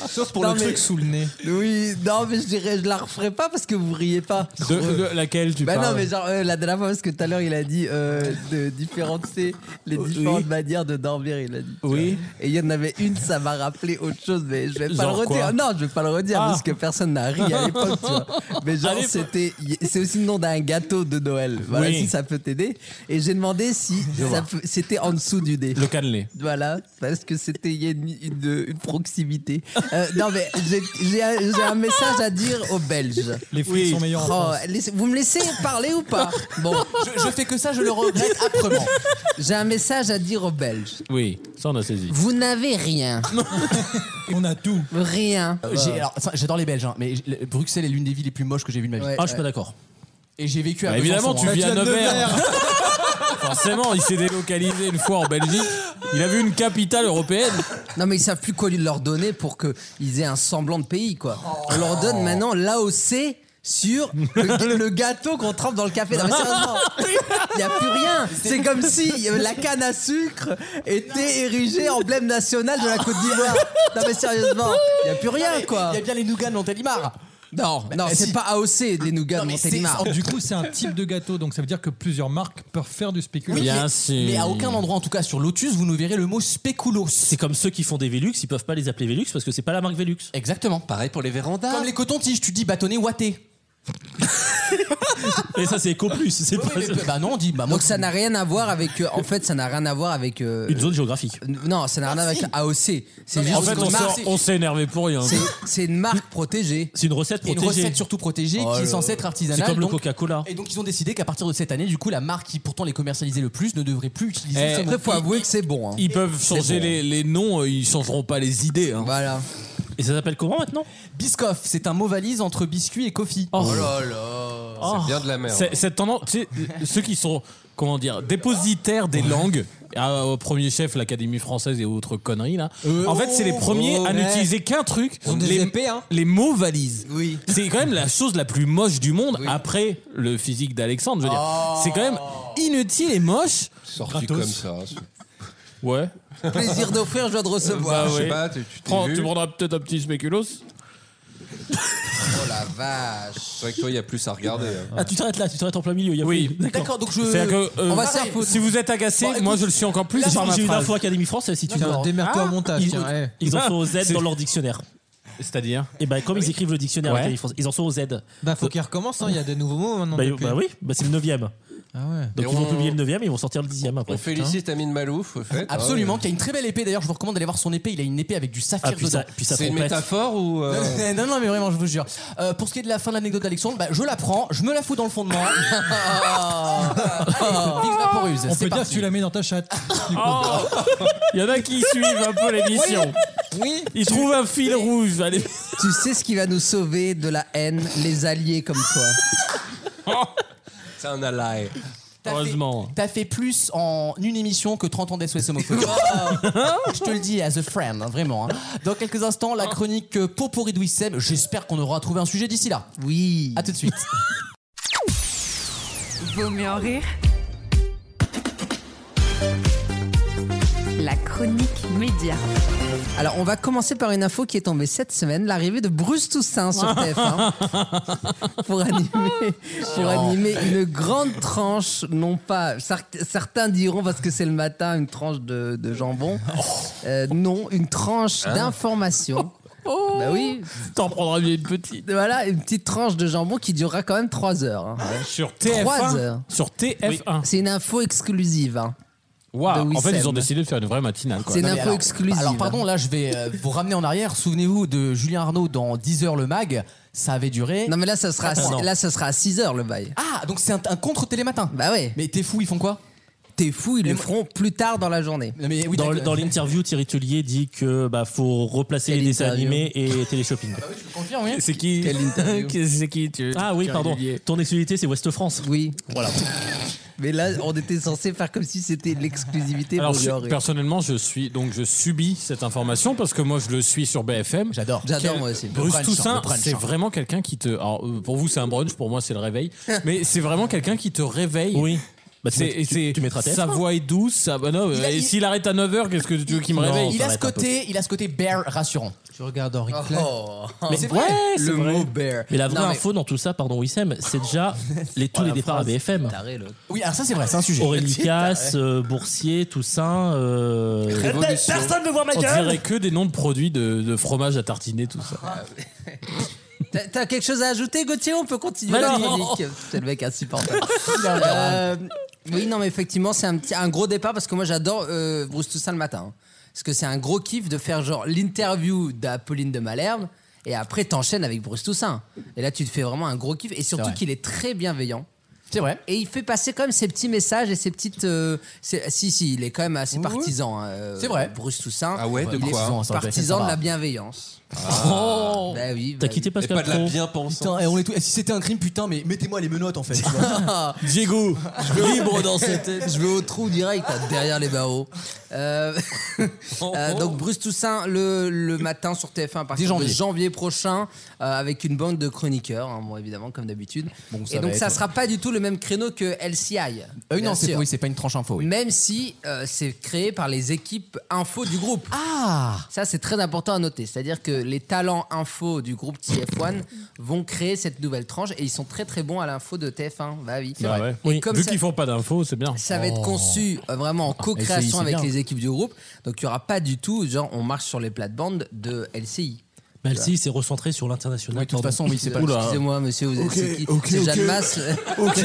S5: Sauf
S6: Non, mais- Oui, non, mais je dirais, je la referai pas parce que vous riez pas.
S3: De, de- laquelle tu
S6: Bah
S3: parles
S6: non, mais genre, euh, la dernière fois, parce que tout à l'heure, il a dit euh, de différentes, tu sais, les différentes manières de dormir, il a dit. Oui. Et il y en avait une, ça m'a rappelé autre chose, mais je vais pas
S2: Genre
S6: le redire.
S2: quoi
S6: Non, je vais pas le redire
S2: Ah.
S6: parce que personne n'a ri à l'époque, tu vois.
S2: (laughs)
S6: Mais
S2: À
S6: genre,
S2: l'époque.
S6: c'était. y- C'est aussi le nom d'un gâteau de Noël. Voilà,
S2: Oui.
S6: si ça peut t'aider. Et j'ai demandé si
S2: Je
S6: ça
S2: vois.
S6: peut- c'était en dessous du dé.
S3: Le cannelé.
S6: Voilà, parce que c'était il y a une, une- une proximité. Euh, non, mais j'ai- j'ai un j'ai un message à dire aux Belges.
S4: Les fruits sont meilleurs en
S6: Oh,
S4: France.
S6: laissez- vous me laissez parler ou pas Bon,
S2: je, je fais que ça, je le regrette âprement.
S6: j'ai un message à dire aux Belges.
S3: Oui, ça on a saisi.
S6: Vous n'avez rien.
S2: (laughs)
S4: On a tout.
S6: Rien.
S2: J'ai- alors, ça, J'adore les Belges, hein, mais j- le- Bruxelles est l'une des villes les plus moches que j'ai vues de ma vie.
S6: Ouais, Ah, je suis ouais. pas
S2: d'accord. Et j'ai vécu à
S3: Bah, évidemment,
S2: Besançon,
S3: tu
S2: hein.
S3: vis à Nevers.
S2: (laughs)
S3: Forcément, il s'est délocalisé une fois en Belgique. Il a vu une capitale européenne.
S6: Non, mais ils savent plus quoi leur donner pour qu'ils aient un semblant de pays, quoi. On leur donne maintenant l'AOC sur le, le gâteau qu'on trempe dans le café. Non, mais sérieusement, il n'y a plus
S2: (laughs)
S6: rien. C'est comme si euh, la canne à sucre était érigée emblème national de la Côte d'Ivoire. Non, mais sérieusement, il n'y a plus rien, quoi.
S2: Il y a bien les nougats de Montélimar.
S6: Non, non,
S2: bah,
S6: c'est
S2: si.
S6: pas AOC, les nougats
S2: Non,
S6: de
S2: mais c'est-
S6: Montélimar.
S4: Du coup, c'est un type de gâteau, donc ça veut dire que plusieurs marques peuvent faire du spéculoos.
S2: Oui, mais, mais à aucun endroit, en tout cas sur Lotus, vous nous verrez le mot spéculoos.
S11: C'est comme ceux qui font des Velux, ils peuvent pas les appeler Velux parce que c'est pas la marque Velux.
S2: Exactement.
S7: Pareil pour les vérandas.
S2: Comme les cotons-tiges, tu dis bâtonnet ouaté.
S11: (laughs) Et ça, c'est Eco Plus, c'est pas.
S2: bah non, on dit. Bah,
S6: Donc ça n'a rien à voir avec. euh, en fait, ça n'a rien à voir avec. euh,
S11: Une zone géographique.
S6: Non, ça n'a rien à voir avec la AOC. C'est juste
S3: en fait,
S6: une
S3: on
S6: marque-
S3: s'est- on s'est énervé pour rien.
S6: c'est- C'est une marque protégée.
S11: C'est une recette
S2: Et une
S11: protégée.
S2: recette surtout protégée
S11: Oh
S2: qui est
S11: là
S2: censée
S11: là.
S2: être artisanale.
S11: C'est comme le
S2: donc-
S11: Coca-Cola.
S2: Et donc ils ont décidé qu'à partir de cette année, du coup, la marque qui pourtant les commercialisait le plus ne devrait plus utiliser
S3: Eh,
S2: ce mot.
S6: Après, faut avouer que c'est bon. hein.
S3: Ils peuvent changer
S2: bon.
S3: les, les noms, euh, ils changeront pas les idées. hein.
S6: Voilà.
S11: Et ça s'appelle comment maintenant
S2: Biscoff, c'est un mot valise entre biscuit et coffee.
S11: Oh
S7: là là. C'est bien de la merde.
S3: Oh. C'est- Cette tendance, tu sais, euh, ceux qui sont, comment dire, dépositaires des langues, à- au premier chef, l'Académie française et autres conneries là.
S5: Euh,
S3: en fait, c'est les
S5: oh,
S3: premiers
S5: oh,
S3: à
S5: ouais.
S3: n'utiliser qu'un truc,
S5: Ils ont des
S3: les,
S5: épées, hein.
S3: les mots valises.
S6: Oui.
S3: C'est quand même la chose la plus moche du monde après le physique d'Alexandre. Je veux dire,
S2: Oh.
S6: Oh.
S3: c'est quand même inutile et moche.
S7: Sorti comme ça.
S3: Ouais.
S6: Plaisir d'offrir, joie de recevoir.
S3: Bah
S7: Je sais
S3: ouais.
S7: pas, tu, tu t'es
S3: Prends-
S7: vu.
S3: tu prendras peut-être un petit spéculoos.
S6: Oh la vache.
S7: C'est vrai que toi, il y a plus à regarder. hein.
S11: Ah, tu t'arrêtes là, tu t'arrêtes en plein milieu. y a
S3: Oui.
S11: plus-
S2: D'accord, donc je.
S3: C'est-à-dire que euh,
S2: On va se faire foutre.
S3: si vous êtes agacé,
S2: Bon, écoute,
S3: moi je le suis encore plus
S11: J'ai
S3: par ma
S11: j'ai une
S3: phrase.
S11: info Académie française si tu veux.
S5: Tiens, Démerde-toi au
S2: Ah.
S5: montage.
S11: Ils,
S5: tiens, eh.
S11: ils en sont au
S3: Ah,
S11: Z
S3: c'est-
S11: dans leur dictionnaire.
S3: C'est-à-dire
S11: Et ben, comme ils écrivent le dictionnaire
S3: Ouais.
S11: Académie française, ils en sont au Z.
S5: Bah faut qu'ils recommencent, hein, il y a des nouveaux mots maintenant.
S11: Bah,
S5: depuis.
S11: bah oui, bah c'est le 9ème.
S5: Ah ouais.
S11: Donc
S7: Et
S11: ils vont
S7: on-
S11: publier le 9ème et ils vont sortir le 10ème après.
S7: On félicite Amine Malouf, au fait.
S2: Absolument, qui a une très belle épée. D'ailleurs, je vous recommande d'aller voir son épée. Il a une épée avec du saphir
S11: Ah, puis
S2: dedans.
S11: ça, puis ça
S7: C'est une
S11: trompette.
S7: métaphore ou. euh,
S2: (laughs) non, non, mais vraiment, je vous jure. Euh, pour ce qui est de la fin de l'anecdote d'Alexandre, bah, je la prends, je me la fous dans le fondement.
S11: (laughs)
S2: Allez, Ah, vive Vaporuse,
S4: On
S2: c'est
S4: peut dire que
S2: parti.
S4: tu la mets dans ta
S3: (laughs)
S4: chatte. du coup.
S3: Oh. Il y en a qui suivent un peu l'émission.
S6: Oui.
S3: Ils trouvent un fil rouge. Allez.
S6: Tu sais ce qui va nous sauver de la haine, les alliés comme toi.
S7: C'est un ally.
S2: T'as fait-
S3: Heureusement.
S2: T'as fait plus en une émission que 30 ans
S6: (laughs)
S2: d'SOS homophobie. Je te le dis, as a friend, hein, vraiment. hein. Dans quelques instants,
S6: Oh.
S2: la chronique euh, pot pourri de Wissem. J'espère qu'on aura trouvé un sujet d'ici là.
S6: Oui.
S2: À tout de suite.
S1: Vaut mieux en rire. La chronique média.
S6: Alors, on va commencer par une info qui est tombée cette semaine, l'arrivée de Bruce Toussaint
S12: (laughs)
S6: sur hein. TF1
S3: Oh.
S6: pour animer, pour animer une grande tranche, non pas, cer- certains diront parce que c'est le
S3: Oh. (laughs)
S6: matin, une tranche de, de jambon, Euh, non, une tranche d'information Bah oui.
S3: Hein Oh. T'en prendras bien une petite.
S6: Voilà, une petite tranche de jambon qui durera quand même 3 heures. hein.
S3: Ah, Sur TF1.
S6: Trois heures.
S3: Sur TF1.
S6: C'est une info exclusive. hein.
S3: Waouh,
S6: de
S3: en fait, ils ont
S6: Wissem.
S3: décidé de faire une vraie matinale. quoi.
S6: C'est une
S3: Non, mais
S6: info
S3: alors-
S6: exclusive.
S2: Alors pardon, là je vais euh, vous ramener en arrière. Souvenez-vous de Julien Arnaud dans 10 heures le mag. Ça avait duré.
S6: Non mais là ça sera à,
S2: Attends, non.
S6: là ça sera à 6 heures le bail.
S2: Ah donc c'est un, un contre télématin.
S6: Bah ouais.
S2: Mais t'es fou, ils font quoi
S6: T'es fou, ils
S2: Mais
S6: le
S2: moi-
S6: feront plus tard dans la journée.
S11: dans dans l'interview, Thierry Tellier dit que bah faut replacer les dessins
S6: interview.
S11: animés et téléshopping.
S5: Ah
S2: Confirme, oui.
S3: C'est qui Qui- (laughs) C'est qui tu...
S11: Ah oui, pardon. Ton exclusivité, c'est Ouest France.
S6: Oui.
S11: Voilà.
S6: (laughs) Mais là on était censé faire comme si c'était de l'exclusivité
S3: Alors,
S6: pour
S3: je-
S6: Dior et-
S3: personnellement, je suis donc je subis cette information parce que moi, je le suis sur BFM.
S2: J'adore.
S6: J'adore, moi aussi. Le
S3: Bruce
S6: brunch, hein,
S3: Toussaint,
S6: le brunch,
S3: c'est
S6: hein.
S3: vraiment quelqu'un qui te. Alors, euh, pour vous, c'est un brunch. Pour moi, c'est le réveil. Mais c'est vraiment quelqu'un qui te réveille.
S11: Oui. Bah, tu
S3: C'est-
S11: mets- tu-
S3: c'est-
S11: tu mettras
S3: sa
S11: TF1.
S3: voix est douce. sa- bah non,
S2: Il a-
S3: et
S2: il-
S3: s'il arrête à 9h, qu'est-ce que tu veux qu'il me
S2: Non,
S3: réveille
S2: il a ce côté, il a ce côté bear rassurant.
S5: Je regarde en
S2: replay.
S11: Mais
S2: Oh. c'est
S11: ouais,
S2: vrai.
S11: c'est
S6: le
S11: vrai.
S6: mot bear.
S11: Mais la vraie
S6: Non, mais-
S11: info dans tout ça, pardon Wissem, c'est
S6: (laughs)
S11: déjà les, tous
S6: Oh,
S11: les
S6: la
S11: départs à
S6: phrase,
S11: BFM.
S6: taré, l'autre.
S2: Oui, alors ça c'est vrai, (laughs) c'est un sujet.
S11: Aurélie
S6: (laughs)
S11: Casse, euh, Boursier, Toussaint. euh,
S6: Révolution.
S11: Personne veut voir ma
S3: On dirait
S11: gueule
S3: que des noms de produits de, de fromage à tartiner, tout ça.
S6: T'as- T'as quelque chose à ajouter, Gauthier On peut continuer
S3: Mais
S6: la
S3: non.
S11: Oh,
S6: chronique C'est le mec insupportable. Euh, oui, non, mais effectivement, c'est un, petit- un gros départ parce que moi, j'adore euh, Bruce Toussaint le matin. hein. Parce que c'est un gros kiff de faire genre l'interview d'Apolline de Malherbe et après, t'enchaînes avec Bruce Toussaint. Et là, tu te fais vraiment un gros kiff. Et surtout
S2: vrai.
S6: qu'il est très bienveillant.
S2: C'est vrai.
S6: Et il fait passer quand même ses petits messages et ses petites. euh, c'est- si, si, il est quand même assez partisan. hein, euh,
S2: C'est vrai.
S6: Bruce Toussaint.
S7: Ah ouais, de
S6: Il est
S7: quoi Ah.
S2: Partisan, ça aurait été-
S6: Partisan
S2: ça
S6: de
S2: va.
S6: la bienveillance.
S11: Oh.
S6: Bah oui,
S11: T'as
S6: (laughs) bah
S11: quitté
S6: oui.
S7: Et
S11: Pascal
S7: pas de la
S11: Pro.
S7: bien-pensance.
S2: Putain, et on est tous- et si c'était un crime, putain, mais mettez-moi les menottes en fait. tu vois.
S11: (laughs) Diego
S6: libre dans cette Je vais au trou direct, là, derrière les barreaux. Euh, (laughs) euh, donc Bruce Toussaint le, le matin sur TF1 à partir
S2: 10 janvier.
S6: de janvier prochain euh, avec une bande de chroniqueurs, hein, bon, évidemment comme d'habitude.
S2: Bon, ça
S6: Et
S2: va
S6: donc ça
S2: être-
S6: sera pas du tout le même créneau que LCI.
S2: Euh, oui,
S6: bien
S2: non, c'est
S6: sûr.
S2: oui, c'est pas une tranche info. Oui.
S6: Même si euh, c'est créé par les équipes info du groupe.
S2: Ah
S6: Ça, c'est très important à noter. C'est-à-dire que les talents info du groupe
S2: (laughs)
S6: TF1 vont créer cette nouvelle tranche et ils sont très très bons à l'info de TF1. Bah oui.
S3: Bah ouais.
S6: Et
S3: Oui.
S6: comme
S3: Vu
S6: ça-
S3: qu'ils font pas d'infos, c'est bien.
S6: ça va être
S3: Oh.
S6: conçu euh, vraiment en
S3: LCI,
S6: co-création
S3: c'est
S6: avec
S3: bien.
S6: les équipes du groupe. Donc il n'y aura pas du tout, genre, on marche sur les plates-bandes de LCI.
S11: Mais LCI s'est recentré sur l'international.
S2: Ouais, de toute
S11: pardon.
S2: façon, oui, c'est pas.
S11: Oula.
S6: Excusez-moi, monsieur, vous êtes
S2: Ok,
S6: c'est qui
S2: ok,
S6: C'est
S2: ok.
S6: Jeanne Masse.
S2: (laughs) Ok.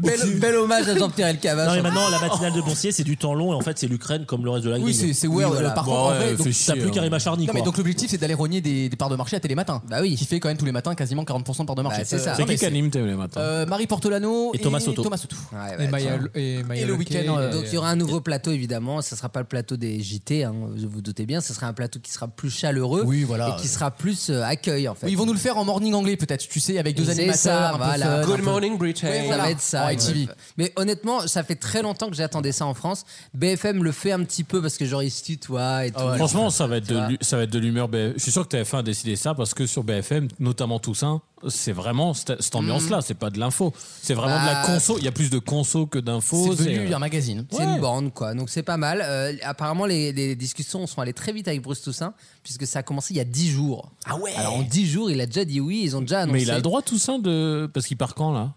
S6: bel, bel hommage à Jean-Pierre Elkabbach.
S11: Non, mais maintenant, la matinale de Boursier, c'est du temps long et en fait, c'est l'Ukraine comme le reste de la
S2: Oui,
S11: grille.
S2: c'est c'est
S6: Oui,
S2: weird.
S6: voilà.
S2: Par contre,
S3: Bon,
S2: en
S3: ouais,
S2: vrai,
S3: fait
S2: donc,
S11: T'as
S3: chier,
S11: plus
S3: hein.
S11: Karima Charny,
S2: non,
S11: quoi.
S2: mais donc l'objectif c'est d'aller rogner des, des parts de marché à Télématin.
S6: Bah oui.
S2: Qui fait quand même tous les matins quasiment 40% de parts de marché.
S6: Bah, c'est ça.
S3: C'est qui qui anime Télé les matins
S2: Euh, Marie Portolano
S11: Et Thomas Soto.
S6: Ouais, ouais,
S5: Et
S6: tu vois.
S5: Maya, et Maya
S2: Et le
S5: Loquet,
S2: week-end, euh,
S5: et-
S6: Donc il y aura un nouveau plateau évidemment, ça sera pas le plateau des JT, hein, vous vous doutez bien, ce sera un plateau qui sera plus chaleureux
S2: Oui, voilà.
S6: et qui sera plus euh, accueil en fait.
S2: Oui, Ils vont nous le faire en morning anglais peut-être, tu sais, avec deux
S6: C'est
S2: animateurs.
S6: ça,
S2: un peu
S6: voilà.
S2: fun, un
S7: Good
S2: peu-
S7: morning, Britain.
S2: Ouais,
S6: Ça
S2: voilà.
S6: va être ça.
S2: En ITV.
S6: bref. Mais honnêtement, ça fait très longtemps que j'attendais ça en France. BFM le fait un petit peu parce que genre ils se tutoient et tout.
S3: Ah Franchement, ça va être
S6: Tu
S3: de
S6: vois.
S3: l'hu- ça va être de l'humeur. BF. Je suis sûr que TF1 a décidé ça parce que sur BFM, notamment Toussaint, c'est vraiment cette, cette ambiance-là. C'est pas de l'info, c'est vraiment de la
S6: Mm. Bah.
S3: conso. Il y a plus de conso que d'info.
S2: C'est devenu un magazine.
S6: C'est
S3: euh, Ouais.
S6: une borne quoi. Donc c'est pas mal. Euh, apparemment, les, les discussions sont allées très vite avec Bruce Toussaint puisque ça a commencé il y a 10 jours.
S2: Ah ouais
S6: Alors en 10 jours, il a déjà dit oui, ils ont déjà annoncé.
S3: Mais il a le droit Toussaint de parce qu'il part quand là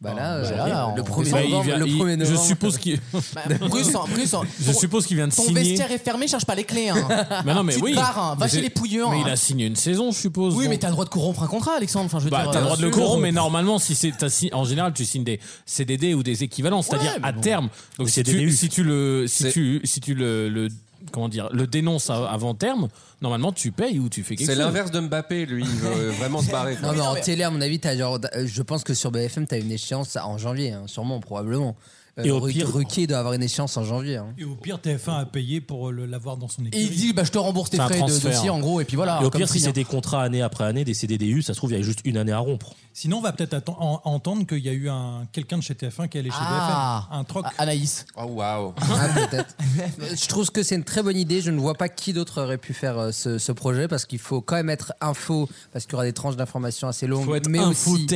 S6: Bah là,
S2: bah
S6: euh,
S2: là, là,
S6: le
S2: on-
S6: 1er
S3: Bah, il
S6: novembre.
S3: vient-
S6: le
S3: il-
S6: 1er
S3: Je
S6: novembre.
S3: suppose
S6: (laughs)
S3: qu'il
S2: Bah, Bruce, en- Bruce, en-
S3: je
S2: ton-
S3: suppose qu'il vient de
S2: Ton
S3: signer.
S2: vestiaire est fermé, cherche pas les clés. Hein.
S3: (laughs) Mais non mais
S2: Tu te
S3: oui.
S2: barres, hein. Va
S3: Mais
S2: chez
S3: c'est-
S2: les pouilleurs,
S3: Mais
S2: hein.
S3: il a signé une saison, je suppose.
S2: Oui,
S3: Bon.
S2: mais t'as le droit de corrompre un contrat, Alexandre. Enfin, je veux
S3: Bah,
S2: dire,
S3: t'as le
S2: euh,
S3: droit de le
S2: sûr.
S3: corrompre, mais normalement, si c'est t'as si- en général, tu signes des CDD ou des équivalents, c'est-à-dire
S2: Ouais, mais
S3: à
S2: bon.
S3: terme. Donc si
S11: CDDU.
S3: tu, si tu le si
S7: C'est-
S3: tu si tu le, le- comment dire le dénonces à- avant terme, normalement tu payes ou tu fais quelque
S7: C'est
S3: chose.
S7: l'inverse de Mbappé, lui,
S3: (laughs)
S7: il veut vraiment se barrer. quoi.
S6: Non, mais
S2: non,
S6: en
S2: mais-
S6: télé, à mon avis, t'as genre, euh, je pense que sur BFM, t'as une échéance en janvier, hein, sûrement, probablement. Euh,
S11: Et au
S6: Ru-
S11: pire-
S6: Ruquier doit avoir une échéance en janvier. hein.
S4: Et au pire, TF1 a payé pour le- l'avoir dans son
S2: Et il
S4: équipe.
S2: dit, bah, je te rembourse tes
S3: C'est un
S2: frais de
S3: transfert.
S2: dossier, en gros, et puis voilà.
S11: Et au
S2: comme
S11: pire, si
S2: prix,
S11: c'est
S2: hein.
S11: des contrats année après année, des CDDU, ça se trouve, il y a juste une année à rompre.
S4: Sinon, on va peut-être atten- en- entendre qu'il y a eu un quelqu'un de chez TF1 qui est allé chez
S2: Ah.
S4: BFM. Un troc.
S2: Ah, Anaïs.
S7: Oh, waouh.
S6: Ah, peut-être. je trouve que c'est une très bonne idée. Je ne vois pas qui d'autre aurait pu faire euh, ce, ce projet parce qu'il faut quand même être info, parce qu'il y aura des tranches d'informations assez longues. mais aussi.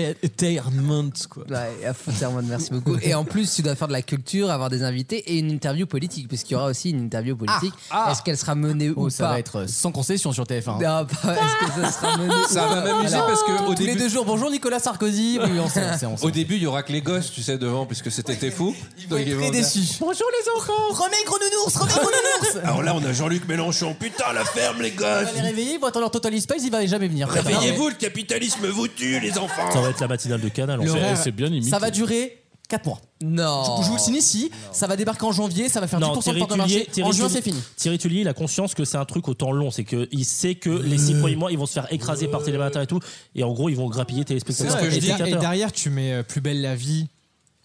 S5: Infotainment, quoi.
S6: Ouais, infotainment, merci beaucoup. Et en plus, tu dois faire de la culture, avoir des invités et une interview politique, puisqu'il y aura aussi une interview politique.
S2: Ah, ah.
S6: Est-ce qu'elle sera menée ou
S2: ça
S6: pas
S2: va être euh, sans concession sur TF1.
S6: Ah, bah, Est-ce que ça sera menée
S7: Ça
S6: ou
S7: va
S6: pas
S7: m'amuser
S6: Alors,
S7: parce que
S6: tous
S7: au début-
S6: les deux jours, bonjour Nicolas Sarkozy. Oui, on sait, on sait, on sait.
S7: Au début, il y aura que les gosses, tu sais, devant, puisque c'était tes fou. Donc, ils vont dire,
S2: Bonjour les enfants. Remets gros nounours, remets gros nounours.
S7: (laughs) Alors là, on a Jean-Luc Mélenchon. Putain, la ferme, les
S2: On
S7: gosses
S2: va les réveiller, ils vont attendre leur Total Space, ils va jamais venir.
S7: Réveillez-vous, le capitalisme vous tue, les enfants
S11: Ça va être la matinale de Canal. en fait.
S2: L'horaire,
S11: Ah C'est bien limité.
S2: Ça va durer 4 mois.
S6: Non.
S2: Je, je vous le signe ici, ça va débarquer en janvier, ça va faire
S11: Non,
S2: 10% de
S11: Thierry
S2: part de
S11: Tullier,
S2: marché.
S11: Thierry
S2: en juin,
S11: Tullier-
S2: c'est fini.
S11: Thierry Tullier, il a conscience que c'est un truc au temps long. C'est qu'il sait que les six
S2: Euh.
S11: premiers mois, ils vont se faire écraser par Télématin et tout. Et en gros, ils vont grappiller téléspectateurs.
S5: Et
S11: et
S5: der- Et
S11: spectateurs.
S5: derrière, tu mets euh, Plus belle la vie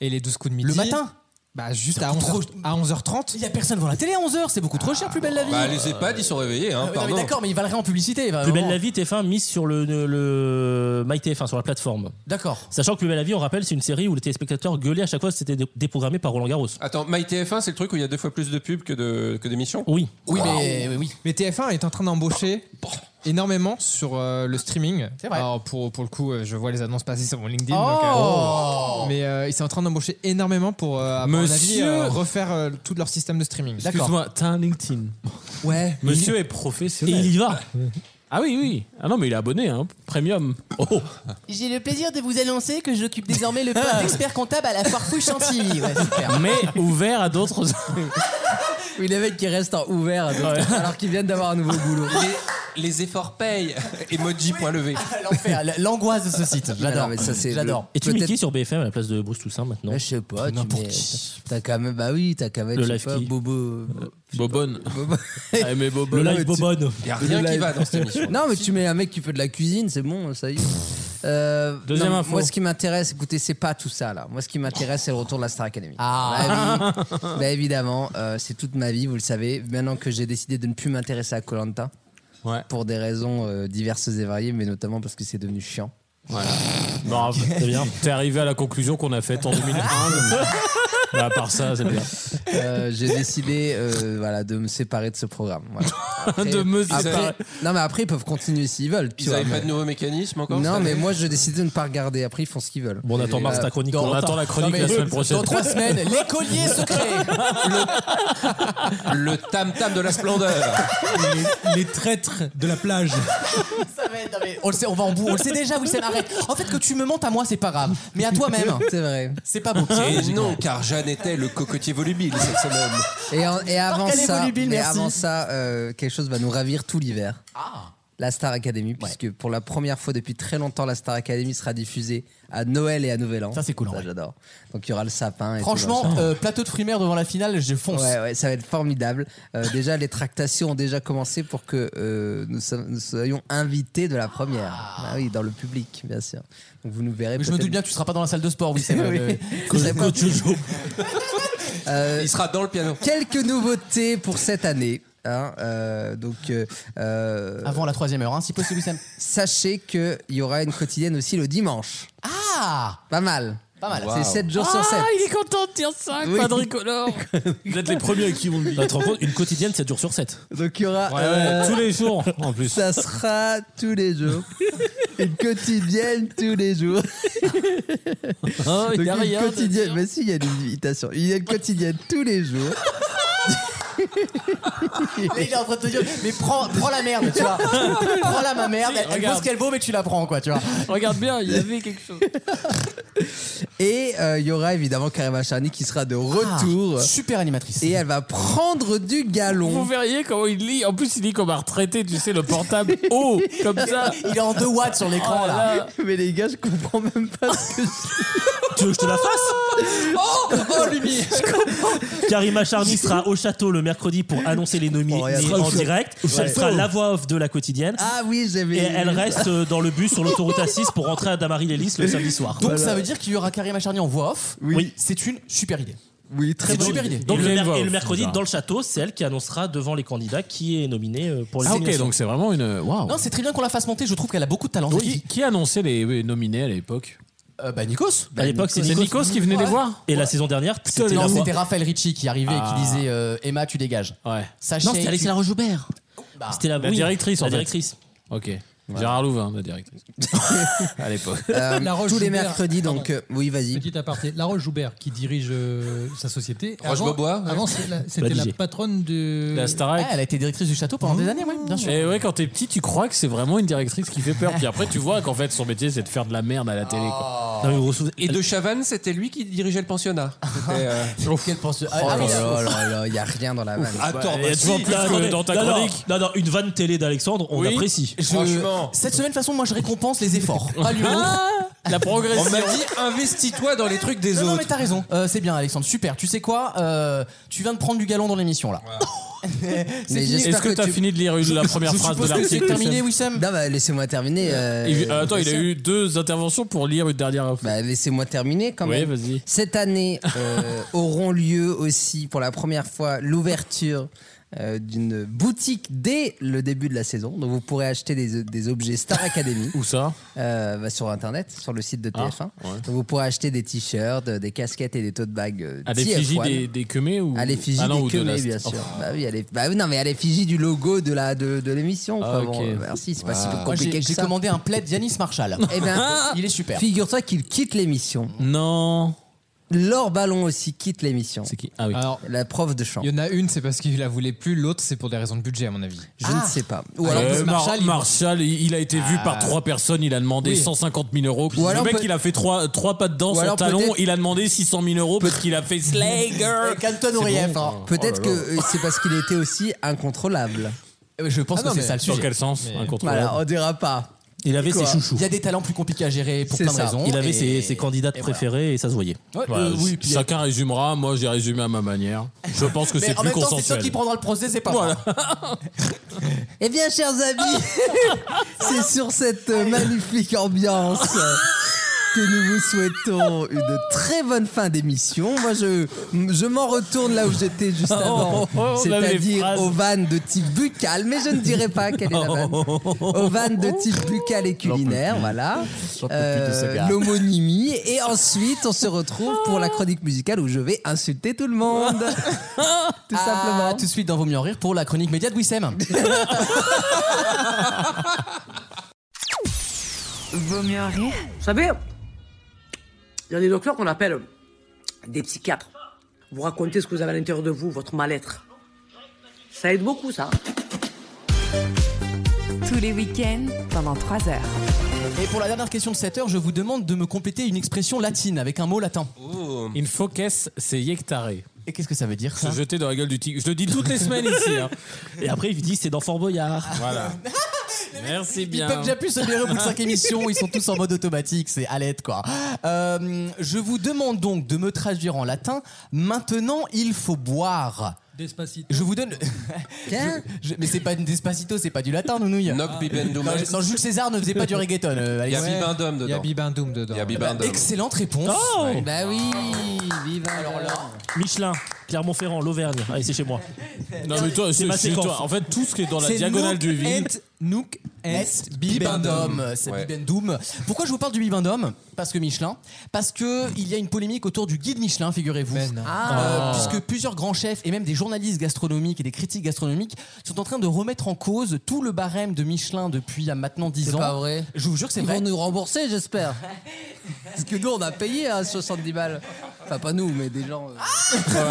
S5: et les 12 coups de midi.
S2: Le matin
S5: Bah, juste
S2: C'est
S5: à,
S2: beaucoup
S5: 11 heures- à 11h30.
S2: Il y a personne devant la télé à 11h, c'est beaucoup trop cher, plus belle la vie.
S7: Bah, les EHPAD, ils sont réveillés,
S2: Ah oui,
S7: hein,
S2: non, mais
S7: pardon.
S2: D'accord, mais il va le en publicité. il va
S11: Plus belle
S2: vraiment-
S11: la vie, TF1 mise sur le, le, le MyTF1, sur la plateforme.
S2: D'accord.
S11: Sachant que Plus belle la vie, on rappelle, c'est une série où les téléspectateurs gueulaient à chaque fois que c'était dé- déprogrammé par Roland Garros.
S7: Attends, MyTF1, c'est le truc où il y a deux fois plus de pubs que de- que d'émissions
S11: Oui.
S2: Oui, mais oui. Bah,
S5: Mais TF1 est en train d'embaucher énormément sur euh, le streaming.
S2: C'est vrai.
S5: Alors pour, pour le coup, euh, je vois les annonces passer sur mon LinkedIn.
S2: Oh
S5: donc, euh, mais euh, ils sont en train d'embaucher énormément pour, euh, à mon avis,
S8: Monsieur
S5: euh, refaire euh, tout leur système de streaming.
S8: Excuse-moi, t'as un LinkedIn.
S3: (laughs)
S5: Ouais.
S8: Monsieur
S5: Il-
S8: est professionnel.
S5: Et il y va.
S8: Ah oui, oui. Ah non, mais il est abonné, hein. Premium. Oh
S2: J'ai le plaisir de vous annoncer que j'occupe désormais (laughs) le poste d'expert comptable à la Farfouille Chantilly. (laughs) Ouais, super.
S8: Mais ouvert à d'autres.
S6: Oui, les mecs qui restent en ouvert, donc, alors qu'ils viennent d'avoir un nouveau boulot.
S7: Les, les efforts payent. Emoji point levé.
S2: L'enfer, l- l'angoisse de ce (laughs) site. J'adore. J'adore.
S11: Et tu mets qui sur BFM à la place de Bruce Toussaint maintenant
S6: Je sais pas, tu
S11: N'importe
S6: mets-
S11: qui.
S6: T'as quand même, bah oui, t'as quand même,
S11: Le
S6: je sais
S11: live
S6: pas,
S11: qui
S6: Bobo.
S8: Bobonne.
S6: Ah,
S8: mais
S11: Le live Bobonne.
S7: Y a rien
S6: Le
S7: qui
S6: live.
S7: va dans cette émission.
S6: Non, mais tu mets un mec qui fait de la cuisine, c'est bon, ça y est. Euh,
S8: Deuxième
S6: non,
S8: info.
S6: Moi, ce qui m'intéresse, écoutez, c'est pas tout ça là. Moi, ce qui m'intéresse, c'est le retour de la Star Academy.
S2: Ah.
S6: Bah oui. Bah, évidemment, euh, c'est toute ma vie, vous le savez. Maintenant que j'ai décidé de ne plus m'intéresser à Colanta, pour des raisons euh, diverses et variées, mais notamment parce que c'est devenu chiant.
S8: Voilà. Bon,
S11: c'est bien.
S8: T'es arrivé à la conclusion qu'on a faite en (laughs) 2001. mais-
S6: Bah,
S8: Bah, À part ça, c'est bien.
S6: Euh, j'ai décidé euh, voilà, de me séparer de ce programme.
S2: (laughs)
S6: voilà.
S8: De me
S6: après-
S8: séparer.
S6: non, mais après, ils peuvent continuer s'ils veulent. Tu
S7: Ils
S6: vois,
S7: n'avaient pas
S6: mais-
S7: de nouveaux mécanismes encore
S6: Non,
S7: cette
S6: mais
S7: année
S6: moi, j'ai décidé de ne pas regarder. Après, ils font ce qu'ils veulent.
S11: Bon, on attend
S6: Et,
S11: Mars,
S6: euh,
S11: ta chronique. On attend la chronique la semaine prochaine.
S2: Dans trois
S7: (laughs)
S2: semaines, (laughs) l'écolier secret.
S7: Le tam-tam de la splendeur.
S4: Les, les traîtres de la plage.
S2: Ça va être- non, mais on le sait, on va en bout. On le sait déjà, vous le savez. Arrête. En fait, que tu me mentes à moi, c'est pas grave. Mais à toi-même,
S6: C'est vrai.
S2: c'est pas beau.
S7: Et Eh non, car Jeanne était le cocotier volubile cette semaine.
S6: Et, en- et avant
S2: Parc
S6: ça,
S2: Volubile,
S6: mais
S2: merci. Ah.
S6: avant ça euh, quelque chose va nous ravir tout l'hiver. La Star Academy, puisque pour la première fois depuis très longtemps, la Star Academy sera diffusée à Noël et à Nouvel An. Ça,
S2: c'est cool.
S6: j'adore. Donc, il y aura le sapin. Et tout dans
S2: Franchement,
S6: le sapin.
S2: euh, plateau de primaire devant la finale, je fonce.
S6: Ouais, ouais, ça va être formidable. Euh, déjà, les tractations ont déjà commencé pour que euh, nous, so- nous soyons invités de la première. Ah oui, dans le public, bien sûr. Donc, vous nous verrez.
S2: Mais (laughs) je me doute bien que tu seras pas dans la salle de sport, oui, c'est
S6: (laughs)
S2: vrai.
S6: Oui.
S2: Euh,
S6: Que- que tu (laughs)
S2: joues.
S7: Il sera dans le piano.
S6: Euh, Quelques nouveautés pour cette année. hein, euh, donc, euh, euh,
S2: Avant la troisième heure, hein, si possible, Wissem.
S6: sachez qu'il y aura une quotidienne aussi le dimanche.
S2: Ah
S6: Pas mal.
S2: Pas mal.
S6: C'est 7 jours sur 7.
S10: Ah, il est content de dire ça,
S6: Oui.
S10: quadricolore.
S11: Vous êtes les premiers qui vont le dire. Tu te rends compte, une quotidienne, 7 jours sur 7.
S6: Donc il y aura.
S11: Ouais, ouais,
S6: euh,
S11: tous les jours en plus.
S6: Ça sera tous les
S3: (laughs)
S6: jours. Une quotidienne tous les jours.
S10: Oh, il
S6: Donc
S10: y a
S6: une
S10: rien de
S6: quotidienne. Mais si, il y a des imitations. Il y a une quotidienne tous les jours.
S2: Là, il est en train de te dire, mais prends, prends la merde, tu (laughs)
S3: (laughs)
S2: vois. prends la ma merde,
S10: Si,
S2: elle, elle vaut
S10: regarde.
S2: ce qu'elle vaut, mais tu la prends, quoi, tu vois.
S10: Regarde bien, il y avait quelque chose.
S6: Et euh, il y aura évidemment Karim Acharni qui sera de retour.
S2: Ah, super animatrice.
S6: Et elle va prendre du
S8: Vous
S2: (laughs)
S6: galon.
S8: verriez comment il lit. En plus, il lit comme un retraité, tu sais, le portable haut, comme ça.
S2: Il est en 2 watts sur l'écran,
S8: Oh
S2: là.
S8: là.
S6: Mais les gars, je comprends même pas ce que
S11: (laughs) Tu veux que je te la fasse
S6: Oh, oh lumière
S11: Karima Charny sera au château le mercredi pour annoncer les nominés
S6: Oh, regarde.
S11: en direct. Elle fera la voix off de la quotidienne.
S6: Ah oui, j'avais.
S11: Et elle reste euh, dans le bus sur l'autoroute A6 pour rentrer à Damary-les-Lys le samedi soir.
S2: Donc, ça veut dire qu'il y aura Karim Acharni en voix off.
S11: Oui.
S2: C'est une super idée.
S6: Oui, très
S2: C'est une
S6: bonne
S2: super idée.
S11: Donc
S8: Il y a
S11: le,
S8: une
S11: mer-
S8: voix
S11: et le
S8: off,
S11: mercredi
S8: déjà.
S11: dans le château, c'est elle qui annoncera devant les candidats qui est nominé euh, pour les
S8: Ah, ok,
S11: nominations.
S8: donc c'est vraiment une. Waouh.
S2: Non, c'est très bien qu'on la fasse monter, je trouve qu'elle a beaucoup de talent.
S8: Donc, Qui, qui annonçait les les nominés à l'époque
S2: Euh, bah, Nikos.
S11: à l'époque, c'est
S8: C'est
S11: Nikos.
S8: Nikos qui venait les
S2: Ouais.
S8: voir
S11: Et la saison dernière, c'était la
S2: Non,
S11: voix.
S2: c'était Raphaël Ricci qui arrivait et qui disait euh, Emma, tu dégages.
S8: Ouais.
S11: Ah.
S2: Sachez
S11: Non, c'était
S2: que-
S11: Alexandra Rojoubert.
S2: Bah,
S11: C'était la,
S8: La
S11: oui,
S8: directrice, en
S11: La
S8: fait.
S11: directrice.
S8: Ok.
S3: Gérard Louvain, la directrice. à l'époque.
S6: Euh,
S4: La Roche
S6: tous les
S4: Joubert.
S6: mercredis, donc. euh, oui, vas-y.
S4: Petit aparté. La Roche Joubert, qui dirige euh, sa société.
S6: Roche
S4: Avant-
S6: Beaubois, ouais.
S4: Avant, c'est la- c'était
S3: La
S4: la,
S3: DJ.
S4: patronne de.
S3: La
S6: Ah,
S3: Starac.
S2: elle a été directrice du château pendant des années, oui, bien sûr.
S3: Et ouais, quand t'es petit, tu crois que c'est vraiment une directrice qui fait peur. Puis après, tu vois qu'en fait, son métier, c'est de faire de la merde à la télé. Quoi.
S6: Oh.
S7: Non, mais Et de Chavannes, c'était lui qui dirigeait le (laughs) pensionnat. C'était, euh,
S2: Quel pensionnat
S6: Oh
S7: Ah,
S6: là
S7: oui,
S6: là
S7: ça-
S6: là là, il n'y a rien dans la vanne.
S11: Ah,
S2: Ah,
S7: Attends,
S11: Il y a toujours plus que dans ta
S7: non, non,
S11: chronique. Non, non, une vanne télé d'Alexandre, on
S7: Oui.
S11: apprécie.
S2: Je- Cette semaine, de toute façon, moi, je récompense les efforts. Pas l'humour.
S6: Ah.
S3: la progression.
S7: On m'a dit investis-toi dans les trucs des
S2: non,
S7: autres.
S2: Non, mais t'as raison. Euh, c'est bien, Alexandre. Super. Tu sais quoi Euh, Tu viens de prendre du galon dans l'émission, là. (laughs)
S6: Ah,
S2: C'est
S6: Mais
S2: fini.
S6: j'espère
S3: Est-ce que t'as
S6: tu-
S3: fini
S6: (laughs)
S3: de lire une- la première
S6: je
S3: phrase de
S6: suppose que
S3: l'article,
S6: c'est terminé, Wissem.
S3: Wissem
S6: Non, bah, laissez-moi terminer. euh,
S3: Il- euh, attends, il a
S6: Wissem.
S3: eu deux interventions pour lire une dernière fois.
S6: Bah, laissez-moi terminer quand
S3: Oui,
S6: même.
S3: vas-y.
S6: Cette année euh, auront lieu aussi pour la première fois l'ouverture euh, d'une boutique dès le début de la saison. Donc vous pourrez acheter des, des objets Star Academy. Euh, bah,
S3: Où ça
S6: Sur Internet, sur le site de
S3: Ah,
S6: TF1.
S3: ouais.
S6: Donc vous pourrez acheter des t-shirts, euh, des casquettes et des tote bags. euh,
S3: À
S6: TF1.
S3: l'effigie Ah, des, des quemés ou
S6: À l'effigie
S3: Ah non,
S6: des
S3: ou de
S6: quenouilles,
S3: la-
S6: bien sûr.
S3: Oh.
S6: Bah oui, à l'eff- bah oui, non, mais à l'effigie du logo de la de, de l'émission.
S2: Ah,
S6: quoi. Bon,
S2: ok.
S6: euh, merci, c'est pas si
S3: Ah.
S2: Wow. Moi,
S6: compliqué
S2: j'ai-
S6: que
S2: J'ai
S6: ça.
S2: commandé un plaid Yanis Marshall.
S6: Eh ben,
S2: (laughs) il est super.
S6: Figure-toi qu'il quitte l'émission.
S3: Non.
S6: Laure Ballon aussi quitte l'émission. C'est
S3: qui Ah oui.
S5: Alors,
S6: la prof de chant.
S5: Il y en a une, c'est parce qu'il la voulait plus. L'autre, c'est pour des raisons de budget, à mon avis.
S6: Je
S2: Ah.
S6: ne sais pas.
S5: Ou alors,
S3: Euh,
S5: peut-être
S3: Mar- Marshall,
S5: Marshall,
S3: il...
S5: il-
S3: il a été vu
S5: Ah.
S3: par trois personnes, il a demandé
S5: Oui.
S3: 150 000 euros.
S5: Ou
S3: le
S5: alors
S3: mec,
S5: peut-
S3: il a fait trois, trois pas de danse
S6: Ou
S3: en
S6: alors
S3: talon,
S6: peut-être-
S3: il a demandé 600 000 euros parce qu'il
S2: (laughs)
S3: a fait Slager.
S2: Canton
S3: Aurief,
S6: bon,
S3: hein.
S6: quoi. Peut-être
S3: Oh là
S6: que euh, c'est parce qu'il était aussi incontrôlable. Ah
S2: Je pense que c'est ça le
S3: Sur
S2: sujet.
S3: quel sens Incontrôlable.
S6: Voilà, on dira pas.
S11: Il avait
S6: Quoi
S11: ses chouchous.
S2: Il y a des talents plus compliqués à gérer pour
S6: C'est
S2: plein de
S6: ça.
S2: raisons.
S11: Il avait
S2: et-
S11: ses, ses candidates
S2: et voilà.
S11: préférées et ça se voyait.
S2: Ouais,
S3: Voilà,
S2: euh, oui, puis il y a-
S3: chacun résumera, moi j'ai résumé à ma manière. Je pense que
S2: Mais
S3: c'est
S2: en
S3: plus
S2: même temps, c'est toi
S3: consensuel.
S2: qui prendra le procès, c'est pas
S3: Voilà.
S2: moi.
S6: (laughs) Eh bien, chers amis, (laughs) c'est sur cette euh, magnifique ambiance euh, que nous vous souhaitons une très bonne fin d'émission. Moi, je, je m'en retourne là où j'étais juste avant,
S2: Oh, oh, oh, même les
S6: c'est-à-dire
S2: phrases.
S6: aux vannes de type buccal, mais je ne dirai pas quelle est la vanne. Aux vannes de type buccal et culinaire, voilà.
S2: Oh.
S6: Euh,
S2: J'en peux plus de ce gars.
S6: L'homonymie. Et ensuite, on se retrouve pour la chronique musicale où je vais insulter tout le monde.
S2: (laughs) Tout simplement. Tout de suite dans Vos mieux en rire pour la chronique média de (laughs) Wissem.
S10: Vaut mieux rire. Vous savez, il y a des docteurs qu'on appelle des psychiatres. Vous racontez ce que vous avez à l'intérieur de vous, votre mal-être. Ça aide beaucoup, ça.
S1: Tous les week-ends pendant 3 heures.
S2: Et pour la dernière question de 7 heure, je vous demande de me compléter une expression latine avec un mot latin.
S3: Une focasse, c'est yectare.
S2: Et qu'est-ce que ça veut dire
S3: Se
S2: ça
S3: jeter dans la gueule du tigre. Je le dis toutes les semaines ici.
S2: (laughs)
S3: hein.
S11: Et après, il dit c'est dans Fort Boyard.
S3: Voilà. Merci
S2: Ils
S3: bien.
S2: peuvent déjà plus se virer au bout de
S3: (laughs)
S2: 5 émissions, ils sont tous en mode automatique, c'est à l'aide quoi. Euh, je vous demande donc de me traduire en latin maintenant il faut boire.
S4: Despacito.
S2: Je vous donne. Je- je- mais c'est pas une despacito, c'est pas du latin, nounouille.
S7: Noc bibendum.
S2: Non, je- non, Jules César ne faisait pas du reggaeton. euh,
S7: Il y a
S2: Alexis.
S7: Bibendum
S5: Il y a
S7: dedans.
S5: Bibendum dedans.
S7: Il y a
S2: Bah,
S7: Bibendum.
S2: excellente réponse.
S11: Oh
S2: Ouais.
S6: Bah oui, vive alors
S11: Michelin, Clermont-Ferrand, l'Auvergne. Allez, c'est chez moi.
S3: Non mais toi,
S11: C'est
S3: c'est
S11: ma
S3: c'est
S11: séquence.
S3: toi. En fait, tout ce qui est dans la
S2: C'est
S3: diagonale
S2: Nook
S3: du vide.
S2: et Nook est
S5: Bibendum.
S2: Bibendum. C'est
S7: Ouais.
S2: Bibendum. Pourquoi je vous parle du Bibendum Parce que Michelin. Parce que il y a une polémique autour du guide Michelin, figurez-vous. Euh, Puisque plusieurs grands chefs et même des journalistes gastronomiques et des critiques gastronomiques sont en train de remettre en cause tout le barème de Michelin depuis il y a maintenant 10 ans.
S6: C'est pas vrai.
S2: Je vous jure que c'est
S6: Ils
S2: vrai.
S6: vont nous rembourser, j'espère. Parce que nous, on a payé hein, 70 balles. Enfin, pas nous, mais des gens. euh.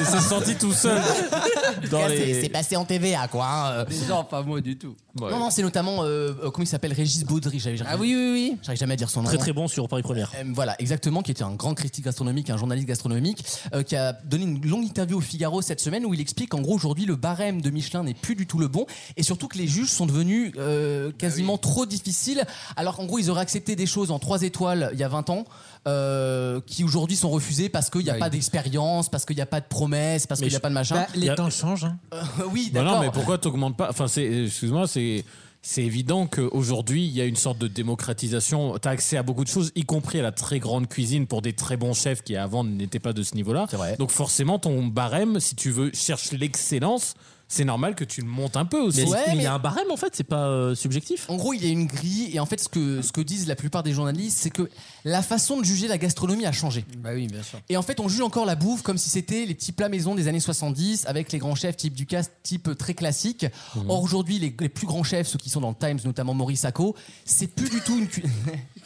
S3: Il s'est senti
S2: (laughs)
S3: tout seul.
S2: En tout
S3: Dans
S2: cas, c'est-
S3: les...
S2: Bah, C'est passé en TVA, quoi. hein, euh.
S6: Des gens, pas moi du tout.
S3: Ouais.
S2: Non, non, c'est notamment, euh, euh, comment il s'appelle, Régis Baudry. j'avais- j'arrive-
S6: Ah oui, oui, oui.
S2: J'arrive jamais à dire son nom.
S11: Très très bon sur Paris Première.
S2: Euh, Voilà, exactement, qui était un grand critique gastronomique, un journaliste gastronomique, euh, qui a donné une longue interview au Figaro cette semaine où il explique qu'en gros aujourd'hui le barème de Michelin n'est plus du tout le bon et surtout que les juges sont devenus euh, quasiment trop difficiles alors qu'en gros ils auraient accepté des choses en 3 étoiles il y a 20 ans. euh, qui aujourd'hui sont refusées parce qu'il n'y a
S5: Bah,
S2: pas
S5: oui.
S2: d'expérience, parce qu'il n'y a pas de promesse, parce
S11: Mais
S2: qu'il n'y a
S11: je-
S2: pas de machin.
S5: Bah,
S11: Y
S5: les
S11: a-
S5: temps changent. hein.
S2: Euh, oui,
S3: Bah
S2: d'accord.
S3: non, mais
S2: (laughs)
S3: pourquoi t'augmentes pas Enfin, c'est, excuse-moi, c'est, c'est évident qu'aujourd'hui, il y a une sorte de démocratisation. T'as accès à beaucoup de choses, y compris à la très grande cuisine pour des très bons chefs qui avant n'étaient pas de ce niveau-là.
S2: C'est vrai.
S3: Donc forcément, ton barème, si tu veux, cherche l'excellence. c'est normal que tu le montes un peu aussi.
S2: Mais- Ouais, mais il y a mais- un
S3: barème en fait, c'est
S2: euh,
S3: pas euh, subjectif.
S2: En gros, il y a une grille, et en fait, ce que, ce que disent la plupart des journalistes, c'est que la façon de juger la gastronomie a changé.
S6: Bah oui, bien sûr.
S2: Et en fait, on juge encore la bouffe comme si c'était les petits plats maison des années 70 avec les grands chefs type Ducasse, type euh, très classique.
S6: Mhm.
S2: Or, aujourd'hui, les, les plus grands chefs, ceux qui sont dans le Times, notamment Maurice Sacco, c'est plus du tout une cu-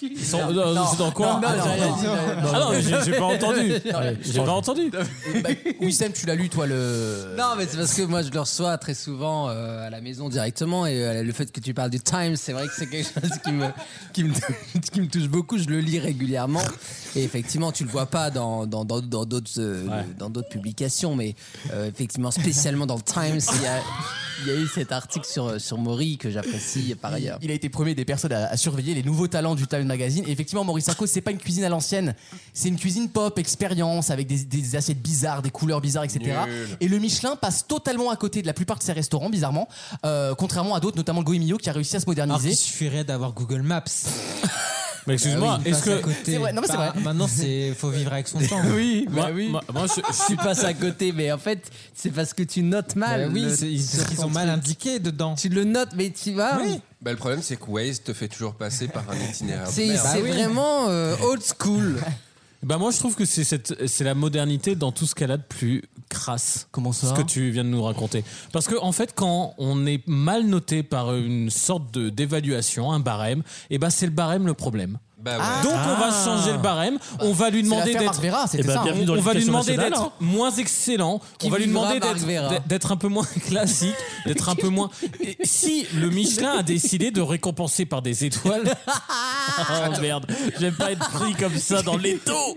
S3: Ils sont- non, c'est dans quoi
S2: Non, non,
S3: Attends,
S2: j'ai rien
S3: non.
S2: dit, j'ai rien dit.
S3: Ah non, mais j'ai- j'ai pas entendu.
S2: Non,
S3: Ouais, j'ai pas
S2: (laughs)
S3: entendu.
S2: Bah, Wissem, tu l'as lu, toi, le.
S6: Non, mais c'est parce que moi je le reçois très souvent euh, à la maison directement et euh, le fait que tu parles du Times, c'est vrai que c'est quelque chose qui me, qui, me (laughs) touche, qui me touche beaucoup. Je le lis régulièrement et effectivement, tu le vois pas dans dans dans- dans d'autres euh, dans d'autres publications, mais euh, effectivement, spécialement dans le Times, il y a, il y a eu cet article sur sur Maury que j'apprécie par ailleurs.
S2: Il a été premier des personnes à, à surveiller les nouveaux talents du Time Magazine. Et effectivement, Maurice Sarko, c'est pas une cuisine à l'ancienne. C'est une cuisine pop, expérience, avec des, des assiettes bizarres, des couleurs bizarres, etc.
S6: Nul.
S2: Et le Michelin passe totalement à côté de la plupart de ses restaurants, bizarrement. Euh, contrairement à d'autres, notamment le Goemio, qui a réussi à se
S5: Alors
S2: moderniser.
S5: qu'il suffirait d'avoir Google Maps.
S3: (laughs) Mais excuse-moi,
S5: Bah oui, il
S3: est-ce
S5: passe à
S3: que.
S5: côté.
S2: C'est vrai, non, mais c'est
S5: Bah,
S2: vrai.
S5: Maintenant, c'est faut vivre avec son temps.
S6: oui, bah
S3: Moi-
S6: oui.
S3: moi- moi, je, je
S6: tu
S3: suis
S6: passes à côté, mais en fait, c'est parce que tu notes mal.
S5: Bah oui,
S6: le-
S5: c'est- ils-
S6: sur
S5: ils
S6: ton
S5: ont mal
S6: truc.
S5: indiqué dedans.
S6: Tu le notes, mais tu vas.
S7: Bah, le problème, c'est que Waze te fait toujours passer par un itinéraire. de
S6: C'est
S7: Ah merde.
S4: Bah
S6: c'est vraiment euh, old school.
S3: (laughs) Bah moi je trouve que c'est cette c'est la modernité dans tout ce qu'elle a de plus crasse.
S2: Comment ça
S3: Ce que tu viens de nous raconter. Parce que en fait quand on est mal noté par une sorte de d'évaluation, un barème, et ben c'est le barème le problème.
S7: Bah
S2: ouais.
S3: Donc on va
S2: Ah.
S3: changer le barème, on va lui
S2: C'est
S3: demander
S2: l'affaire
S3: d'être
S2: Marc Vera, c'était Eh ben, ça. bienvenue dans
S3: on va lui
S2: l'éducation
S3: demander
S2: nationale,
S3: d'être
S2: hein.
S3: moins excellent,
S2: Qui
S3: on va lui
S2: vivra
S3: demander
S2: Marc Vera.
S3: d'être d'être un peu moins classique, d'être un peu
S2: (laughs)
S3: moins Et si le Michelin
S6: (laughs)
S3: a décidé de récompenser par des
S2: (laughs)
S3: étoiles (laughs) Oh merde, j'aime pas être pris comme ça dans l'étau.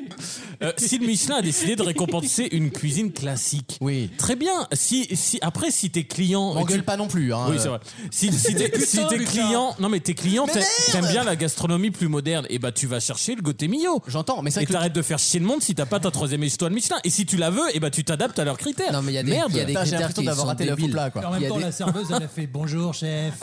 S3: Euh, si le Michelin a décidé de récompenser une cuisine classique,
S2: oui,
S3: très bien. Si, si après si tes clients,
S2: M'engueule
S3: tu-
S2: pas non plus. hein.
S3: Oui c'est vrai. Si, si t'es si
S2: Putain,
S3: tes
S2: Lucas.
S3: clients, non mais tes clients
S2: Mais
S3: t'a-
S2: merde
S3: t'aimes bien la gastronomie plus moderne, et bah tu vas chercher le Gotemio.
S2: J'entends, mais c'est
S3: et
S2: vrai que le-
S3: t'arrêtes de faire chier le monde si t'as pas ta troisième étoile Michelin. Et si tu la veux, et bah tu t'adaptes à leurs critères.
S6: Non mais il y a des,
S3: merde.
S6: il y a des
S3: Putain, j'ai
S6: critères
S3: l'impression
S6: qui
S3: d'avoir
S6: sont
S3: raté la
S6: débiles.
S3: poupla, quoi.
S4: En
S6: Il y
S4: même
S6: a
S4: temps,
S6: des-
S4: la serveuse, elle a fait bonjour, chef.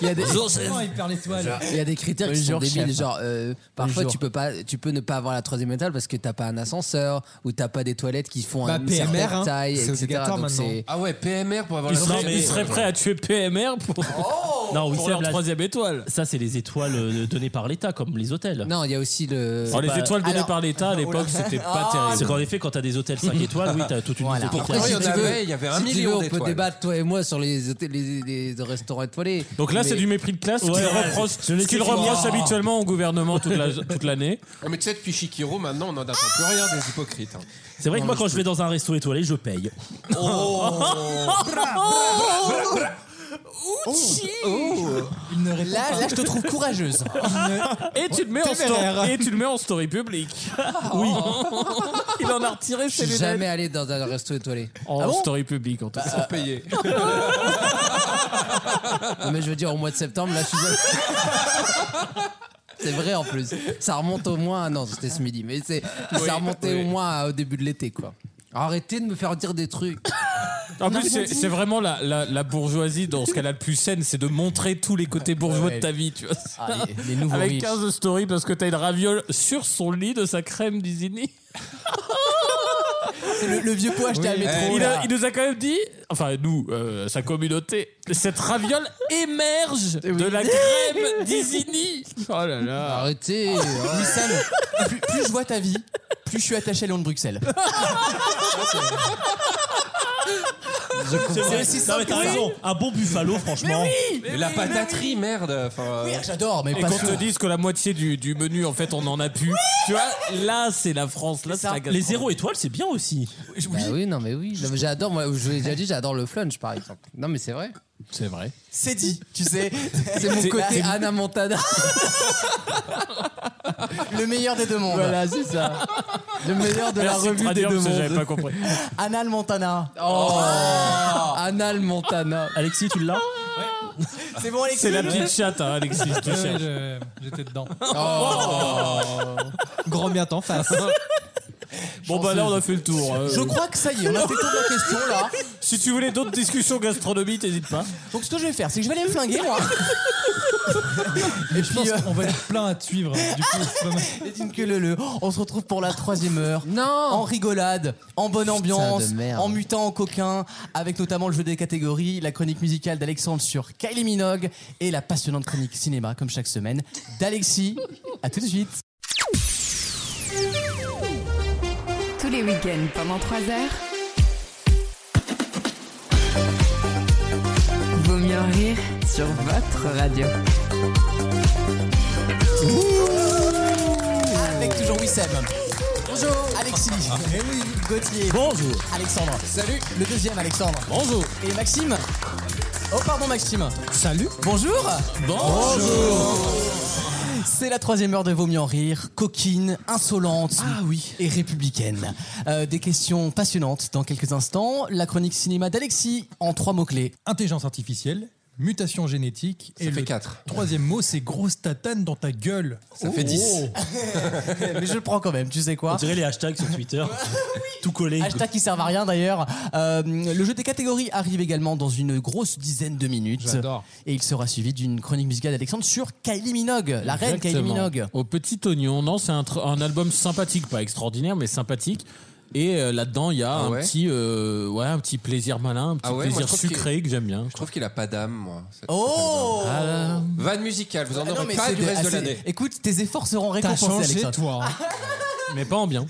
S6: Il y a des- Bonjour, chef.
S4: Comment il perd l'étoile
S6: Il y a des critères qui sont
S4: Bonjour,
S6: débiles,
S4: chef.
S6: genre euh, parfois
S4: Bonjour.
S6: tu peux pas, tu peux ne pas avoir la troisième étoile parce que t'as pas un ascenseur ou t'as pas des toilettes qui font
S5: Bah,
S6: une
S5: PMR,
S6: certaine
S5: hein.
S6: taille,
S5: C'est
S6: etc.
S5: obligatoire
S6: Donc,
S5: maintenant.
S6: c'est-
S7: Ah ouais, PMR pour avoir
S3: Il
S7: la
S3: serait,
S7: troisième
S3: il serait
S7: étoile.
S3: prêt à tuer PMR pour,
S11: Non, oui,
S3: pour
S11: c'est
S3: leur
S11: la-
S3: troisième étoile.
S11: Ça, c'est les étoiles euh, données par l'État, comme les hôtels.
S6: Non, il y a aussi le.
S3: Alors, les étoiles données par l'État à l'époque, c'était pas terrible.
S11: Oh. C'est qu'en effet, quand t'as des hôtels 5 étoiles, oui, t'as toute une liste de critères.
S6: Après, si tu veux-
S7: il y avait un
S6: si tu
S7: million
S6: veux, on peut
S7: d'étoiles.
S6: débattre toi et moi sur les, hôtels- les, les- les restaurants étoilés.
S3: Donc là,
S6: Mais-
S3: c'est du mépris de classe ce qu'il
S6: Ouais,
S3: reproche,
S6: je l'ai
S3: ce qu'il
S6: dit,
S3: reproche
S6: oh.
S3: habituellement au gouvernement toute la- toute l'année.
S7: Ah, mais tu sais, depuis Shikiro, maintenant, on n'en attend plus rien des hypocrites. hein.
S11: C'est vrai que
S7: Non,
S11: moi,
S7: mais Oh.
S11: quand je vais dans un resto étoilé, je paye.
S4: Oh.
S3: Oh.
S2: Là, là, je te trouve courageuse.
S3: Et tu le mets en story, et tu le mets en story publique. Oui. Il en a retiré
S6: Je
S3: ses
S6: suis
S3: lunettes.
S6: jamais allé dans un resto étoilé. Bah, euh,
S3: En
S6: Ah bon
S3: story publique en tout cas.
S7: Sans payer.
S6: Non, mais je veux dire, au mois de septembre, là, je suis. C'est vrai en plus. Ça remonte au moins. Non, c'était ce midi, mais c'est ça remontait
S3: oui.
S6: au moins à- au début de l'été, quoi. Arrêtez de me faire dire des trucs.
S3: En plus, c'est-
S6: Normandie.
S3: c'est vraiment la, la, la bourgeoisie dans ce qu'elle a de plus saine, c'est de montrer tous les côtés bourgeois de ta vie, tu vois.
S2: Ah, les- les nouveaux
S3: Avec
S2: riches.
S3: 15 stories parce que t'as une raviole sur son lit de sa crème
S2: (laughs)
S3: d'Isigny.
S2: C'est le, le vieux pot acheté à métro.
S3: il,
S2: là.
S3: a- il nous a quand même dit, enfin nous, euh, sa communauté, cette raviole émerge
S2: Eh
S3: de la crème d'Isigny. Oh là là.
S6: Arrêtez. hein.
S2: Oui, Sam, plus, plus je vois ta vie, plus je suis attaché à Lyon de (laughs) Bruxelles.
S11: C'est vrai,
S2: aussi
S11: non,
S2: simple
S11: mais t'as
S2: que ça.
S11: raison. Un bon buffalo, franchement.
S7: Mais la pataterie, merde. Enfin, euh,
S2: J'adore, mais
S3: Et
S2: pas
S3: qu'on te
S2: sûr.
S3: dise que la moitié du, du menu, en fait, on en a plus. tu vois, là, c'est la France. Là, c'est la
S11: Les zéro étoiles, c'est bien aussi.
S6: Bah oui, non, mais oui. Non, mais J'adore. Moi, je vous l'ai déjà dit, j'adore le flunch, par exemple. Non, mais c'est vrai.
S3: C'est vrai.
S2: C'est dit, tu sais.
S6: (laughs) C'est mon côté Anna Montana.
S2: Le meilleur des deux mondes.
S6: Voilà, c'est ça. Le meilleur de
S3: Merci
S6: la
S3: de
S6: revue des
S3: traduire,
S6: deux
S3: parce que j'avais pas
S6: mondes.
S3: compris.
S2: Anal Montana.
S6: Oh.
S2: Oh.
S6: Anal Montana.
S11: Alexis, tu l'as
S2: C'est bon, Alexis. (laughs)
S3: C'est la petite chatte, hein, Alexis, tu
S4: Ouais,
S3: cherches.
S4: je- J'étais dedans. Oh.
S5: Grand bien t'en face.
S3: Oh, Bon, bah là, on a fait le tour. hein.
S2: Je crois que ça y est, on a fait toute la question
S3: (laughs)
S2: là.
S3: Si tu voulais d'autres discussions gastronomie, t'hésites pas.
S2: Donc ce que je vais faire, c'est que je vais aller me flinguer moi.
S4: Et je
S2: euh,
S4: pense qu'on va être plein à te suivre. hein. Du coup, c'est
S2: (laughs)
S4: pas mal.
S2: que le le. On se retrouve pour la troisième heure. Non. En rigolade, en bonne ambiance,
S6: de merde.
S2: en mutant, en coquin, avec notamment le jeu des catégories, la chronique musicale d'Alexandre sur Kylie Minogue et la passionnante chronique cinéma, comme chaque semaine, d'Alexis. À tout de suite.
S1: Tous les week-ends pendant 3 heures. Vaut mieux en rire sur votre
S2: (laughs)
S1: radio.
S2: Avec toujours Wissem. Bonjour Alexis. Gauthier. Bonjour. Alexandre. Salut. Le deuxième Alexandre. Bonjour. Et Maxime. Oh pardon Maxime. Salut. Bonjour. Bonjour. C'est la troisième heure de Vaut mieux en rire, coquine, insolente et républicaine. Euh, des questions passionnantes dans quelques instants. La chronique cinéma d'Alexis en trois mots-clés.
S4: Intelligence artificielle, mutation génétique. et le Troisième mot, c'est grosse tatane dans ta gueule. Oh.
S7: Ça fait 10.
S2: (laughs) Oh. Mais je le prends quand même, tu sais quoi.
S11: On dirait les hashtags sur
S2: (laughs)
S11: Twitter. Tout collé.
S2: Hashtag qui servent à rien d'ailleurs. Euh, le jeu des catégories arrive également dans une grosse dizaine de minutes.
S3: J'adore.
S2: Et il sera suivi d'une chronique musicale d'Alexandre sur Kylie Minogue, la reine Kylie
S3: Exactement.
S2: Minogue.
S3: Au petit oignon, non, c'est un, tr- un album sympathique, pas extraordinaire, mais sympathique. Et euh, là-dedans, il y a
S7: Ah
S3: un
S7: ouais
S3: petit, euh, ouais, un petit plaisir malin, un petit
S7: Ah ouais, moi, je
S3: plaisir
S7: trouve qu'il-
S3: sucré que j'aime bien.
S7: Je trouve qu'il a pas d'âme, moi. cet
S2: Oh
S11: Ah,
S7: album. Vanne musicale, vous en
S2: Ah non,
S7: aurez
S2: mais
S7: pas
S2: c'est
S7: du
S2: de-
S7: reste de
S2: assez-
S7: l'année.
S2: Écoute, tes efforts seront récompensés,
S7: changé,
S2: Alexandre.
S7: toi,
S2: (laughs)
S3: Mais pas en bien.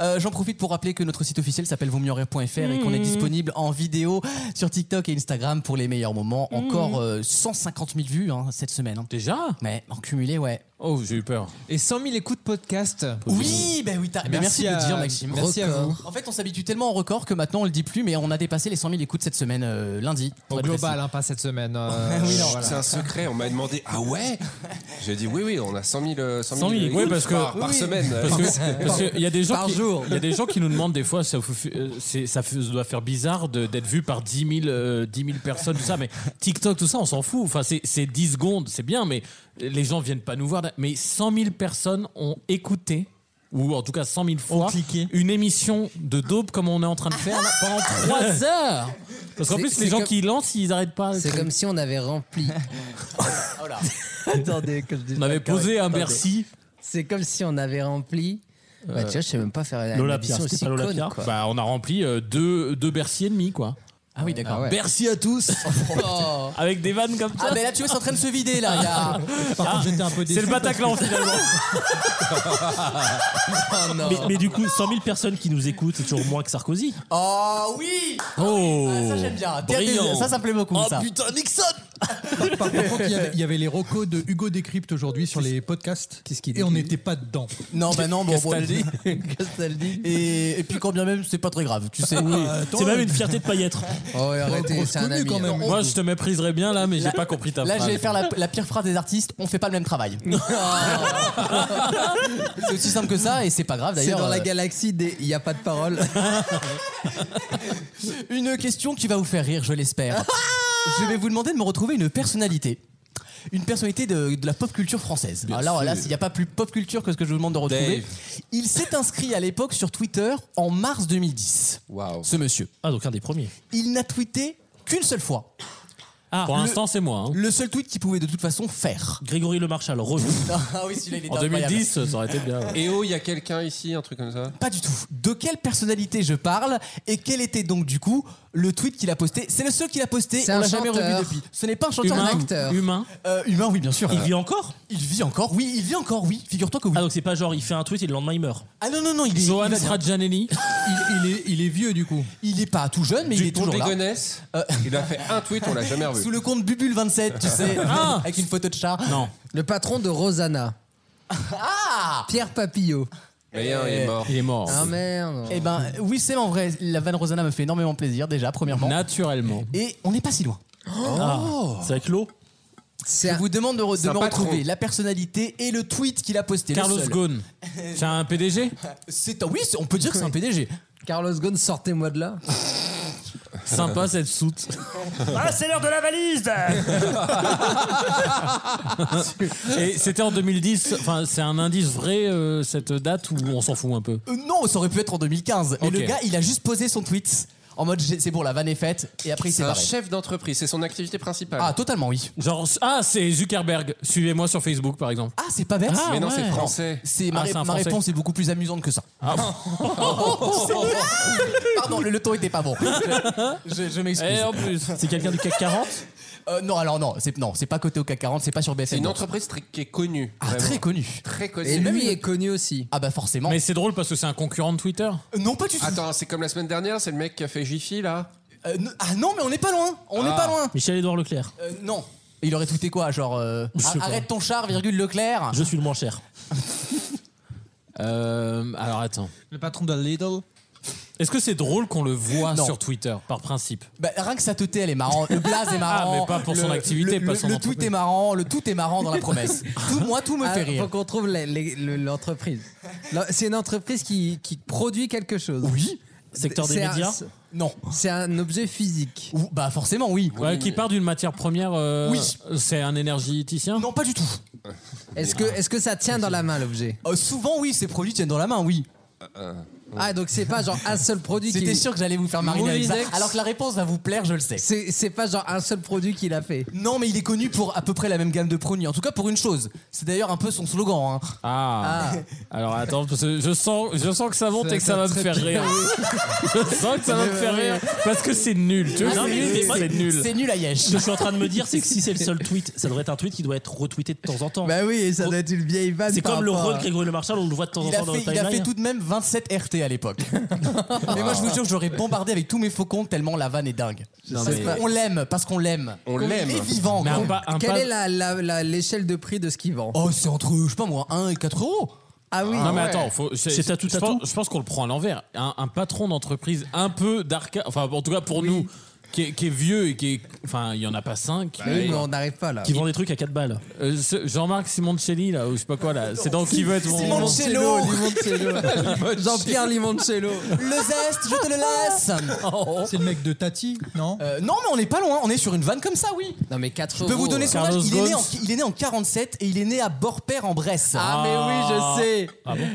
S2: Euh, J'en profite pour rappeler que notre site officiel s'appelle vautmieuxenrire.fr et qu'on est
S6: Mhm.
S2: disponible en vidéo sur TikTok et Instagram pour les meilleurs moments. Encore euh, 150 000 vues hein, cette semaine.
S3: Déjà
S2: Mais en cumulé, ouais.
S3: Oh, j'ai eu peur.
S5: Et 100 000 écoutes podcast.
S2: Oui, ben oui, t'as- ben merci, de le dire, Maxime.
S5: Merci à vous.
S2: En fait, on s'habitue tellement au record que maintenant on le dit plus, mais on a dépassé les 100 000 écoutes cette semaine, euh, lundi.
S5: Au
S2: pour être
S5: global,
S2: précis.
S5: hein, pas cette semaine.
S2: Ah oui, non, voilà.
S7: Euh, C'est un secret, on m'a demandé Ah ouais J'ai dit Oui, oui, on a 100 000, euh, 100 000,
S3: oui,
S7: écoutes
S3: parce que
S7: par, par
S3: oui.
S7: semaine.
S3: (laughs) Parce que- parce que il y a des gens
S7: Par
S3: qui,
S7: jour.
S3: il y a des gens qui nous demandent des fois, ça, vous fait- euh, c'est- ça fait- ça doit faire bizarre de- d'être vu par 10 000, euh, 10 000 personnes, tout ça. Mais TikTok, tout ça, on s'en fout. Enfin, c'est c'est 10 secondes, c'est bien, mais les gens viennent pas nous voir. Mais 100 000 personnes ont écouté. Ou en tout cas 100 000 fois, une émission de dope comme on est en train de faire là, pendant (laughs) 3 heures. Parce qu'en
S6: C'est-
S3: plus,
S6: c'est
S3: les gens
S6: comme-
S3: qui lancent, ils n'arrêtent pas.
S6: C'est comme si on avait rempli. Oh Attendez, que je dise
S3: On
S6: pas
S3: avait
S6: de conneries.
S3: posé un
S6: Attendez.
S3: Bercy.
S6: C'est comme si on avait rempli. Bah,
S3: Euh,
S6: tu vois, je sais même pas faire la
S3: Lola
S6: émission
S3: Pierre,
S6: aussi
S3: c'était pas Lola
S6: conne,
S3: Pierre
S6: quoi.
S3: Bah, on a rempli euh, deux, deux Bercy et demi, quoi.
S2: Ah oui, d'accord. Oh.
S3: Bercy
S2: (laughs)
S3: à tous. Avec des vannes comme ça.
S2: Ah, mais là, tu vois, c'est en train de se vider, là. il y a-
S4: Par contre, j'étais un peu déçu.
S11: C'est le Bataclan
S2: (laughs)
S11: finalement. mais, mais du coup, 100 000 personnes qui nous écoutent, c'est toujours moins que Sarkozy.
S2: Oh oui
S11: Oh
S2: Ah, Ça, j'aime bien. Tiens,
S11: Brillant.
S2: Ça, ça me plaît beaucoup.
S11: Oh,
S2: ça.
S11: putain, Nixon
S4: Par par contre, il y avait- il y avait les recos de Hugo Décrypte aujourd'hui sur les podcasts. Et on n'était pas dedans.
S2: Non, bah non, bon, bon.
S4: Castaldi.
S2: (laughs) Castaldi. Et, et puis quand bien même, c'est pas très grave, tu sais. Euh,
S11: C'est même une fierté de pas y
S2: (laughs)
S11: être.
S6: Oh, ouais, arrêtez, c'est un ami. hein.
S3: Moi, je te mépriserais bien là, mais j'ai
S2: Là-
S3: pas compris ta
S2: Là,
S3: phrase.
S2: je vais faire la, la pire phrase des artistes on fait pas le
S6: (laughs)
S2: même travail. c'est aussi simple que ça, et c'est pas grave
S6: C'est
S2: d'ailleurs.
S6: dans la
S2: Euh,
S6: galaxie des. Il n'y a pas de parole.
S2: (laughs) Une question qui va vous faire rire, je l'espère.
S6: Ah
S2: je vais vous demander de me retrouver une personnalité. Une personnalité de, de la pop culture française.
S6: Bien
S2: Alors là,
S6: sûr.
S2: il n'y a pas plus pop culture que ce que je vous demande de retrouver.
S6: Dave.
S2: Il s'est inscrit à l'époque sur Twitter en mars 2010. Ce monsieur.
S11: Ah, donc un des premiers.
S2: Il n'a tweeté qu'une seule fois.
S11: Ah, Pour
S2: le-
S11: l'instant, c'est moi. hein.
S2: Le seul tweet qu'il pouvait de toute façon faire.
S11: Grégory Le Marchal, re.
S2: (laughs) ah oui, celui-là, il est
S11: En
S2: incroyable.
S11: 2010, ça aurait été bien. ouais.
S7: Et oh, il y a quelqu'un ici, un truc comme ça
S2: Pas du tout. De quelle personnalité je parle et quel était donc du coup le tweet qu'il a posté C'est le seul qu'il a posté.
S6: C'est
S2: on
S6: un
S2: l'a jamais revu
S6: chanteur.
S2: depuis. Ce n'est pas un chanteur,
S11: Humain.
S2: du tout.
S11: Acteur. Humain.
S2: Euh, humain, oui, bien sûr.
S11: Il vit encore
S2: Il vit encore, oui, il vit encore, oui. Figure-toi que oui.
S11: Ah, donc c'est pas genre, il fait un tweet et le lendemain, il meurt.
S2: Ah non non non, il est.
S11: Johan
S2: il va bien.
S11: Sradjanelli.
S4: Il, il est, il est vieux du coup.
S2: Il est pas tout jeune, mais il est
S7: Dupont
S2: toujours
S7: de
S2: là.
S7: Ligonnès, il a fait un tweet, on l'a jamais
S2: Euh.
S7: revu.
S2: Sous le compte Bubule 27, tu sais,
S7: Ah
S2: avec une photo de chat.
S11: Non.
S6: Le patron de Rosanna. Pierre Papillot.
S7: Mais hein, il est mort.
S3: Il est mort.
S6: Ah merde.
S2: Eh ben, oui, c'est en vrai. La Van Rosana me fait énormément plaisir déjà, premièrement.
S3: Naturellement.
S2: Et on n'est pas si loin.
S11: Ah, c'est avec l'eau
S2: Je vous demande de, re- de
S11: C'est un
S2: me
S11: patron.
S2: retrouver la personnalité et le tweet qu'il a posté. le
S3: Carlos
S2: seul. (laughs) Euh,
S3: Ghosn. C'est un PDG
S2: C'est oui, c'est- on peut dire que c'est un PDG.
S6: Carlos Ghosn, sortez-moi de là.
S3: Sympa cette soute.
S11: Ah, c'est l'heure de la valise
S3: Et c'était en 2010. Enfin, c'est un indice vrai, euh, cette date, ou on s'en fout un peu
S2: Euh, non, ça aurait pu être en 2015. Mais
S3: Ok.
S2: le gars, il a juste posé son tweet. en mode j'ai- c'est bon, la vanne est faite, et après il s'est
S7: C'est un
S2: barré.
S7: chef d'entreprise, c'est son activité principale.
S2: Ah, totalement, oui.
S3: Genre, ah, c'est Zuckerberg. Suivez-moi sur Facebook, par exemple.
S2: Ah, c'est pas bête.
S3: Ah, Mais non, ouais. c'est français.
S2: C'est
S3: Ah,
S2: ma,
S3: c'est un
S2: ma
S3: français.
S2: réponse est beaucoup plus amusante que ça. (laughs) Pardon, le, le ton était pas bon. Je, je- je m'excuse.
S7: Et en plus.
S2: c'est quelqu'un du CAC (laughs) 40 Euh, Non, alors non, c'est non, c'est pas côté au CAC 40, c'est pas sur BFM.
S7: C'est une
S2: non.
S7: entreprise très- qui est connue.
S2: Ah, très connue.
S7: Très connue.
S2: C'est même une-
S7: connu aussi.
S2: Ah bah forcément.
S3: Mais c'est drôle parce que c'est un concurrent de Twitter.
S2: Euh, Non, pas du tout.
S7: Attends, c'est comme la semaine dernière, c'est le mec qui a fait Jiffy là
S2: Euh, n- ah non, mais on n'est pas loin. On n'est
S7: Ah.
S2: pas loin.
S11: Michel-Édouard Leclerc.
S2: Euh, non. Il aurait tweeté quoi Genre, euh,
S11: Je sais pas.
S2: arrête ton char, virgule Leclerc.
S11: Je suis le moins cher.
S3: (laughs) Euh, alors attends.
S5: Le patron de Lidl.
S3: Est-ce que c'est drôle qu'on le voit
S2: Non.
S3: sur Twitter, par principe
S2: Bah, rien que sa teuté, elle est marrante. Le blaze est marrant.
S3: Ah, mais pas pour son
S2: Le-
S3: activité,
S2: le,
S3: pas
S2: le-
S3: son
S2: Le
S3: entreprise.
S2: tweet est marrant, le tout est marrant dans la
S3: (laughs)
S2: promesse. Tout- moi, tout me fait
S6: Ah,
S2: rire.
S6: Faut qu'on trouve les- les- le- l'entreprise. Non, C'est une entreprise qui, qui produit quelque chose.
S2: Oui.
S11: Secteur des médias
S2: Non.
S6: C'est un objet physique.
S2: bah forcément, oui.
S3: Ouais, Qui part d'une matière première euh,
S6: Oui.
S3: C'est un énergéticien
S2: Non, pas du tout.
S6: Est-ce que, est que ça tient dans la main l'objet
S2: Euh, souvent, oui, ces produits tiennent dans la main, oui.
S6: Ah, donc c'est pas genre un seul produit qui.
S2: C'était sûr que j'allais vous faire mariner avec ça.
S6: Moulinex.
S2: Alors que la réponse va vous plaire, je le sais.
S6: C'est c'est pas genre un seul produit qu'il a fait.
S2: Non, mais il est connu pour à peu près la même gamme de produits. En tout cas, pour une chose. C'est d'ailleurs un peu son slogan. hein.
S3: Ah. Alors attends, parce que je sens, je sens que ça monte
S2: Ça-
S3: et que ça,
S2: ça
S3: va me
S2: très
S3: faire
S2: bien.
S3: rire.
S5: (laughs)
S3: je sens que ça va me faire rire parce que c'est nul. Tu vois,
S11: Ah,
S3: c'est
S11: mais
S3: nul,
S11: c'est-
S3: c'est nul.
S2: C'est nul à Yesh.
S11: Ce que je suis en train de me dire, c'est que si c'est le seul tweet, ça devrait être un tweet qui doit être retweeté de temps en temps.
S6: Bah oui, et ça doit être une vieille vanne.
S11: C'est
S6: par
S11: comme le
S6: rapport
S11: rôle
S6: à-
S11: de Grégory Le Marchal, on le voit de temps en
S2: Il a,
S11: temps dans
S2: fait,
S11: le
S2: il a fait
S11: timeline.
S2: tout de même 27 RT à l'époque. mais moi, je vous jure, j'aurais bombardé avec tous mes faucons tellement la vanne est dingue.
S6: Non,
S2: Parce
S6: mais-
S2: qu'on l'aime, parce qu'on l'aime.
S7: On l'aime.
S2: Il est vivant.
S6: Mais
S2: quoi.
S6: un pas- un Quelle pas- est la- la- la- l'échelle de prix de ce qu'il vend
S2: Oh, c'est entre, je sais pas moi, 1 et 4 (laughs) euros.
S6: Ah oui.
S3: non mais attends, faut-
S11: C'est à tout
S3: je
S11: à
S3: pense-
S11: tout.
S3: Je pense qu'on le prend à l'envers. Un, un patron d'entreprise un peu d'arcade, enfin en tout cas pour nous, qui est, qui est vieux et qui est, enfin Ah, il y en a pas cinq.
S6: Bah oui, mais on n'arrive pas là.
S11: Qui vend des trucs à 4 balles.
S3: Euh, ce- Jean-Marc Simoncelli là, ou je sais pas quoi là, c'est dans qui veut être mon
S2: Limoncello.
S6: Limoncello.
S3: Limoncello.
S6: Jean-Pierre Limoncello.
S2: Le zeste, je te le laisse.
S4: C'est le mec de Tati, non
S2: Euh, non, mais on n'est pas loin. On est sur une vanne comme ça, oui.
S6: Non mais 4
S2: Je
S6: euros.
S2: peux vous donner son âge.
S6: Carlos
S2: Il est, né en,
S6: Ghosn.
S2: il est né en 47 et il est né à Borpère en Bresse.
S6: Ah, mais oui, je sais.
S11: Ah bon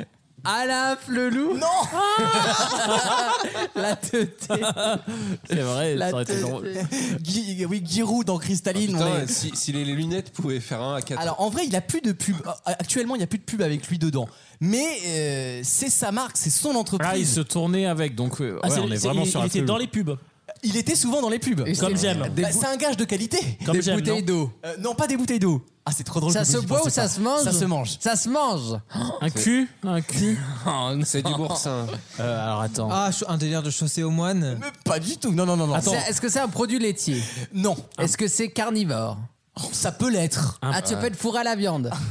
S6: Alain Flelou. Ah.
S2: Non
S6: La tête.
S3: C'est vrai,
S6: La
S3: ça aurait été
S6: tête.
S3: drôle.
S2: Guy- oui, Giroud dans Cristalline. on
S7: Ah, Putain,
S2: est-
S7: si, si les lunettes pouvaient faire un à 4
S2: Alors en vrai, il a plus de pub. Euh, Actuellement, il n'y a plus de pub avec lui dedans. Mais euh, c'est sa marque, c'est son
S3: Ah, il
S2: entreprise.
S3: se tournait avec, donc euh,
S11: Ah,
S3: ouais,
S11: c'est-
S3: on est
S11: c'est-
S3: vraiment
S11: il,
S3: sur
S11: il
S3: un
S11: était
S3: flou.
S11: dans les pubs.
S2: Il était souvent dans les pubs.
S11: Comme j'aime.
S2: Bah, c'est un gage de qualité.
S11: Comme
S6: Des
S11: j'aime. non
S6: bouteilles d'eau.
S2: Euh, non, pas des bouteilles d'eau. Ah, c'est trop drôle.
S6: Ça
S2: que
S6: se
S2: j'y
S6: boit ou
S2: pensais
S6: ça
S2: pas.
S6: se mange
S2: Ça se mange.
S6: Ça se mange.
S3: Un cul Un cul (laughs)
S7: C'est du boursin.
S3: Euh, Alors attends.
S5: Ah, cho- un délire de chaussée aux moines.
S2: Mais pas du tout. Non, non, non, non.
S6: C'est- Est-ce que c'est un produit laitier
S2: Non.
S6: Est-ce que c'est carnivore
S2: Ça peut l'être.
S6: Ah,
S3: Euh.
S6: tu peux être fourré à la viande.
S2: (laughs)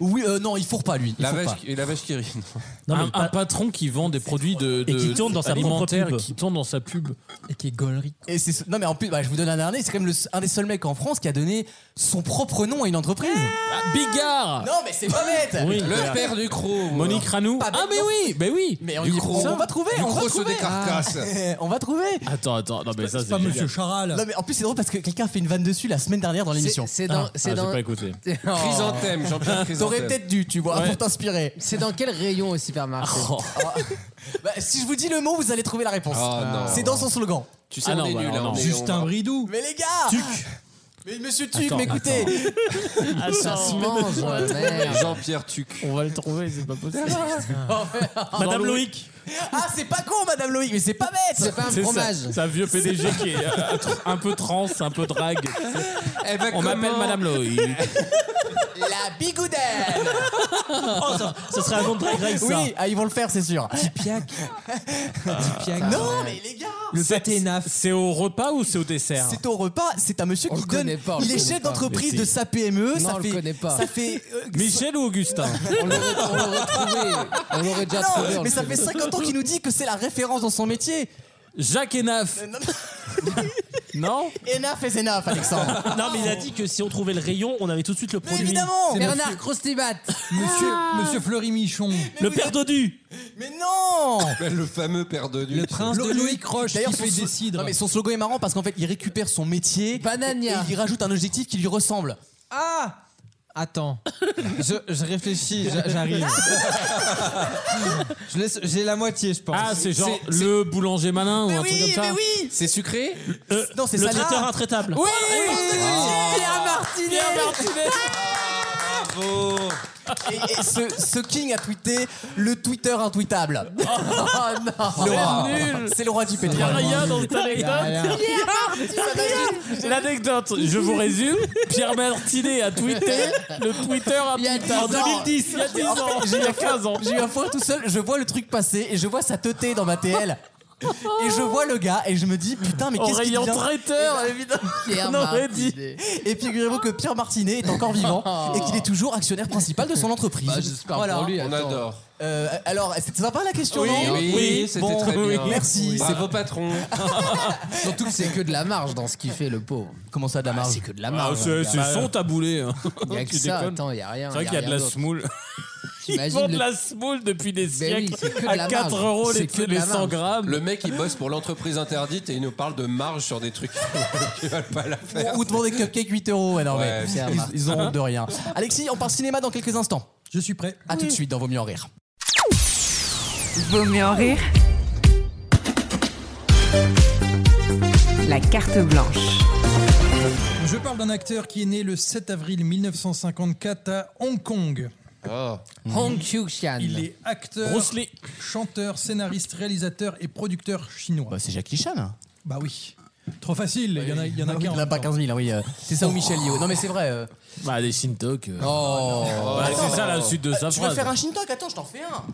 S2: Oui, euh, non, il fourre pas lui. Il
S7: La
S2: fourre pas.
S7: vache, et la vache qui rit. non.
S11: Non, mais
S3: un,
S11: pas-
S3: un patron qui vend des produits de,
S11: Et qui
S3: de-
S11: tourne dans sa
S3: alimentaires
S11: propre pub.
S3: qui tourne dans sa pub.
S6: Et qui est gaulerie.
S2: Et c'est non mais en plus, bah, je vous donne un dernier. C'est quand même le- un des seuls mecs en France qui a donné son propre nom à une entreprise.
S3: Ah, Bigard
S2: Non, mais c'est pas bête.
S11: Oui.
S7: Le père du croc.
S3: Monique Ranou
S2: Pas
S3: Ah
S2: bête,
S3: mais
S2: bah non.
S3: oui, mais oui.
S2: Mais on,
S7: Du
S2: y-
S7: croc.
S2: on va trouver.
S7: Du
S2: on va
S7: croc se
S2: trouver.
S7: décarcasse.
S2: Ah, (laughs) on va trouver.
S3: (laughs) Attends, attends, non mais ça
S4: C'est
S3: c'est
S4: pas
S3: génial.
S4: Monsieur Charal.
S2: Non mais en plus c'est drôle parce que quelqu'un a fait une vanne dessus la semaine dernière dans l'émission.
S6: C'est c'est dans.
S3: Ah,
S6: c'est
S3: j'ai
S6: dans...
S3: pas écouté.
S6: (laughs) Oh.
S7: Chrysanthème, Jean-Pierre
S2: (laughs)
S7: Chrysanthème.
S2: T'aurais peut-être dû, tu vois,
S3: Ouais.
S2: pour t'inspirer.
S6: C'est dans quel rayon au supermarché
S3: Oh.
S2: (laughs) Bah, si je vous dis le mot, vous allez trouver la réponse.
S7: Ah, non.
S2: c'est dans son slogan.
S7: Tu sais,
S3: Ah
S7: on
S3: non,
S7: est
S3: bah
S7: nul.
S3: alors
S7: hein,
S3: non.
S7: on est-
S4: Justin
S7: on va-
S4: Bridou.
S2: Mais les gars Mais monsieur Tuc,
S3: Attends,
S2: mais écoutez (laughs)
S6: Ça se mange,
S2: euh,
S6: merde.
S7: Jean-Pierre Tuc.
S3: On va le trouver, c'est pas possible. Ah.
S11: Madame Loïc.
S2: Ah, c'est pas con, madame Loïc, mais c'est pas bête
S6: C'est pas un
S3: C'est
S6: fromage.
S3: ça, c'est un vieux PDG qui est euh, un peu trans, un
S2: (laughs)
S3: peu drague.
S7: Eh ben,
S3: On m'appelle
S7: comment-
S3: Madame Loïc.
S2: La bigoudaine
S11: (laughs) Oh, ça, ça serait un nom de Drag Race, ça.
S2: Oui, ah, ils vont le faire, c'est sûr.
S5: Piac. Petit Piac.
S2: Non, Oh, mais (laughs) les gars
S5: Le
S3: Ah. C'est-
S5: pâté naf.
S3: C'est au repas ou c'est au dessert
S2: c'est au repas, c'est un monsieur
S6: On
S2: qui
S6: le
S2: donne.
S6: connaît pas, on
S2: il
S6: le
S2: est
S6: connaît
S2: chef
S6: pas.
S2: d'entreprise
S3: Mais
S2: de
S3: si.
S2: sa PME.
S6: Non,
S2: ça
S6: on le
S2: fait,
S6: connaît pas.
S2: Ça fait. euh,
S3: Michel ou Augustin
S6: On l'aurait on l'aurait trouvé. On l'aurait déjà
S2: Ah Non,
S6: trouvé. on
S2: mais
S6: le
S2: ça fait
S6: connaît.
S2: 50 ans qu'il nous dit que c'est la référence dans son métier.
S3: Jacques Enaf
S2: non.
S3: Non
S2: Enough is enough, Ah, Alexandre.
S11: (laughs) Non, mais il a dit que si on trouvait le rayon, on avait tout de suite le
S2: Mais
S11: produit.
S2: évidemment Ah.
S6: Bernard Crostibat.
S4: Monsieur, Monsieur Fleury Michon.
S11: Le père Dodu.
S2: Mais non
S7: Le fameux père de Dieu.
S4: Le prince de
S2: Loïc-
S4: Loïc Roche qui
S2: D'ailleurs,
S4: fait
S2: son,
S4: des
S2: slo-
S4: cidres.
S2: non, mais son slogan est marrant parce qu'en fait, il récupère son métier
S6: Banania.
S2: et il rajoute un objectif qui lui ressemble.
S4: Ah
S5: Attends, je, je réfléchis, j'a- j'arrive. Je laisse- J'ai la moitié, je pense.
S3: Ah, c'est genre le boulanger malin ou un truc comme ça
S7: C'est sucré
S8: Euh,
S5: Non, c'est le salé. traiteur
S11: intraitable.
S5: Oui
S8: Ah,
S2: Pierre Martinet
S3: Ah.
S12: Pierre
S2: Bravo et, et ce, ce King a tweeté le Twitter intweetable. Oh non
S12: C'est nul.
S2: C'est le roi du pétrole.
S12: Y a rien dans cette
S2: Y a rien.
S12: anecdote.
S8: L'anecdote, je vous résume. Pierre Martinet a tweeté le Twitter a
S2: Il y a
S8: tweeté en 2010, il y a 10
S2: En fait,
S8: ans,
S2: j'ai
S8: il y a 15 ans.
S2: J'ai eu un foire tout seul, je vois le truc passer et je vois sa teuté dans ma TL. Et je vois le gars et je me dis putain mais
S8: Au
S2: qu'est-ce qu'il
S8: rayon
S2: devient
S8: traiteur,
S2: Et ben, évidemment
S8: Pierre
S2: on aurait dit.
S8: Martinet.
S2: Et figurez-vous que Pierre Martinet est encore vivant et qu'il est toujours actionnaire principal de son entreprise.
S6: Bah, j'espère
S2: Voilà.
S6: pour lui,
S7: On
S6: attends.
S7: adore.
S2: Euh, alors c'était sympa la question
S7: Oui,
S2: non
S7: oui, Ah, c'était
S2: bon,
S7: très bien.
S2: oui, Merci.
S7: (laughs) C'est vos patrons.
S6: Ah,
S8: Ben
S6: Surtout que c'est que de la marge dans ce qu'il fait, le pauvre.
S2: Comment ça, de la
S6: marge C'est que de la marge.
S3: c'est
S6: Bah,
S3: c'est son taboulé. hein.
S6: y a que
S3: Tu
S6: ça,
S3: déconnes.
S6: attends, y a rien,
S3: C'est vrai
S6: y a
S3: qu'il y a de
S6: rien
S3: la
S6: d'autre.
S3: semoule. Ils
S6: T'imagines
S3: vendent
S6: le-
S3: la semoule depuis des
S6: Ben oui,
S3: siècles
S6: c'est que de
S3: à
S6: la
S3: 4
S6: marge.
S3: euros les,
S6: C'est que de
S3: les
S6: la
S3: 100
S6: marge.
S3: grammes.
S7: Le mec, il bosse pour l'entreprise interdite et il nous parle de marge sur des trucs (laughs) qui valent pas la peine.
S2: Ou- Ou demander cupcake 8 euros. Ouais, non,
S7: Ouais,
S2: mais
S7: c'est
S2: ils,
S7: remarque.
S6: (laughs)
S2: ils auront honte de rien. Alexis, on part cinéma dans quelques instants.
S4: Je suis prêt.
S2: À tout de suite dans Vaut mieux en rire.
S1: Vaut mieux en rire. La carte blanche.
S4: Je parle d'un acteur qui est né le 7 avril 1954 à Hong Kong.
S7: Ah.
S6: Hong Xiu-Xian.
S4: Mm. Il est acteur,
S6: Bruce Lee.
S4: chanteur, scénariste, réalisateur et producteur chinois.
S2: Bah, c'est Jackie Chan.
S4: Bah oui. Trop facile, il y en a, il y en a
S2: Ah oui,
S4: qu'un. Oh.
S2: il en a pas 15 000, ah oui. euh, c'est ça ou Michel Yeo. Non, mais c'est vrai. euh.
S8: Bah, des Shintok. euh.
S2: Oh, Ah,
S8: Bah, c'est ça la suite de sa
S2: Tu vas
S8: phrase.
S2: faire un Shintok Attends, je t'en fais un.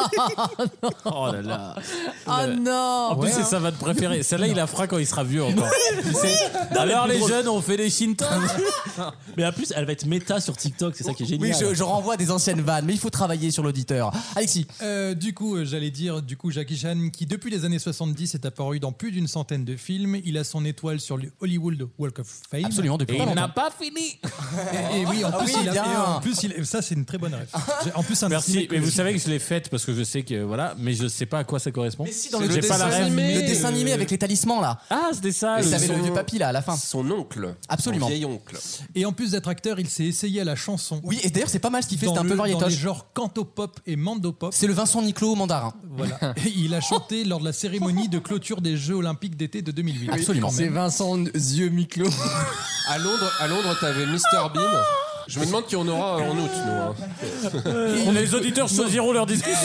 S8: (laughs) Oh là là.
S2: Oh non
S8: En plus, c'est sa vanne préférée. Celle-là, il la fera quand il sera vieux encore.
S11: Oui.
S8: C'est-
S11: Non, mais
S8: Alors,
S11: plus
S8: les
S11: drôle.
S8: jeunes ont fait des Shintok.
S11: (laughs) Mais en plus, elle va être méta sur TikTok, c'est ça qui est génial.
S2: Oui, je, je renvoie des anciennes vannes, mais il faut travailler sur l'auditeur. Alexis.
S4: Euh, du coup, euh, j'allais dire, du coup, Jackie Chan, qui depuis les années 70 est apparu dans plus d'une centaine de films, il a son étoile sur le Hollywood Walk of Fame.
S2: Absolument, depuis
S4: Et
S2: pas
S4: il
S2: longtemps.
S4: n'a-
S8: pas fini.
S12: Eh
S4: Et, et oui, en
S8: Ah
S4: plus,
S8: oui,
S4: il a-
S8: bien.
S4: et en plus, il- ça c'est une très bonne rêve. En plus, un
S8: Merci.
S4: ciné-
S8: Mais vous savez que je l'ai faite parce que je sais que voilà, mais je sais pas à quoi ça correspond. Mais
S2: Dans le, dessin animé, euh, le dessin animé avec les talismans là.
S8: Ah, c'était ça.
S2: Et
S8: le-
S2: ça avait le
S8: son-
S2: vieux papy là à la fin.
S7: Son oncle.
S2: Absolument.
S7: Son vieil oncle.
S4: Et en plus d'être acteur, il s'est essayé à la chanson.
S2: Oui, et d'ailleurs, c'est pas mal ce qu'il fait,
S4: Dans
S2: c'est un
S4: le-
S2: peu variétoche.
S4: Dans les genres cantopop et mandopop.
S2: C'est le Vincent Niclot mandarin. (laughs)
S4: Voilà. Et il a chanté lors de la cérémonie de clôture des Jeux Olympiques d'été de 2008.
S2: Absolument.
S4: Quand même.
S6: C'est Vincent Zieux Miclo.
S7: À Londres, à Londres, t'avais Mr Bean. Je me demande qui on aura en août, nous.
S8: (laughs)
S7: hein.
S8: les
S12: (laughs)
S8: auditeurs choisiront leur discussion.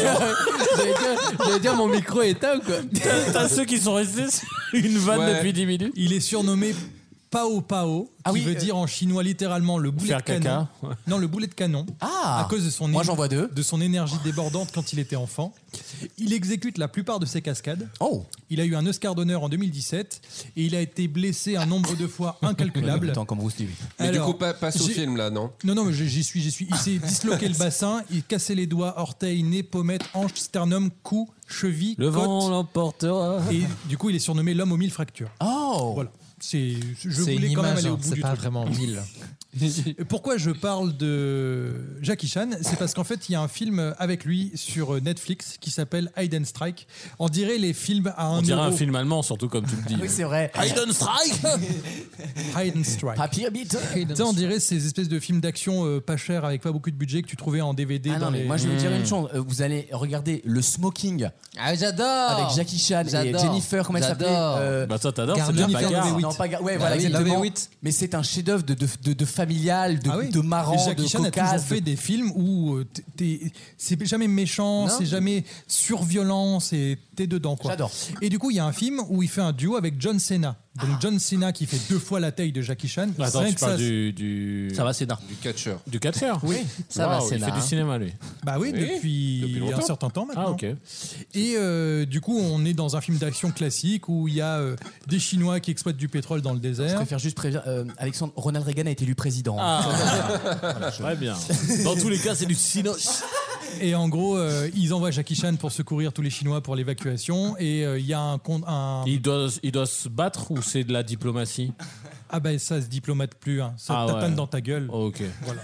S6: J'allais dire- j'allais dire, mon micro est éteint ou quoi
S8: T'as t'as ceux qui sont restés sur une vanne
S7: Ouais.
S8: depuis 10 minutes. Ah euh,
S4: Il est surnommé Pao Pao, qui veut dire en chinois littéralement le boulet
S8: Faire
S4: de canon.
S8: caca.
S4: Non, le boulet de canon.
S2: Ah
S4: à cause de son,
S2: Moi,
S4: éner-
S2: j'en vois deux.
S4: de son énergie débordante quand il était enfant. Il exécute la plupart de ses cascades.
S2: Oh
S4: Il a eu un Oscar d'honneur en 2017 et il a été blessé un nombre de fois (laughs) incalculable.
S2: Attends, comme vous Lee.
S7: Mais
S4: Alors,
S7: du coup, pas, passe au
S4: j'ai-
S7: film, là, non
S4: Non, non, mais j'y suis, j'y suis. Il s'est
S7: (laughs)
S4: disloqué le bassin, il cassait les doigts, orteils, nez, pommettes, hanches, sternum, cou, cheville,
S8: Le
S4: côte.
S8: vent l'emportera.
S4: Et du coup, il est surnommé l'homme aux mille fractures.
S2: Oh
S4: Voilà. C'est, je
S5: C'est
S4: voulais
S5: une
S4: quand même
S5: image,
S4: aller au
S5: hein,
S4: bout
S5: c'est
S4: du
S5: pas
S4: truc.
S5: vraiment mille.
S4: (laughs) Pourquoi je parle de Jackie Chan C'est parce qu'en fait, il y a un film avec lui sur Netflix qui s'appelle Hidden Strike. On dirait les films à un
S8: On dirait
S4: euro. Ah
S8: un film allemand, surtout comme tu le dis.
S2: Oui, c'est vrai.
S8: Hayden Strike
S4: Hidden Strike.
S2: Papier bite.
S4: Ça, on dirait ces espèces de films d'action euh, pas chers avec pas beaucoup de budget que tu trouvais en DVD.
S2: Ah non,
S4: dans
S2: mais
S4: les- Mmh.
S2: moi je vais vous dire une chose, euh, vous allez regarder le smoking
S6: Ah, j'adore
S2: avec Jackie Chan et
S6: J'adore.
S2: Jennifer, comment elle s'appelait
S6: J'adore.
S2: Euh,
S8: Bah toi t'adores, c'est de la
S2: Jennifer
S8: bagarre.
S2: Love Hewitt. Non, pas Gar- ouais,
S4: Bah
S2: voilà,
S4: oui, Love
S2: exactement.
S4: Hewitt.
S2: Mais c'est un chef-d'œuvre de, de, de- de familial, de,
S4: Ah oui.
S2: de marrant,
S4: Et Jackie
S2: de
S4: Chan a
S2: cocasse.
S4: toujours fait des films où euh, t'es- t'es- c'est jamais méchant,
S2: Non.
S4: c'est jamais surviolent, c'est t'es dedans quoi.
S2: J'adore.
S4: Et du coup, il y a un film où il fait un duo avec John Cena. Donc
S2: Ah.
S4: John Cena qui fait deux fois la taille de Jackie Chan.
S8: Attends,
S4: Rien
S8: tu
S4: que ça,
S8: parles du, du...
S11: Ça va, c'est dingue.
S7: Du catcheur.
S8: Du catcheur
S4: Oui,
S6: ça va,
S8: Waouh,
S6: c'est
S8: Il
S6: là,
S8: fait du
S6: hein.
S8: cinéma, lui.
S4: Bah oui,
S8: Oui,
S4: depuis,
S8: depuis
S4: un
S8: longtemps.
S4: certain temps maintenant.
S8: Ah, ok.
S4: Et euh, du coup, on est dans un film d'action classique où il y a euh, des Chinois qui exploitent du pétrole dans le
S2: Je
S4: désert.
S2: préfère juste prévenir, euh, Alexandre, Ronald Reagan a été élu président. (laughs)
S4: Ah.
S8: Très bien. Ah. Dans tous les cas,
S4: (laughs)
S8: c'est du cinéma.
S4: Et en gros, euh, ils envoient Jackie Chan pour secourir tous les Chinois pour l'évacuation. Et euh, il y a un, con- un
S8: Il doit, il doit se battre ou c'est de la
S4: (laughs)
S8: diplomatie
S4: Ah bah ça se diplomate plus, hein. ça
S8: Ah
S4: te tatane
S8: ouais.
S4: dans ta gueule.
S8: Ok.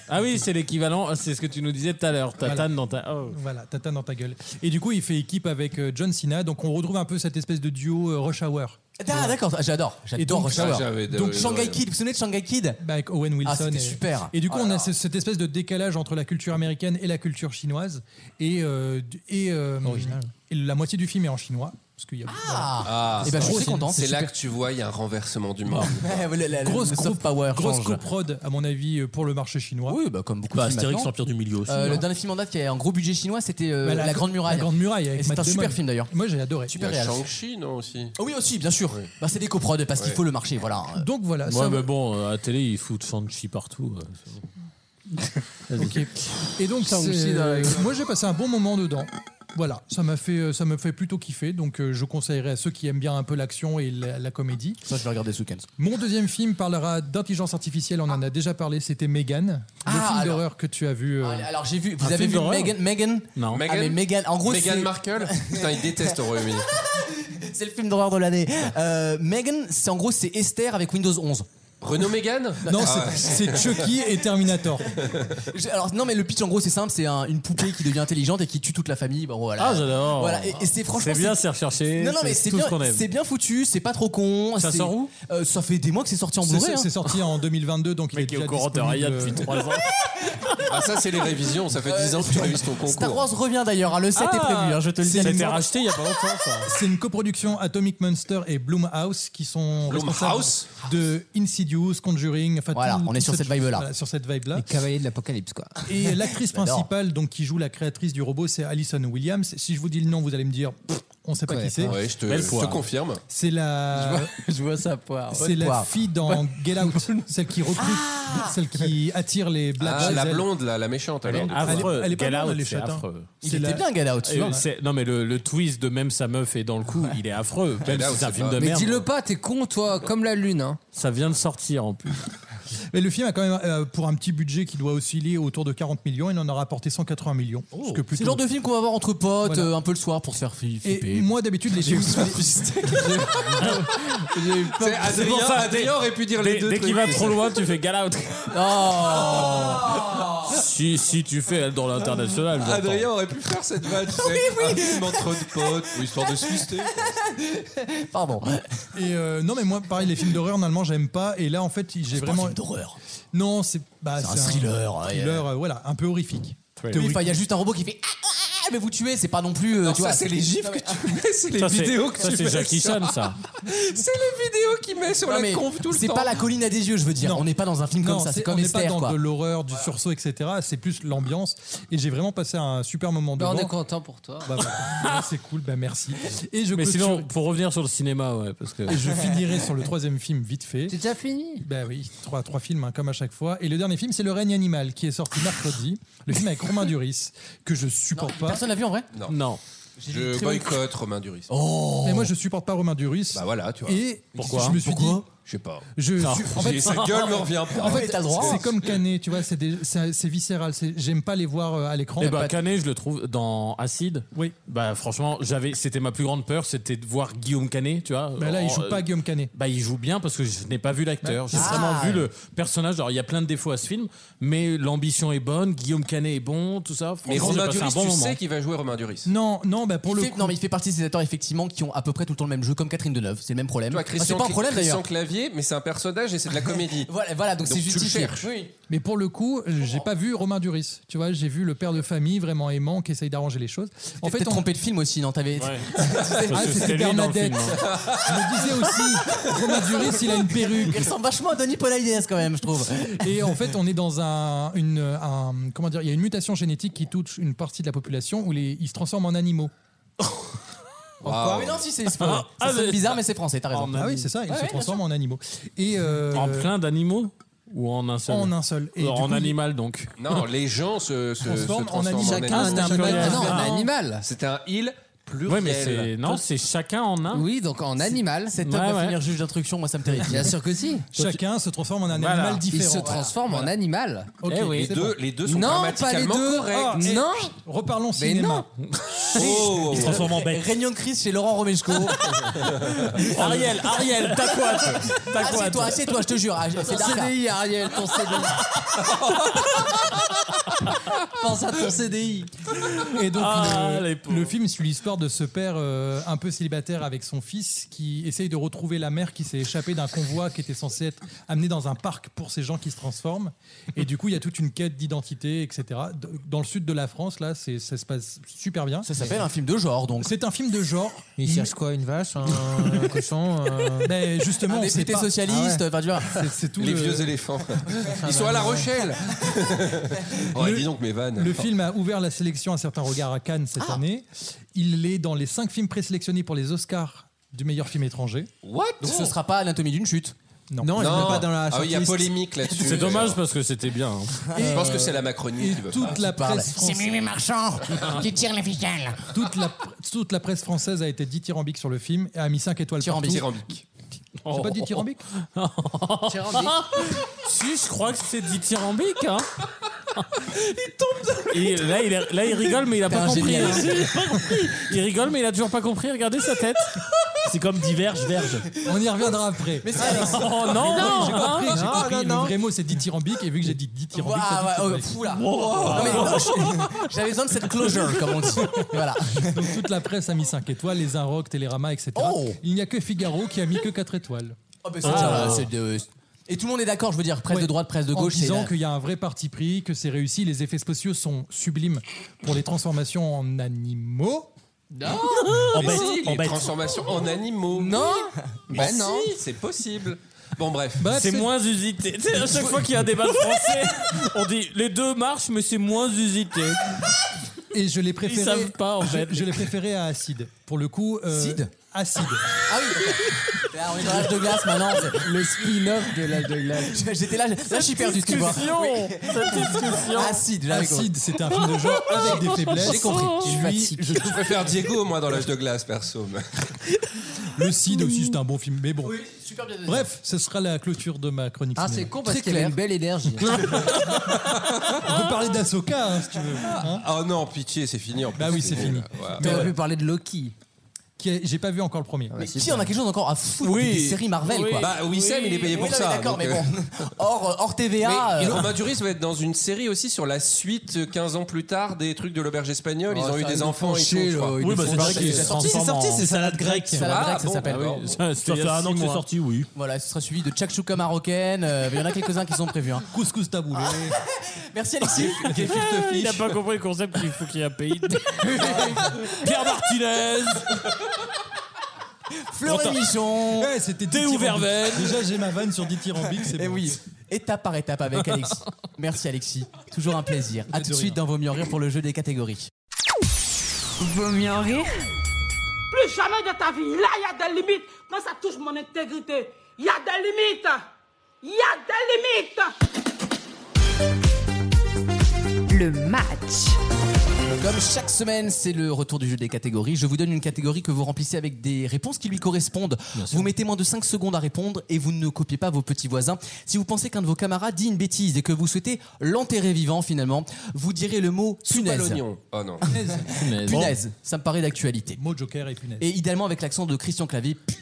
S8: Ah oui, c'est l'équivalent, c'est ce que tu nous disais tout à l'heure. Tatane dans ta. oh.
S4: Voilà, tatane dans ta gueule. Et du coup, il fait équipe avec euh, John Cena, donc on retrouve un peu cette espèce de duo euh, Rush Hour.
S2: Ah, d'accord, j'adore. J'adore Rush
S7: Ah,
S2: Hour. Donc, Shanghai Kid,
S4: vous
S2: vous souvenez de Shanghai Kid
S4: bah, Avec Owen Wilson.
S2: Ah, c'était
S4: et-
S2: super.
S4: Et du coup,
S2: Oh
S4: on a
S2: là là.
S4: ce- cette espèce de décalage entre la culture américaine et la culture chinoise. Et, euh, du- et, euh, et la moitié du film est en chinois. Parce qu'il y a,
S7: Ah,
S4: Et ben, je suis
S7: c'est-
S4: content,
S7: C'est
S4: c'est
S7: là
S4: super.
S7: que tu vois, il y a un renversement du monde.
S4: grosse
S7: le soft
S4: groupe-
S7: power
S4: grosse
S7: change.
S4: coprod, à mon avis, euh, pour le marché chinois.
S2: Oui, bah, comme beaucoup de films maintenant. Euh,
S8: hein.
S2: le dernier film en date qui a un gros budget chinois, c'était euh,
S4: Bah,
S2: la,
S4: la-
S2: Grande Muraille.
S4: La Grande Muraille, avec
S2: Et C'est
S4: Matt
S2: un super
S4: Damon.
S2: film d'ailleurs.
S4: Moi, j'ai adoré.
S2: Super
S7: Il y a
S2: réel.
S7: Shang-Chi, non aussi
S2: Ah oui, aussi, bien sûr. Bah, c'est des coprodes parce qu'il
S3: Ouais.
S2: faut le marché, voilà.
S4: Donc voilà.
S3: Ouais,
S4: ça-
S3: mais bon, euh, à la télé, ils foutent Shang-Chi partout. euh, c'est bon. Vas-y.
S4: Et donc,
S3: Ça
S4: c'est-
S3: aussi, dans la-
S4: moi j'ai passé un bon moment dedans. Voilà, ça m'a fait, euh, ça me fait plutôt kiffer. Donc, euh, je conseillerais à ceux qui aiment bien un peu l'action et la, la comédie.
S2: Ça, je vais regarder ce week-end.
S4: Mon deuxième film parlera d'intelligence artificielle. On en a déjà parlé. C'était Megan, le
S2: Ah,
S4: film
S2: alors- Ah,
S4: d'horreur que tu as vu. euh,
S2: Alors j'ai vu,
S4: Un
S2: vous avez
S4: film
S2: vu
S4: d'horreur
S2: Megan Megan
S4: Non.
S2: Ah, mais Megan, en gros,
S7: Meghan
S2: c'est-
S7: Markle Putain, il
S2: (laughs)
S7: déteste au (laughs) Royaume-Uni.
S2: C'est le film d'horreur de l'année. Euh, Megan, c'est en gros c'est Esther avec Windows 11.
S7: Renaud Megan Ah.
S4: Non, c'est c'est Chucky et
S2: (laughs)
S4: Terminator.
S2: Je- Alors non mais le pitch en gros c'est simple, c'est un- une poupée qui devient intelligente et qui tue toute la famille. Bon, voilà.
S3: Ah, j'adore.
S2: Voilà et, et c'est franchement.
S3: C'est bien, c'est recherché.
S2: Non non mais c'est
S3: tout
S2: bien,
S3: ce qu'on aime.
S2: c'est bien foutu, c'est pas trop con.
S3: Ça
S2: c'est-
S3: sort où
S2: Euh, Ça fait des mois que c'est sorti en
S4: C'est
S2: Blu-ray.
S4: c'est
S2: hein.
S4: sorti en 2022, donc il est,
S3: Mec, il est au
S4: déjà
S3: courant de
S4: disponible,
S3: rien depuis
S4: euh,
S3: 3 ans.
S7: (laughs) Ah, ça, c'est les révisions. Ça fait 10 ans que tu révises ton concours.
S2: Star Wars revient d'ailleurs, hein, le 7 est prévu, hein, je te le dis.
S4: C'est
S2: C'était
S4: une-
S2: racheté il y a pas longtemps, ça.
S4: C'est une coproduction Atomic Monster et Blumhouse qui sont responsables
S2: Blumhouse
S4: de Insidious, Conjuring. Enfin,
S2: Voilà,
S4: tout-
S2: on est
S4: tout
S2: sur cette vibe-là.
S4: voilà, sur cette vibe là.
S15: Les cavaliers de l'apocalypse, quoi.
S5: (laughs)
S4: Et l'actrice
S15: J'adore.
S4: principale, donc qui joue la créatrice du robot, c'est Alison Williams. Si je vous dis le nom, vous allez me dire, pff, on sait pas
S7: Ouais,
S4: qui c'est.
S7: ouais, je te- Belle je te poire. confirme.
S4: C'est
S7: Je
S4: la,
S7: vois-
S6: Je vois ça poire.
S4: c'est la fille dans Get Out, celle qui recrute, celle qui attire les blagues.
S7: Ah,
S4: chez
S7: la
S4: elle.
S7: blonde, là, la méchante.
S3: Elle est
S7: alors, du coup.
S3: affreux.
S4: elle est pas
S3: Get
S4: mal,
S3: Out,
S4: elle est
S3: c'est
S4: chate, hein.
S3: affreux.
S4: Il était bien, Get Out, tu
S3: Euh,
S4: vois.
S3: c'est- Non, mais le, le twist de même sa meuf est dans le coup, il est affreux. (laughs) Même si c'est un film de
S15: Mais
S3: merde. (laughs)
S15: dis-le pas, t'es con, toi, comme la lune. Hein.
S3: Ça vient de sortir en plus.
S4: (laughs) Mais le film a quand même, euh, pour un petit budget qui doit osciller autour de 40 millions, il en a rapporté 180 millions. ce que
S2: C'est
S4: plutôt-
S2: le genre de film qu'on va voir entre potes
S4: Voilà.
S2: euh, un peu le soir pour se faire fi-
S4: Et
S2: flipper.
S4: moi d'habitude les
S2: J'ai eu
S4: films-
S2: peur.
S4: J'ai eu peur.
S7: Adrien- Adrien aurait pu dire les
S3: dès-
S7: deux
S3: Dès qu'il va
S7: trucs.
S3: trop loin, tu fais Get (laughs) Out.
S2: Oh
S3: (laughs) si, si tu fais elle dans l'international. j'entends.
S7: Adrien aurait pu faire
S3: (laughs)
S7: cette vanne, tu sais. Un film entre de potes, ou histoire de se fister.
S2: (laughs) Pardon.
S4: Et euh, non mais moi pareil les films d'horreur normalement j'aime pas et là en fait j'ai
S2: pas
S4: vraiment
S2: un film d'horreur.
S4: Non, c'est bah,
S2: C'est un thriller, ouais,
S4: thriller, euh, voilà, un peu horrifique.
S2: Oui, enfin, il y a juste un robot qui fait Ah, ah, ah mais vous tuez, c'est pas non plus. euh,
S7: Non,
S2: tu
S7: ça,
S2: vois,
S7: c'est
S2: (laughs)
S7: les gifs que tu mets, c'est les
S2: Ça, (laughs) c'est-
S7: vidéos que
S2: ça,
S7: tu
S2: c'est
S7: mets.
S2: Jackie
S7: sur-
S2: Chan, ça.
S7: C'est les vidéos qu'il met sur
S2: Non,
S7: la
S2: mais
S7: conf tout le temps.
S2: C'est pas la colline à des yeux, je veux dire.
S4: Non.
S2: On n'est pas dans un film
S4: Non,
S2: comme ça, c'est
S4: c'est-
S2: comme
S4: on n'est pas
S2: Esther,
S4: dans
S2: quoi.
S4: de l'horreur, du sursaut, etc. C'est plus l'ambiance. Et j'ai vraiment passé un super moment
S15: Bah,
S4: dedans.
S15: on est content pour toi.
S4: Bah,
S7: (laughs)
S4: voilà. Ouais, c'est cool, bah merci. Et je
S3: mais
S4: clôture-
S3: sinon, pour revenir sur le cinéma, Ah ouais, parce que.
S4: Et je finirai sur le troisième film vite fait. C'est
S15: déjà fini
S4: Ben oui, trois, trois films hein, comme à chaque fois. Et le dernier film, c'est Le règne animal qui est sorti mercredi. Le film avec Romain Duris que je supporte pas.
S2: Personne l'a vu en vrai
S7: Non.
S4: J'ai lu
S7: Je
S4: très longtemps.
S7: boycotte Romain Duris.
S4: Oh. Mais moi je supporte pas Romain Duris.
S7: Oh. Bah voilà, tu vois.
S4: Et
S7: Pourquoi
S4: je me suis
S7: Pourquoi
S4: dit,
S7: Je sais pas.
S4: Je
S7: Non.
S4: suis-
S7: J'ai- sa gueule me revient pas.
S4: En fait,
S7: T'as le droit.
S4: c'est comme Canet, tu vois, c'est des- c'est c'est viscéral. c'est- J'aime pas les voir euh, à l'écran.
S7: Eh
S3: Et
S7: ben,
S3: bah, Canet, je le trouve dans Acide.
S4: Oui.
S3: Bah, franchement, j'avais, c'était ma plus grande peur, c'était de voir Guillaume Canet, tu vois.
S4: Bah là, il
S7: oh,
S3: En-
S4: joue
S7: euh,
S4: pas Guillaume Canet.
S3: Bah, il joue bien parce que je n'ai pas vu l'acteur. J'ai
S4: Ah.
S3: vraiment vu le personnage. Alors, il y a plein de défauts à ce film, mais l'ambition est bonne, Guillaume Canet est bon, tout ça.
S7: Mais
S3: Franchement,
S7: Romain
S3: j'ai passé
S7: Duris,
S3: un bon
S7: tu
S3: moment.
S7: sais qu'il va jouer Romain Duris.
S4: Non, non, bah pour
S2: le Non, mais il fait partie de ces acteurs effectivement qui ont à peu près tout le temps le même jeu, comme Catherine Deneuve. C'est le même problème.
S7: Tu vois,
S2: Enfin, c'est
S7: Christian,
S2: pas un problème
S7: Christian
S2: d'ailleurs.
S7: Clavier, mais c'est un personnage et c'est de la (laughs) comédie.
S2: voilà, voilà, donc c'est
S7: tu le
S2: justifié.
S7: cherches.
S4: Mais pour le coup, euh, j'ai pas vu Romain Duris. Tu vois, j'ai vu le père de famille vraiment aimant qui essaye d'arranger les choses. En
S2: T'es
S4: fait,
S2: peut-être
S4: on-
S2: trompé de film aussi, non T'avais. (laughs)
S4: Ah, c'était Bernadette. Je me disais aussi, Romain Duris, il a une perruque.
S2: Il ressemble vachement à Denis Podalides quand même, je trouve.
S4: Et en fait, on est dans un, une, un- comment dire, il y a une mutation génétique qui touche une partie de la population où les, ils se transforment en animaux.
S2: Encore Mais non, si,
S3: (laughs)
S2: c'est c'est pas vrai. Ça
S4: Ah,
S2: sonne
S4: mais-
S2: bizarre, mais c'est français, t'as raison.
S4: Ah oui, c'est ça, ils
S2: Ouais,
S4: se
S2: ouais,
S4: transforment en animaux. Et euh,
S3: En plein d'animaux ou en un seul
S4: En un seul.
S8: Euh,
S4: Et
S3: Alors,
S4: du
S3: en
S4: coup,
S3: animal, donc. (laughs)
S7: Non, les gens se, se,
S3: Transforme
S7: se
S3: en
S7: transforment
S3: animal. Chacun
S7: animal.
S3: un Chacun animal.
S4: Ah,
S3: un animal.
S7: Non.
S3: Un animal.
S7: C'était un il pluriel.
S3: Ouais, mais c'est. Non, c'est chacun en un.
S15: Oui, donc en animal.
S2: Cet homme
S3: Ouais,
S2: va
S3: ouais.
S2: finir juge d'instruction, moi ça me terrifie.
S15: Bien sûr que
S2: (laughs)
S15: si.
S4: Chacun se transforme en un
S15: Voilà.
S4: animal
S15: Il
S4: différent.
S15: se transforme en animal.
S4: Ok,
S15: Eh oui.
S4: c'est
S15: Les deux-
S7: les deux
S15: sont Non, grammaticalement pas les deux. corrects.
S4: Ah,
S6: eh,
S4: et-
S15: Non.
S4: chut, Reparlons
S15: Mais
S6: (laughs)
S4: cinéma.
S7: Oh. Il se transforme en bête.
S2: Réunion de crise chez Laurent Romeshko.
S3: Ariel, Ariel, ta couette, ta couette.
S4: Ah,
S2: Ah, Assieds-toi, assieds-toi, je te jure. ah, C'est
S15: Ton
S2: d'arca.
S15: CDI, Ariel, ton CDI. Pense à ton CDI.
S4: (laughs) Et donc,
S15: Ah,
S4: le-
S15: les
S4: le, film suit l'histoire de ce père euh, un peu célibataire avec son fils qui essaye de retrouver la mère qui s'est échappée d'un convoi qui était censé être amené dans un parc pour ces gens qui se transforment. Et du coup, il y a toute une quête d'identité, etc. D- Dans le sud de la France, là, c'est- ça se passe super bien. Ça
S2: s'appelle un film de genre, donc.
S4: C'est un film de genre.
S5: Il cherche quoi Une vache (laughs) Un cochon un-
S4: Mais Euh, ben, justement,
S5: Un
S4: on sait
S5: député
S4: pas.
S5: socialiste,
S4: Ah ouais.
S5: enfin, tu (laughs) vois.
S4: C'est- c'est tout
S7: Les
S4: le-
S7: vieux éléphants.
S5: (laughs)
S7: Ils sont à La
S4: (laughs)
S7: Rochelle. oh,
S4: Le-
S7: dis donc mes vannes.
S4: Le film a ouvert la sélection à certains regards à Cannes cette année. Il est dans les cinq films présélectionnés pour les Oscars du meilleur film étranger.
S2: What Donc ce sera pas Anatomie d'une chute
S4: Non,
S5: Non,
S4: il
S7: Non.
S4: n'est pas dans la
S7: Ah oui, il y a
S4: shortlist.
S7: polémique là-dessus.
S3: C'est dommage parce que c'était bien. hein.
S7: Je pense que c'est la Macronie qui veut
S4: euh, toute
S3: Ah,
S7: pas.
S4: la
S7: Qui parle.
S4: presse française- (laughs)
S16: Marchand
S12: Ah.
S16: qui tire les ficelles.
S4: Toute la, pr- toute la presse française a été dithyrambique sur le film et a mis 5 étoiles partout.
S7: Dithyrambique.
S4: J'ai pas dit dithyrambique
S8: (laughs) si, je crois que c'est dithyrambique.
S11: (laughs)
S8: Hein. Il tombe là, il est- là, il rigole, mais il a
S11: T'es
S8: pas
S11: un
S8: compris.
S11: génial.
S8: hein. (laughs) Il rigole, mais il a toujours pas compris. Regardez sa tête. C'est comme diverge, verge.
S4: On y reviendra après. Mais
S8: c'est Alex. Oh, non,
S4: j'ai
S8: hein.
S4: compris, j'ai
S8: Non,
S4: compris.
S8: non,
S4: le
S8: non.
S4: vrai mot c'est dithyrambique et vu que j'ai dit dithyrambique,
S2: Ouah,
S4: c'est
S2: ouais, oh,
S4: dithyrambique.
S2: fou, là. Non, mais, non, je- j'avais besoin de cette closure, comme on dit. Voilà.
S4: (laughs) Donc toute la presse a mis 5 étoiles, les Inrocks, Télérama, etc. Il n'y a que Figaro qui a mis que 4 étoiles.
S2: Oh, ben, c'est déjà- c'est de- Et tout le monde est d'accord, je veux dire, presse de droite, presse de gauche.
S4: En
S2: c'est
S4: disant
S2: la-
S4: qu'il y a un vrai parti pris, que c'est réussi, les effets spéciaux sont sublimes pour les transformations en animaux.
S2: Ah,
S7: Mais si, les transformations en animaux.
S4: Non.
S7: Mais
S4: Ben non.
S7: si, c'est possible. Bon bref.
S4: Bah,
S8: c'est moins usité. Tu sais, à chaque fois qu'il y a un débat de français, on dit les deux marchent, mais c'est moins usité.
S4: Et je les
S8: Ils
S4: préféré.
S8: savent pas, en
S4: je-
S8: fait.
S4: Je, les préférais à Acide. Pour le coup. euh,
S2: Cid
S4: Acide.
S2: Ah oui Là, on est dans l'âge de glace maintenant. c'est-
S15: Le spin-off de l'âge de glace.
S2: Je- J'étais là, je- là je suis perdu, tu vois.
S15: discussion, cette discussion.
S2: Acide, j'avais compris.
S4: Acide, c'est un film de genre
S8: (laughs)
S4: avec des faiblesses.
S7: J'ai compris.
S4: Je suis fatigué.
S7: Je préfère Diego, moi, dans l'âge de glace, perso. mais-
S4: Le Cid aussi, c'est un bon film. Mais bon.
S15: super bien
S4: Bref, ce sera la clôture de ma chronique.
S15: Ah,
S4: cinéma.
S15: c'est con parce
S4: Très
S15: qu'il a
S4: clair.
S15: une belle
S4: (laughs)
S15: énergie.
S4: On peut parler d'Asoka si tu veux. hein.
S7: oh non, pitié, c'est fini. En
S4: Bah
S7: plus,
S4: oui, c'est fini.
S7: Ouais.
S4: Mais
S15: pu parler de Loki.
S4: J'ai pas vu encore le premier.
S2: Mais qui en a quelque chose encore à foutre
S7: Oui.
S2: des séries Marvel
S7: Oui.
S2: quoi
S7: Bah, Wissem, il est payé pour
S2: non,
S7: ça,
S2: mais D'accord,
S7: donc, euh.
S2: mais bon. Hors, hors TVA.
S7: Mais
S2: euh,
S7: Romain Duris va être dans une série aussi sur la suite euh, 15 ans plus tard des trucs de l'auberge espagnole. Ils
S2: Oh,
S7: ont eu
S2: ça,
S7: des
S2: ils nous font
S7: enfants et tout.
S2: chier,
S7: je crois.
S2: là, ils nous font chier. bah, C'est sorti, c'est sorti, c'est
S7: Ah,
S11: salade grecque.
S2: Salade grecque, bah ça s'appelle.
S11: Ça fait un an que c'est sorti, oui.
S2: Voilà, ce sera suivi de tchakchouka marocaine. euh, Il y en a quelques-uns qui sont prévus. hein. Ah.
S4: Couscous taboulé.
S2: Merci Alexis.
S8: (laughs) Il n'a pas compris le concept qu'il faut qu'il y ait un pays.
S2: (laughs)
S8: Pierre Martinez.
S2: Fleur et
S8: Attends.
S2: Michon.
S4: Ouais, c'était
S8: Théo
S4: dithyrambique.
S8: Verveine.
S4: Déjà, j'ai ma vanne sur dithyrambique, c'est
S2: Et
S4: bon.
S2: Eh oui, étape par étape avec Alexis. Merci Alexis, toujours un plaisir. À
S4: de
S2: tout de suite
S4: rien.
S2: dans Vaut mieux en rire pour le jeu des catégories.
S1: Vaut mieux en rire
S10: Plus jamais de ta vie. Là, il y a des limites. Quand ça touche mon intégrité, il y a des limites. Il y a des limites.
S1: Le match.
S2: Comme chaque semaine, c'est le retour du jeu des catégories. Je vous donne une catégorie que vous remplissez avec des réponses qui lui correspondent. Vous mettez moins de 5 secondes à répondre et vous ne copiez pas vos petits voisins. Si vous pensez qu'un de vos camarades dit une bêtise et que vous souhaitez l'enterrer vivant finalement, vous direz le mot
S7: Pas
S2: punaise.
S7: l'oignon. Oh non.
S2: Punaise, ça me paraît d'actualité.
S4: Mot Joker et punaise.
S2: Et idéalement avec l'accent de Christian
S4: (laughs)
S2: Clavier, punaise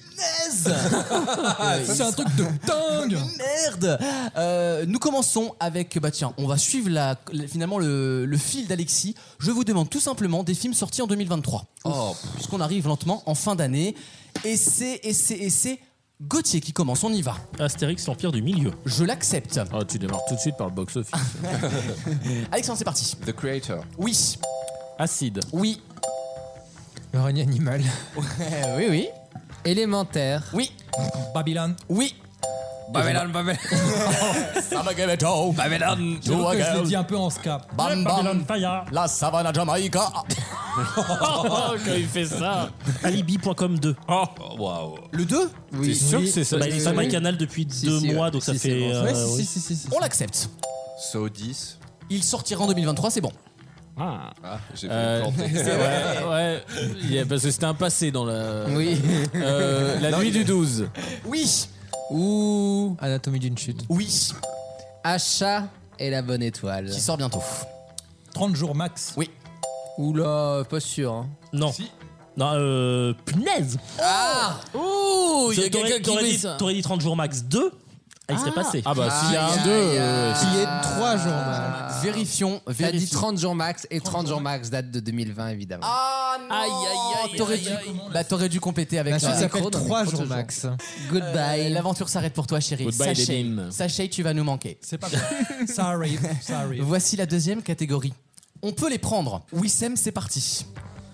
S2: Euh,
S4: C'est un truc de dingue
S2: (laughs) Merde Euh, Nous commençons avec, bah tiens, on va suivre la, la- finalement le, le fil d'Alexis. Je vous demande tout simplement des films sortis en 2023.
S7: Oh.
S2: Puisqu'on arrive lentement en fin d'année. Et c'est, et c'est, et c'est Gauthier qui commence, on y va.
S11: Astérix, l'Empire du Milieu.
S2: Je l'accepte.
S11: Ah, tu démarres tout de suite par le box-office.
S2: (laughs) Alexandre, c'est parti.
S7: The Creator.
S2: Oui.
S11: Acide.
S2: Oui.
S5: Le règne animal.
S2: oui, oui.
S15: Élémentaire.
S2: Oui.
S4: Babylone.
S2: Oui.
S5: Babylone,
S2: Babylone. Samagabeto. Babylone.
S4: Je trouve que je l'ai dit un peu en ska.
S2: Bam bam. La savane Ah. Jamaïca.
S3: Oh,
S8: Quand il fait ça.
S11: Alibi.com 2.
S8: Oh,
S7: waouh.
S2: Le 2
S11: Oui.
S8: T'es sûr que c'est ça
S11: Bah, il est sur
S8: Oui.
S11: MyCanal depuis
S8: Si,
S11: deux
S8: si,
S11: mois,
S8: ouais.
S11: donc ça
S8: Si,
S11: fait.
S8: c'est bon.
S11: euh,
S8: Ouais, si,
S11: oui.
S8: si, si, si,
S2: On l'accepte.
S7: So 10.
S2: Il sortira en 2023, c'est bon.
S8: Ah.
S7: j'ai
S8: Euh,
S7: fait planter.
S3: (laughs)
S8: c'est vrai, ouais. Il y a- parce que c'était un passé dans la.
S15: Oui.
S8: Euh, la
S15: Non,
S8: nuit
S15: il-
S8: du 12.
S2: Oui.
S15: Ou Anatomie d'une chute.
S2: Oui.
S15: Achat et la bonne étoile. Qui
S2: sort bientôt.
S4: 30 jours max.
S2: Oui.
S15: Oula, pas sûr. Hein.
S11: Non. Non, euh. Punaise
S15: Ah Ouh, il y a
S11: T'aurais- Oh,
S15: quelqu'un qui
S11: t'aurais
S15: met
S11: dit-
S15: ça.
S11: T'aurais dit 30 jours max 2 Ah, il serait passé.
S3: Ah bah, s'il y a un
S11: deux,
S3: euh,
S11: s'il y a
S15: trois jours
S2: max. Vérifions,
S15: T'as dit
S2: vérifions.
S15: 30 jours max et 30 jours max date de 2020 évidemment.
S2: Ah non T'aurais dû, bah, t'aurais dû compléter avec
S15: La suite
S2: euh,
S15: s'appelle
S2: Chrono,
S15: Trois
S2: mais
S15: jours
S2: contre
S15: max.
S2: jour.
S15: Goodbye.
S2: Euh, L'aventure s'arrête pour toi, chérie.
S3: Goodbye,
S2: sachez,
S3: Lénine.
S2: sachez, tu vas nous manquer.
S4: C'est pas
S2: (laughs)
S4: grave. Ça arrive, ça arrive.
S2: Voici la deuxième catégorie. On peut les prendre. Wissem, c'est parti.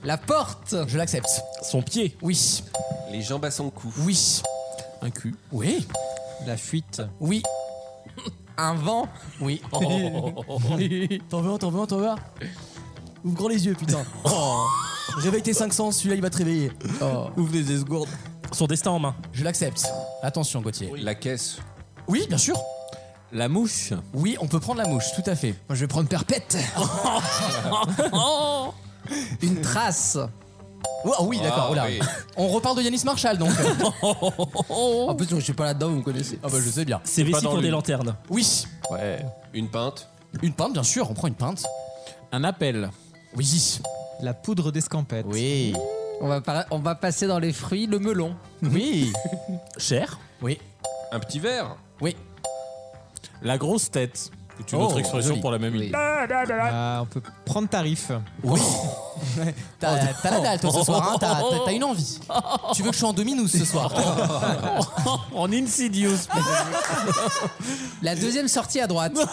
S2: La porte. Je l'accepte.
S11: Son pied.
S2: Oui.
S7: Les jambes à son cou.
S2: Oui.
S3: Un cul.
S2: Oui.
S5: La fuite.
S2: Oui. Un vent. Oui.
S5: Oh.
S2: t'en veux un, t'en veux un, t'en veux un Ouvre grand les yeux, putain. Oh. Réveille tes cinq sens, celui-là il va te réveiller. Ouvre les esgourdes.
S11: Son destin en main.
S2: Je l'accepte. Attention, Gauthier.
S7: La caisse.
S2: Oui, bien sûr.
S3: La mouche.
S2: Oui, on peut prendre la mouche, tout à fait. Moi, je vais prendre (laughs) perpète.
S15: Une trace.
S2: Oh, ah oui, d'accord.
S15: Ah,
S2: oh là.
S15: oui.
S2: On repart de Yanis Marshall, donc.
S15: En plus, moi, je suis pas là-dedans, vous me connaissez.
S2: Ah bah je sais bien.
S11: Ses
S2: pas
S11: vessies
S2: dans
S11: pour
S2: lui.
S11: des lanternes.
S2: Oui.
S7: Ouais. Une pinte.
S2: Une pinte, bien sûr. On prend une pinte.
S3: Un appel.
S2: Oui.
S5: La poudre d'escampette.
S2: Oui.
S15: On va, par- on va passer dans les fruits, le melon.
S2: Oui.
S11: Cher.
S2: Oui.
S7: Un petit verre.
S2: Oui.
S3: La grosse tête. C'est une
S5: Oh,
S3: autre expression
S5: joli.
S3: pour la même idée.
S5: Ah, on peut prendre tarif.
S2: Oui.
S15: Oh,
S2: T'as t'as la dalle, toi, ce soir. hein. T'as- T'as t'as
S15: (laughs)
S2: une envie. Tu veux que je sois en dominus ce soir
S11: (laughs) En insidious.
S15: La deuxième sortie à droite. (laughs)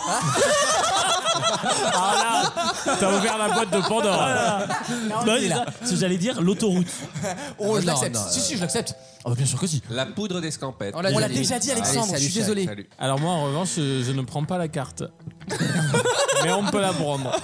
S11: Ah là T'as ouvert la boîte de Pandore.
S2: Ah
S11: Non, c'est ça. C'est- J'allais dire l'autoroute.
S2: Oh, je
S15: Non,
S2: l'accepte.
S15: non,
S2: Si, si, je l'accepte. Ah bah bien sûr que si.
S7: La poudre d'escampette.
S2: On l'a déjà dit, Alexandre, je suis désolé.
S7: Salut.
S3: Alors moi en revanche, je, je ne prends pas la carte. (laughs) Mais on peut la prendre.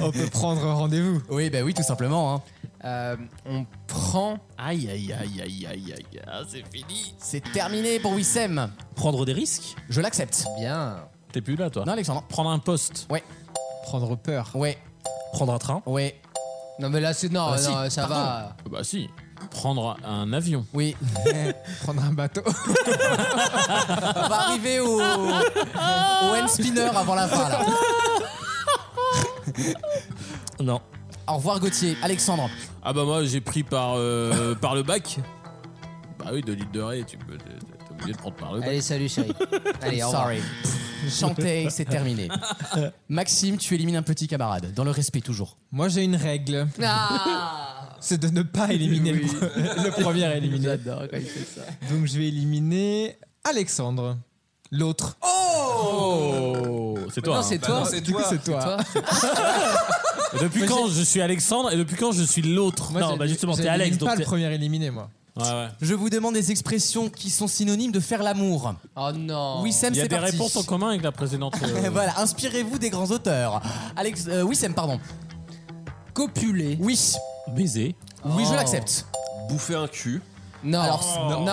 S5: On peut prendre rendez-vous.
S2: Oui, bah oui, tout simplement. hein.
S15: Euh, on prend.
S11: Aïe, aïe, aïe, aïe, aïe, aïe, ah, c'est fini.
S2: C'est terminé pour Wissem.
S11: Prendre des risques
S2: Je l'accepte.
S15: Bien.
S3: T'es plus là toi.
S2: Non, Alexandre.
S3: Prendre un poste.
S2: Ouais.
S5: Prendre peur.
S2: Ouais.
S11: Prendre un train
S2: Ouais.
S15: Non, mais là, c'est. Non,
S2: Ah, si,
S15: non, ça va.
S3: Bah si. Prendre un avion.
S2: Oui.
S5: Prendre un
S3: (laughs)
S5: bateau.
S2: On va arriver au, au end spinner avant la fin là.
S11: Non.
S2: Au revoir Gauthier, Alexandre.
S3: Ah bah moi j'ai pris par, euh, par le bac. Bah oui, deux litres de raie, tu peux. t'es- T'es obligé de prendre par le bac.
S15: Allez, salut,
S2: (laughs)
S15: chérie. Allez, au revoir.
S2: Sorry. Chantez, c'est
S3: (laughs)
S2: terminé. Maxime, tu élimines un petit camarade, dans le respect toujours.
S5: Moi, j'ai une règle.
S15: Ah
S5: (laughs) C'est de ne pas éliminer le
S15: Oui.
S5: pre- (laughs) le premier à éliminer.
S15: J'adore quand il fait ça.
S5: Donc, je vais éliminer Alexandre. L'autre.
S3: Oh C'est toi.
S15: non,
S3: hein.
S15: c'est
S7: Bah
S15: toi.
S7: non, c'est
S5: du coup,
S7: toi.
S5: c'est toi.
S3: (laughs) Et Depuis quand je suis Alexandre et depuis quand je suis l'autre
S5: Moi,
S11: Non,
S5: j'ai-
S11: bah justement,
S5: j'ai-
S11: t'es Alex,
S5: j'élimine
S11: donc
S5: pas
S11: t'es-
S5: le premier éliminé, moi.
S3: Ouais, ouais.
S2: Je vous demande des expressions qui sont synonymes de faire l'amour.
S15: Oh non.
S2: Wissem,
S3: Il y a
S2: c'est
S3: des
S2: parti.
S3: réponses en commun avec
S2: (laughs)
S3: la précédente. euh,
S2: voilà, inspirez-vous des grands auteurs. Alex, euh, Wissem, pardon.
S15: Copuler.
S2: Oui,
S11: Baiser.
S2: oui, je
S15: Oh.
S2: l'accepte.
S7: Bouffer un cul.
S15: Non. non. Non, non.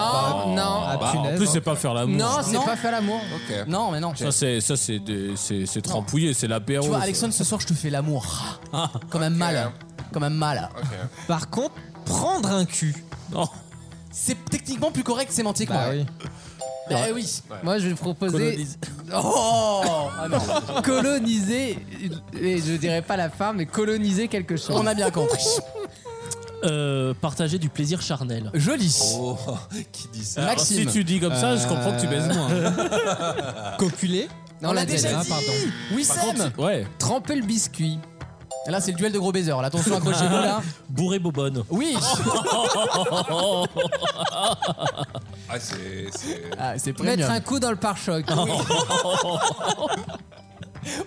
S5: Ah,
S3: bah, en
S5: punaise,
S3: plus,
S5: hein.
S3: c'est pas faire l'amour.
S15: Non, c'est
S2: Non.
S15: pas fait l'amour.
S7: Ok.
S2: Non, mais non.
S3: Ça, c'est, ça, c'est, des- c'est, c'est trempouillé, c'est l'apéro.
S2: Tu vois,
S3: ça. (laughs)
S2: Alexandre, ce soir, je te fais l'amour.
S15: Ah.
S2: Comme un mal. Comme un mal.
S5: Par contre, prendre un cul.
S3: Non.
S2: C'est techniquement plus correct sémantiquement.
S5: Bah oui.
S2: Bah oui.
S15: Moi, je vais proposer. (laughs) Oh Ah non. Coloniser. Et je dirais pas la fin, mais coloniser quelque chose.
S2: On a bien compris.
S11: Euh, partager du plaisir charnel.
S2: Joli.
S11: (laughs)
S7: Oh, qui dit ça
S3: Alors,
S2: Maxime.
S3: si tu dis comme ça, je comprends que tu baises moins.
S11: Euh, (laughs)
S5: Copuler.
S15: Non,
S2: On l'a
S5: Ah,
S2: déjà dit.
S5: pardon.
S3: Par
S2: Wissem.
S3: contre, ouais.
S15: Tremper le biscuit.
S2: Là, c'est le duel de gros baisers. Là, attention,
S15: (laughs)
S2: accrochez-vous
S3: (laughs)
S2: là.
S11: Bourré bobonne.
S2: Oui.
S7: Ah, c'est. c'est-
S2: Ah, c'est
S15: Mettre
S2: premium. Bah
S15: un
S2: (laughs)
S15: coup dans le pare-choc. (laughs)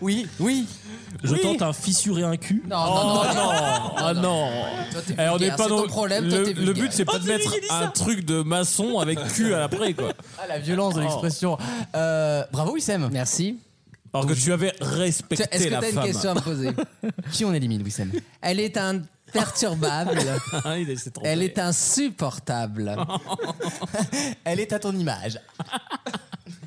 S2: Oui, oui.
S11: Je
S2: Oui.
S11: tente un fissuré un cul.
S15: Non, non, non.
S3: Ah non.
S15: Toi, t'es
S3: Eh, on
S15: vulgaire,
S3: est pas
S15: c'est
S3: dans-
S15: ton problème, toi,
S3: Le,
S15: t'es
S3: le
S15: vulgaire.
S3: but, c'est pas de mettre un truc de maçon avec cul à l'après, quoi.
S2: Ah, la violence de l'expression. Euh, bravo, Wissem.
S15: Merci.
S3: Alors que tu avais
S15: Tiens, Est-ce
S3: respecté
S15: que
S3: la
S15: t'as une
S3: femme.
S15: question à me poser
S2: Qui on élimine, Wissem
S15: Elle est
S2: (laughs)
S15: imperturbable.
S11: Ah, il s'est trompé.
S15: Elle est insupportable.
S2: (laughs) Elle est à ton image.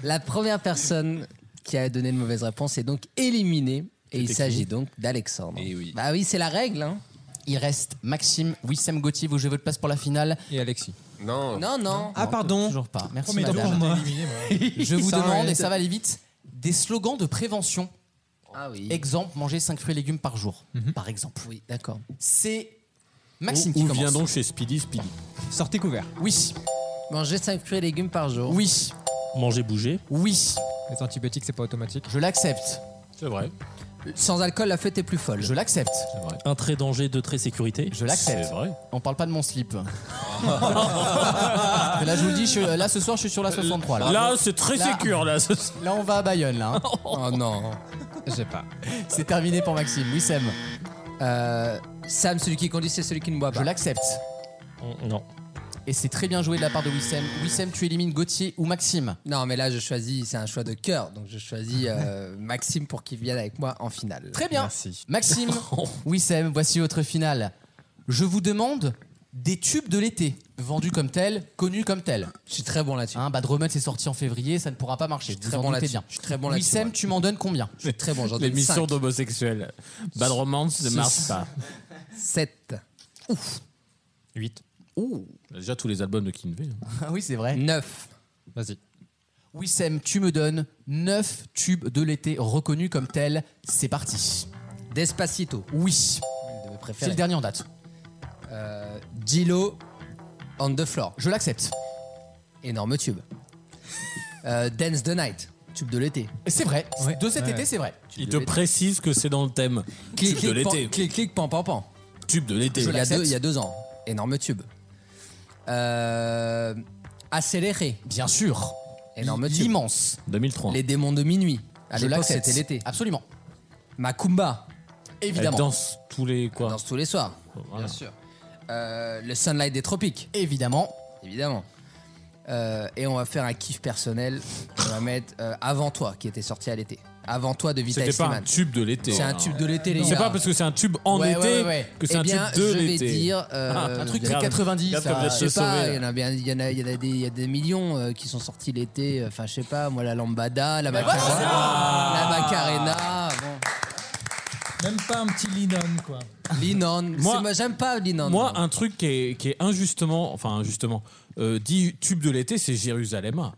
S15: La première personne qui a donné une mauvaise réponse est donc éliminée. Et il s'agit donc d'Alexandre.
S7: Eh oui.
S15: Bah oui, c'est la règle. Hein.
S2: Il reste Maxime, Wissem Gauthier, vos jeux de place pour la finale.
S5: Et Alexis.
S7: Non.
S15: Non, non.
S5: Ah, pardon.
S2: Toujours pas. Merci,
S5: Premier tour
S2: madame.
S5: pour moi.
S2: Je vous
S15: Sorry.
S2: demande, et ça va aller vite, des slogans de prévention.
S15: Ah oui.
S2: Exemple, manger 5 fruits et légumes par jour, par exemple.
S15: Oui, d'accord.
S2: C'est Maxime
S3: Ou
S2: qui commence.
S3: viens donc chez Speedy Speedy.
S5: Sortez couvert.
S2: Oui.
S6: Manger 5 fruits et légumes par jour.
S2: Oui.
S11: Manger, bouger.
S2: Oui.
S5: Les antibiotiques, c'est pas automatique.
S2: Je l'accepte.
S3: C'est vrai.
S6: Sans alcool, la fête est plus folle.
S2: Je l'accepte.
S11: Un trait danger, deux traits sécurité.
S2: Je l'accepte.
S11: C'est vrai.
S2: On parle pas de mon slip. (laughs) Mais là, je vous le dis, je suis- là ce soir, je suis sur la 63. Là,
S11: Là, c'est très sécure, là.
S2: Là, on va à Bayonne, là. hein. oh non.
S5: Je sais pas.
S2: C'est terminé pour Maxime. Oui, Sam.
S6: Sam, celui qui conduit, c'est celui qui ne boit pas.
S2: Je l'accepte.
S11: Non.
S2: Et c'est très bien joué de la part de Wissem. Wissem, tu élimines Gauthier ou Maxime
S6: Non, mais là, je choisis, c'est un choix de cœur. Donc, je choisis euh, (laughs) Maxime pour qu'il vienne avec moi en finale.
S2: Très bien.
S6: (laughs)
S2: Maxime, Wissem, voici votre finale. Je vous demande des tubes de l'été, vendus comme tels, connus comme tels.
S6: Je suis très bon là-dessus.
S2: Hein, Bad Romance est sorti en février, ça ne pourra pas marcher.
S6: très
S2: vous en
S6: bon
S2: doutez
S6: là-dessus.
S2: bien.
S6: Je suis très bon là-dessus,
S2: Wissem,
S6: moi.
S2: tu m'en donnes combien
S6: Je suis très bon, j'en donne
S3: L'émission
S6: cinq.
S3: d'homosexuels. Bad Romance ne
S6: Six.
S3: marche pas.
S6: 7. Ouf.
S11: 8.
S2: Ouh.
S3: Déjà tous les albums de hein. Kinvey.
S2: Ah oui, c'est vrai.
S6: 9.
S5: Vas-y.
S2: Wissem, tu me donnes 9 tubes de l'été reconnus comme tels. C'est parti.
S6: Despacito.
S2: Oui. C'est le dernier en date.
S6: Euh, Gilo on the floor.
S2: Je l'accepte.
S6: Énorme tube. Euh, Dance the night. Tube de l'été.
S2: C'est vrai. De cet
S6: Ouais.
S2: été, c'est vrai.
S3: Il
S6: de
S3: te
S6: l'été.
S3: précise que c'est dans le thème.
S6: Clic,
S3: Tube de
S6: clic, pan,
S3: l'été.
S6: clic, clic, pan, pan, pan.
S3: Tube de l'été.
S6: Il y, a deux, il y a deux ans. Énorme tube. Euh, accéléré.
S2: Bien sûr.
S6: Énorme tube.
S2: L'immense.
S3: 2003.
S6: Les démons de minuit. À
S2: Je
S6: l'époque,
S2: l'accepte.
S6: c'était l'été.
S2: Absolument.
S6: Macumba.
S3: Elle
S6: Évidemment.
S3: danse tous les quoi. Oh,
S6: Danse tous les soirs.
S3: Voilà.
S6: Bien sûr. Euh, le Sunlight des Tropiques.
S2: Évidemment.
S6: Évidemment. Euh, et on va faire un kiff personnel. On va mettre euh, Avant toi, qui était sorti à l'été. Avant toi de Vita
S3: C'était pas un
S6: Slimane.
S3: tube de l'été.
S6: C'est un
S3: Non.
S6: tube de l'été, les
S3: C'est
S6: gars.
S3: pas parce que c'est un tube en
S6: Ouais,
S3: été
S6: ouais, ouais, ouais.
S3: que c'est
S6: Eh
S3: un
S6: bien,
S3: tube de
S6: je vais
S3: l'été. Ah,
S6: dire, euh,
S2: un truc très
S6: Grave.
S2: 90.
S3: Grave
S2: ça.
S3: comme la
S6: Je sais
S3: sauver,
S6: pas,
S3: là.
S6: il y en a bien, il y en a, il y en a des, il y a des millions euh, qui sont sortis l'été. euh, Enfin, je sais pas, moi la lambada, la macarena, la macarena, bon.
S4: Ah. Même pas un petit Linon, quoi.
S6: Linon.
S3: Moi-
S6: Moi, moi j'aime pas Linon.
S3: Moi, un truc qui est, qui est injustement, enfin injustement, euh, dit tube de l'été, c'est Jérusalem.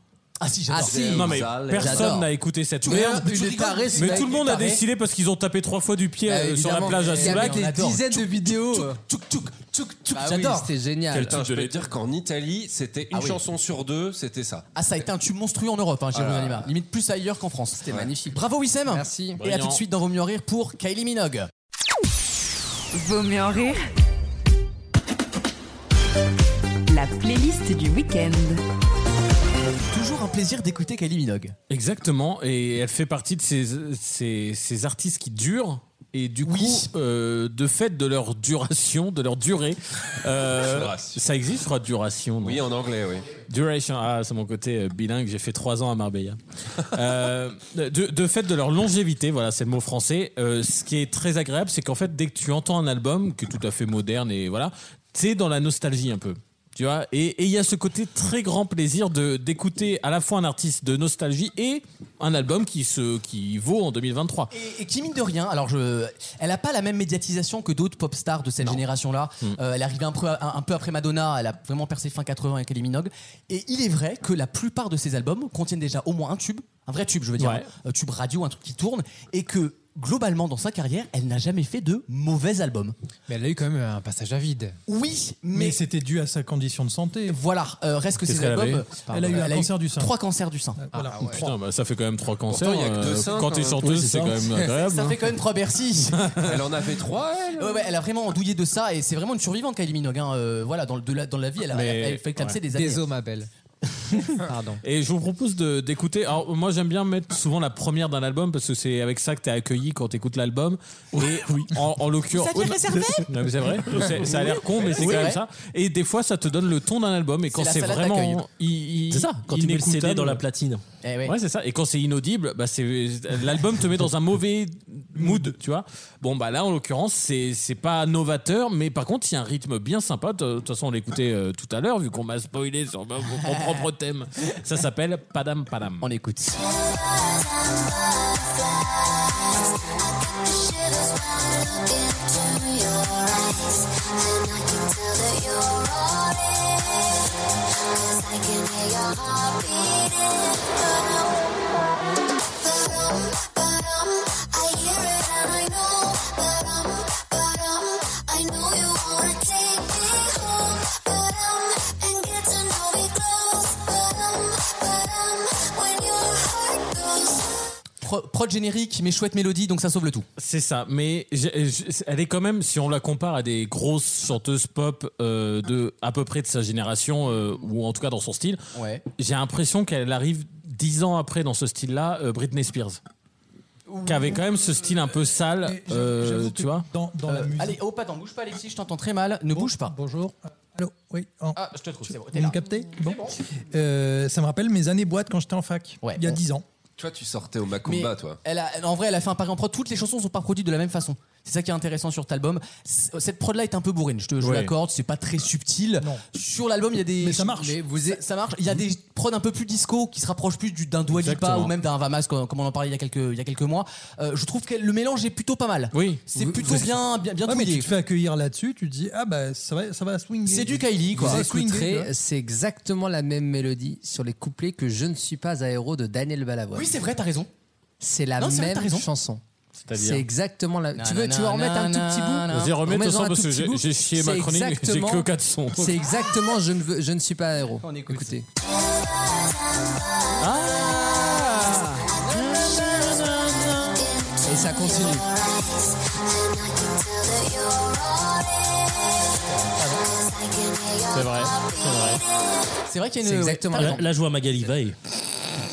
S2: Ah si,
S6: j'adore. Ah, si.
S3: Non mais
S6: J'adore.
S3: personne n'a écouté cette
S6: Mais
S3: merde.
S6: un- il est taré, ce
S3: mais
S6: mec,
S3: tout le
S6: il est
S3: monde a
S6: taré.
S3: décidé parce qu'ils ont tapé trois fois du pied
S6: Bah,
S3: euh, sur la
S6: évidemment.
S3: plage à
S6: Et avec
S3: Soulac.
S6: des dizaines de vidéos. Bah oui,
S2: J'adore.
S6: c'était génial.
S3: Quel
S7: Putain,
S3: tube
S7: je
S3: de
S7: peux te
S3: l'été.
S7: dire qu'en Italie, c'était une
S2: Ah oui.
S7: chanson sur deux, c'était ça.
S2: Ah, ça a été un tube monstrueux en Europe, hein, Jérusalem.
S7: Voilà.
S2: Limite plus ailleurs qu'en France.
S6: C'était magnifique.
S2: Bravo Wissem
S6: Merci.
S2: Et à
S3: Brillant.
S2: tout de suite dans Vos mieux en rire pour Kylie Minogue.
S12: Ah.
S17: Vaut mieux en rire. La playlist du week-end.
S2: Toujours un plaisir d'écouter Kylie Minogue.
S3: Exactement. Et elle fait partie de ces, ces, ces artistes qui durent. Et du coup, euh, de fait de leur duration, de leur durée, euh,
S7: Duration.
S3: ça existe, je crois, duration. non
S7: Oui, en anglais, oui.
S3: Duration, ah, c'est mon côté euh, bilingue, j'ai fait trois ans à Marbella. Euh, de, de fait de leur longévité, voilà, c'est le mot français. euh, ce qui est très agréable, c'est qu'en fait, dès que tu entends un album qui est tout à fait moderne et voilà, t'es dans la nostalgie un peu. Tu vois, et et il y a ce côté très grand plaisir de d'écouter à la fois un artiste de nostalgie et un album qui se qui vaut en 2023.
S2: Et, et qui mine de rien, alors je, elle a pas la même médiatisation que d'autres pop stars de cette génération-là.
S7: Hmm.
S2: Euh, elle est arrivée un peu, un, un peu après Madonna, elle a vraiment percé fin 80 avec Kylie Minogue. Et il est vrai que la plupart de ses albums contiennent déjà au moins un tube, un vrai tube, je veux dire, hein.
S3: Ouais.
S2: un tube radio, un truc qui tourne, et que globalement dans sa carrière, elle n'a jamais fait de mauvais album.
S5: Mais elle a eu quand même un passage à vide.
S2: Oui,
S4: Mais,
S2: mais,
S4: c'était dû à sa condition de santé.
S2: voilà, euh, reste que
S3: Qu'est-ce
S2: ses
S3: qu'elle avait
S2: albums.
S4: Elle a eu un cancer du sein.
S2: Trois cancers du sein.
S4: Voilà.
S3: Putain, bah, ça fait quand même trois cancers.
S7: Pourtant, il y a que deux seins,
S3: quand
S7: quand
S3: t'es
S7: même.
S3: chanteuse,
S7: Oui, (laughs) c'est
S3: c'est
S7: ça.
S3: quand même agréable.
S2: hein. (laughs) Ça
S3: hein.
S2: fait quand même trois Bercy.
S3: (laughs)
S7: Elle en a fait trois, elle
S2: Ouais, ouais, elle a vraiment douillé de ça et c'est vraiment une survivante Kylie Minogue. hein, euh, voilà, dans, le- de la, dans la vie, elle a,
S3: Mais-
S2: elle a fait clamser
S3: ouais.
S2: des années.
S5: Désolé, ma belle. Pardon.
S3: Et je vous propose de- d'écouter. Alors, moi, j'aime bien mettre souvent la première d'un album parce que c'est avec ça que t'es accueilli quand t'écoutes l'album. Et en, en l'occurrence.
S2: Ça vient réservé
S3: Non, mais C'est vrai. C'est- Ça a l'air con, mais c'est
S2: Oui.
S3: quand même
S2: Ouais.
S3: ça. Et des fois, ça te donne le ton d'un album. Et quand
S2: la
S3: c'est
S2: salade d'accueil.
S3: vraiment. i- i-
S11: C'est ça, quand tu mets le CD
S3: inécoutable-
S11: dans la platine.
S2: Eh ouais.
S3: Ouais, c'est ça. Et quand c'est inaudible, bah, c'est l'album te met dans un mauvais mood, tu vois. Bon, bah là, en l'occurrence, c'est c'est pas novateur, mais par contre, il y a un rythme bien sympa. De de toute façon, on l'écoutait euh, tout à l'heure, vu qu'on m'a spoilé sur mon, mon propre thème. Ça s'appelle Padam Padam.
S2: On écoute.
S12: I know you wanna take me home, but I'm and get to know me close.
S2: pro- prod générique, mais chouette mélodie, donc ça sauve le tout.
S3: C'est ça, mais j'ai- j'ai- elle est quand même, si on la compare à des grosses chanteuses pop euh, de à peu près de sa génération, euh, ou en tout cas dans son style,
S2: Ouais.
S3: j'ai l'impression qu'elle arrive dix ans après dans ce style-là, euh, Britney Spears. Qui avait quand même ce style un peu sale, euh, tu vois
S2: Euh, Allez, oh, pas t'en bouge pas, Alexis, je t'entends très mal. Ne bouge pas.
S4: Bonjour. Allô, oui. en-
S2: Ah, je te trouve, c'est bon.
S4: Vous
S2: T'es
S4: me
S2: là.
S4: captez Bon. Euh, ça me rappelle mes années boîte quand j'étais en fac, il y a
S2: on-
S4: 10 ans.
S7: Toi, tu sortais au Macumba,
S2: Mais
S7: toi.
S2: Elle a, en vrai, elle a fait un pari en prod. Toutes les chansons ne sont pas produites de la même façon. C'est ça qui est intéressant sur cet album. C- Cette prod-là est un peu bourrine, je te je
S18: Ouais.
S2: l'accorde. C'est pas très subtil. Sur l'album, il y a des. Mais ça marche. ça, marche. Il y a des prods un peu plus disco qui se rapprochent plus du- d'un Dua Lipa
S3: Exactement.
S2: ou même d'un Vamas, comme, comme on en parlait il y a quelques, il y a quelques mois. Euh, je trouve que le mélange est plutôt pas mal.
S3: Oui.
S2: C'est plutôt bien, bien, bien
S4: Ouais, mais
S2: trouvé.
S4: tu te fais accueillir là-dessus, tu te dis ah bah ça va, ça va swinguer.
S2: C'est du hein. Kylie, quoi.
S4: Ça
S6: Vous
S4: va swinguer, tu vois.
S6: écouterez, c'est exactement la même mélodie sur les couplets que Je ne suis pas aéro de Daniel Balavoine.
S2: Oui, c'est vrai, t'as raison.
S6: C'est la
S2: Non, c'est vrai,
S6: même
S2: t'as raison.
S6: chanson.
S2: C'est-à-dire
S6: C'est exactement la.
S2: Na,
S6: tu
S2: na,
S6: veux, tu veux
S2: na,
S6: en remettre un
S2: na,
S6: tout petit
S2: na,
S6: bout
S2: na. Vas-y, remets,
S6: Remets-en
S2: de toute façon,
S6: un
S2: parce
S6: tout
S2: que
S6: petit
S2: j'ai-
S6: bout.
S2: j'ai chié ma
S6: C'est
S2: chronique, mais j'ai
S6: exactement-
S2: que quatre sons.
S6: C'est exactement je ne, veux, je ne suis pas aéro. Écoutez. Et ça continue.
S11: C'est vrai, c'est vrai.
S2: C'est vrai qu'il y a
S11: C'est
S2: une.
S11: exactement
S2: ouais, t'as
S11: Là,
S2: raison.
S11: là, je vois Magali Veil.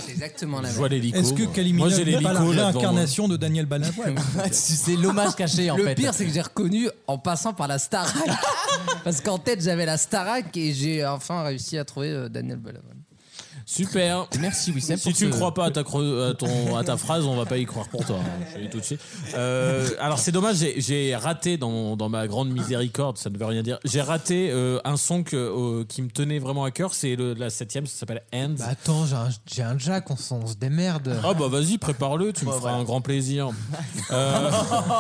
S6: C'est exactement la
S11: Je
S6: même.
S11: vois l'hélico.
S4: Est-ce que
S11: moi.
S4: Calimino
S11: Moi, j'ai
S4: n'est pas la
S11: l'hélico là-devant,
S4: réincarnation de Daniel Balavoine
S2: C'est l'hommage caché en
S6: le
S2: fait.
S6: pire, c'est que j'ai reconnu en passant par la
S2: (laughs)
S6: Starac. Parce qu'en tête, j'avais la Starac et j'ai enfin réussi à trouver euh, Daniel Balavoine.
S3: Super.
S2: Merci Wissem.
S3: Si
S6: pour
S3: tu ne
S6: ce-
S3: crois pas à ta, cre- à ton- à ta phrase, on va pas y croire pour toi. hein. Je te le dis tout de suite. Euh, alors c'est dommage, j'ai- j'ai raté dans, mon- dans ma grande miséricorde, ça ne veut rien dire. J'ai raté euh, un son que, euh, qui me tenait vraiment à cœur, c'est le- la septième, ça s'appelle Ends.
S5: Bah attends, j'ai un, j'ai un Jack, on, s'en- on se démerde.
S3: Ah bah vas-y, prépare-le, tu me feras un grand plaisir. Euh,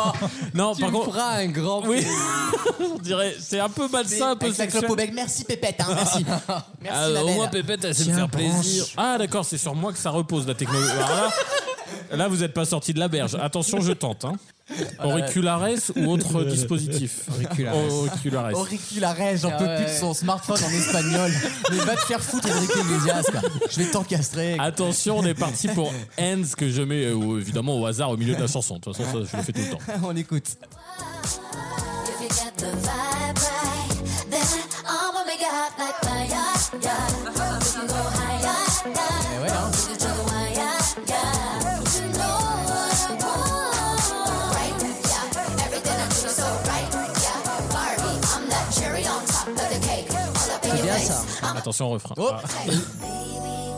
S2: (laughs)
S3: non,
S6: Tu
S3: par
S6: me
S3: contre.
S6: feras un grand
S3: Oui, (laughs) on dirait, c'est un peu malsain, un peu
S2: Avec la
S3: sexuel.
S2: clope au bec. Merci Pépette, hein, merci. merci
S3: Ah,
S2: la
S3: au
S2: belle.
S3: moins Pépette, elle sait me
S2: Tiens,
S3: faire plaisir.
S2: branche.
S3: Ah d'accord, c'est sur moi que ça repose la technologie. Alors là, là, vous n'êtes pas sorti de la berge. Attention, je tente. Hein. Auriculares ou autre dispositif
S2: Auriculares.
S3: Auriculares. Ah
S2: Auriculares, j'en peux plus de son smartphone en
S3: (laughs)
S2: espagnol. Mais va te faire foutre, Enrique Iglesias. quoi. Je vais t'encastrer.
S3: Attention, on est parti pour Ends que je mets euh, évidemment au hasard au milieu de la chanson. Ah, De toute façon, ça, je le fais tout le temps.
S2: (laughs) On écoute.
S12: If you got the vibe right, then I'm gonna make it hot like fire. Yeah, we can go higher. Yeah,
S2: Eh ouais, hein.
S12: we can go higher. Yeah, you know what I want. Right, yeah, everything I do is so right. Yeah, Barbie, I'm that cherry on top of the cake. All up in your face.
S3: Attention, refrain.
S2: Oh.
S3: Ah.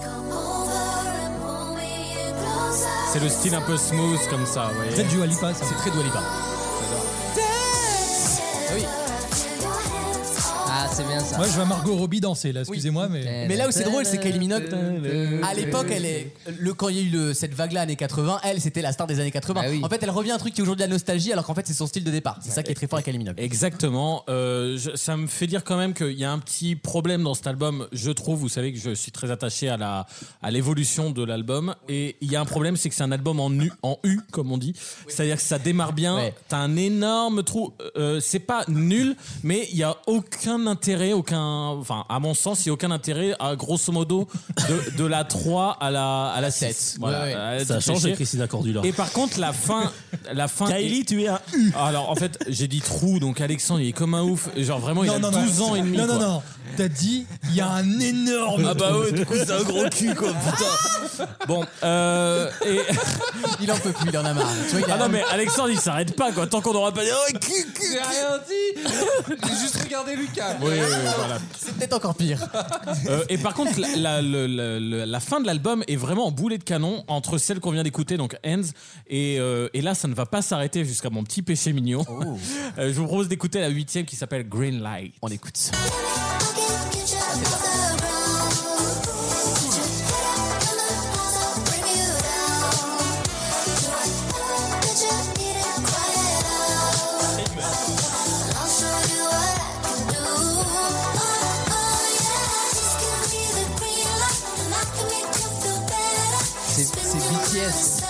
S3: C'est le style un peu smooth comme ça. vous voyez.
S4: C'est du Alipa, ça.
S2: C'est très Dua Lipa. Oui.
S6: Ah, c'est bien ça.
S4: Moi, je vois Margot Robbie danser là, excusez-moi, mais.
S2: Mais là où c'est drôle, c'est qu'Ellie Minogue, à l'époque, elle est, le, quand il y a eu le- cette vague-là, années 80, elle, c'était la star des années
S3: Bah
S2: 80. En fait, elle revient à un truc qui est aujourd'hui la nostalgie, alors qu'en fait, c'est son style de départ. C'est ça qui est très fort avec Ellie Minogue.
S3: Exactement. Euh, je- ça me fait dire quand même qu'il y a un petit problème dans cet album. Je trouve, vous savez que je suis très attaché à la à l'évolution de l'album. Et il y a un problème, c'est que c'est un album en U, en U comme on dit. C'est-à-dire que ça démarre bien. T'as un énorme trou. Euh, c'est pas nul, mais il y a aucun intérêt, aucun. Enfin, à mon sens, il y a aucun intérêt. À grosso modo, de, de la 3 à la à la 7. Voilà.
S11: Ouais, ouais.
S3: À la
S11: Ça a changé,
S3: dépêchée.
S11: Christina Cordula.
S3: Et par contre, la fin, la fin.
S11: Kylie,
S3: tu es un U. Alors en fait, j'ai dit trou, donc Alexandre, il est comme un ouf. Genre vraiment, il a 12 ans et demi.
S4: Non, non,
S3: quoi.
S4: non. T'as dit, il y a un énorme.
S3: Ah bah ouais, du coup, c'est un gros cul, quoi,
S2: (laughs)
S3: putain. Bon, euh, et.
S2: Il en peut plus, il en a marre. Tu vois, il a-
S3: Ah non, mais Alexandre, il s'arrête pas, quoi. Tant qu'on aura pas dit. Oh, cul, cul, cul.
S2: (laughs)
S7: J'ai juste regardé Lucas.
S3: Oui, oui, oui, voilà.
S2: C'est peut-être encore pire.
S3: Euh, et par contre, la, la- le- le- le- la fin de l'album est vraiment en boulet de canon entre celle qu'on vient d'écouter, donc Ends, et, euh, et là, ça ne va pas s'arrêter jusqu'à mon petit péché mignon. Euh, je vous propose d'écouter la huitième qui s'appelle Green Light.
S2: Oh. On écoute.
S6: C'est c'est BTS.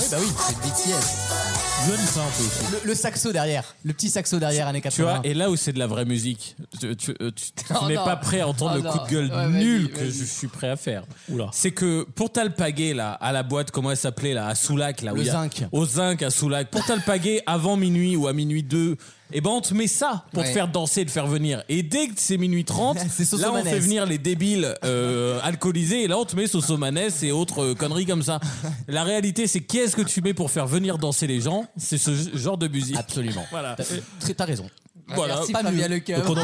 S2: Oui, bah oui, c'est BTS. ça un peu Le, le saxo derrière, le petit saxo derrière, années
S3: Tu
S2: 80.
S3: vois, et là où c'est de la vraie musique, tu, tu- euh, tu- tu
S2: Oh
S3: n'es
S2: non.
S3: pas prêt à entendre
S2: Oh
S3: le coup
S2: non.
S3: de gueule
S2: Ouais, vas-y,
S3: nul que
S2: vas-y.
S3: je suis prêt à faire. C'est que pour t'alpaguer là, à la boîte, comment elle s'appelait là, à Soulac là, où
S2: Le
S3: il y a-
S2: zinc.
S3: au zinc à Soulac, pour t'alpaguer avant minuit ou à minuit 2, et ben on te met ça pour
S2: Ouais.
S3: te faire danser, te faire venir. Et dès que c'est minuit 30,
S2: (laughs) C'est Soso
S3: là on
S2: Manès.
S3: fait venir les débiles euh, alcoolisés et là on te met Sosomanès et autres euh, conneries comme ça. La réalité, c'est qui est-ce que tu mets pour faire venir danser les gens C'est ce genre de musique. Absolument. (laughs) Voilà.
S2: Très- T'as raison.
S3: Voilà,
S2: Merci,
S3: pas
S2: Fabien
S3: mieux.
S2: Lecoeur.
S3: Donc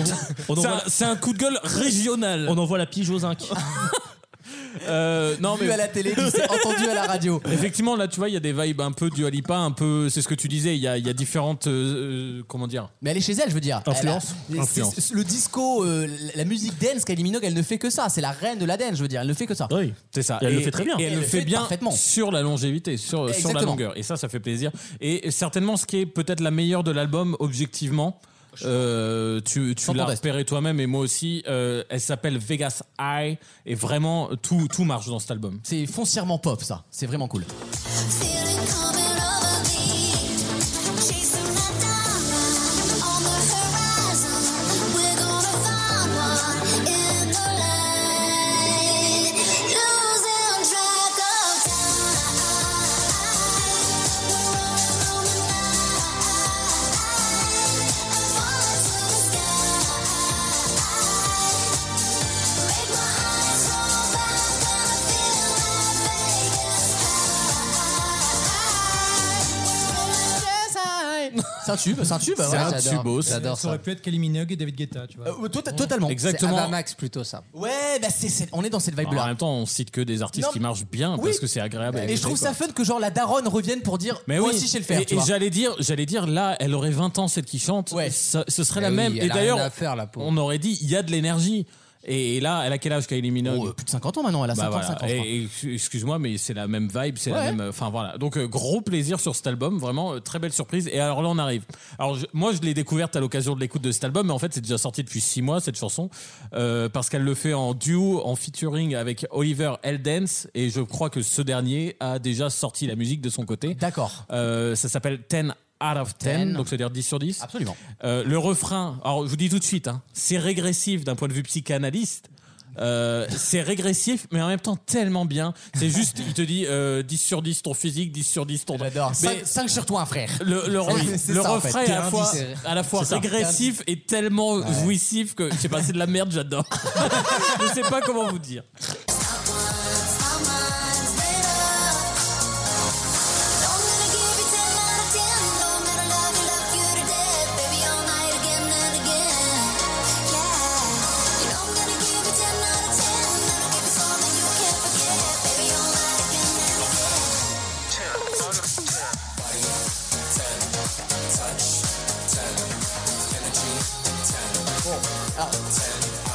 S2: (laughs)
S3: on envoie- on
S11: C'est
S3: envoie-
S11: un-
S3: C'est un, coup de gueule régional. On
S11: envoie la pige aux zinc.
S3: Euh, non,
S2: Vu
S3: mais
S2: à la télé, qui
S3: (laughs)
S2: s'est entendu à la radio.
S3: Effectivement, là, tu vois, il y a des vibes un peu du Alipa, un peu. C'est ce que tu disais. Il y a, il y a différentes. euh, euh, comment dire
S2: Mais elle est chez elle, je veux dire. Elle a-
S3: Influence.
S2: c'est-
S3: Influence.
S2: c'est- Le disco, euh, la- la musique dance, Kylie Minogue, elle ne fait que ça. C'est la reine de la dance, je veux dire. Elle ne fait que ça. Eh,
S11: Oui,
S3: c'est ça.
S11: Et elle le fait très bien.
S3: Et elle, le fait, bien
S2: parfaitement.
S3: sur la longévité, sur, sur
S2: Exactement.
S3: la longueur. Et ça, ça fait plaisir. Et certainement, ce qui est peut-être la meilleure de l'album, objectivement, euh, tu, tu
S2: Sans
S3: l'as
S2: conteste.
S3: repéré toi-même et moi aussi, euh, elle s'appelle Vegas High. Et vraiment, tout, tout marche dans cet album.
S2: C'est foncièrement pop, ça. C'est vraiment cool. C'est un tube, c'est un tube. hein.
S4: C'est
S2: ouais.
S4: un
S2: J'adore.
S4: Ça,
S2: J'adore ça.
S4: aurait pu être Kelly Minogue et David Guetta, tu vois.
S2: Euh, to- totalement.
S4: Exactement. C'est Ava
S2: Max plutôt ça. Ouais, bah c'est- c'est- on est dans cette vibe
S3: en
S2: là.
S3: même temps, on cite que des artistes
S2: Non,
S3: qui marchent bien
S2: oui.
S3: parce que c'est agréable. à
S2: Et je
S3: écouter,
S2: trouve
S3: quoi.
S2: ça fun que genre la daronne revienne pour dire
S3: Mais
S2: moi
S3: oui.
S2: aussi je sais le faire.
S3: Et,
S2: tu
S3: et
S2: vois.
S3: j'allais dire, j'allais dire là, elle aurait 20 ans cette qui chante. Ça- ce serait
S2: Eh
S3: la
S2: oui,
S3: même.
S2: elle
S3: et
S2: a
S3: d'ailleurs,
S2: rien à faire, la pauvre.
S3: on aurait dit il y a de l'énergie. Et, et là, elle a quel âge Kylie Minogue
S2: Plus de 50 ans maintenant, elle a
S3: Bah
S2: 55
S3: voilà.
S2: ans. je crois.
S3: Et- et ex- excuse-moi, mais c'est la même vibe, c'est
S2: Ouais.
S3: la même. Enfin voilà. Donc euh, gros plaisir sur cet album, vraiment euh, très belle surprise. Et alors là, on arrive. Alors je- moi, je l'ai découverte à l'occasion de l'écoute de cet album, mais en fait, c'est déjà sorti depuis six mois cette chanson euh, parce qu'elle le fait en duo, en featuring avec Oliver Eldens, et je crois que ce dernier a déjà sorti la musique de son côté. Euh,
S2: D'accord.
S3: ça s'appelle Ten. Out of 10,
S2: Ten.
S3: donc c'est-à-dire 10 sur 10.
S2: Absolument.
S3: Euh, le refrain, alors je vous dis tout de suite, hein, c'est régressif d'un point de vue psychanalyste. Euh, c'est régressif, mais en même temps tellement bien. C'est juste, il te dit euh, 10 sur 10 ton physique, 10 sur 10 ton. J'adore.
S2: 5, sur toi, frère.
S3: (laughs) Le, le, ref-
S2: C'est- c'est
S3: le
S2: ça, en fait.
S3: refrain est à la
S2: Terrain
S3: fois,
S2: dix, c'est-
S3: à la fois
S2: c'est ça.
S3: régressif et tellement
S2: Ouais.
S3: jouissif que je sais pas, c'est de la merde, j'adore. je sais pas comment vous dire.
S4: Ça,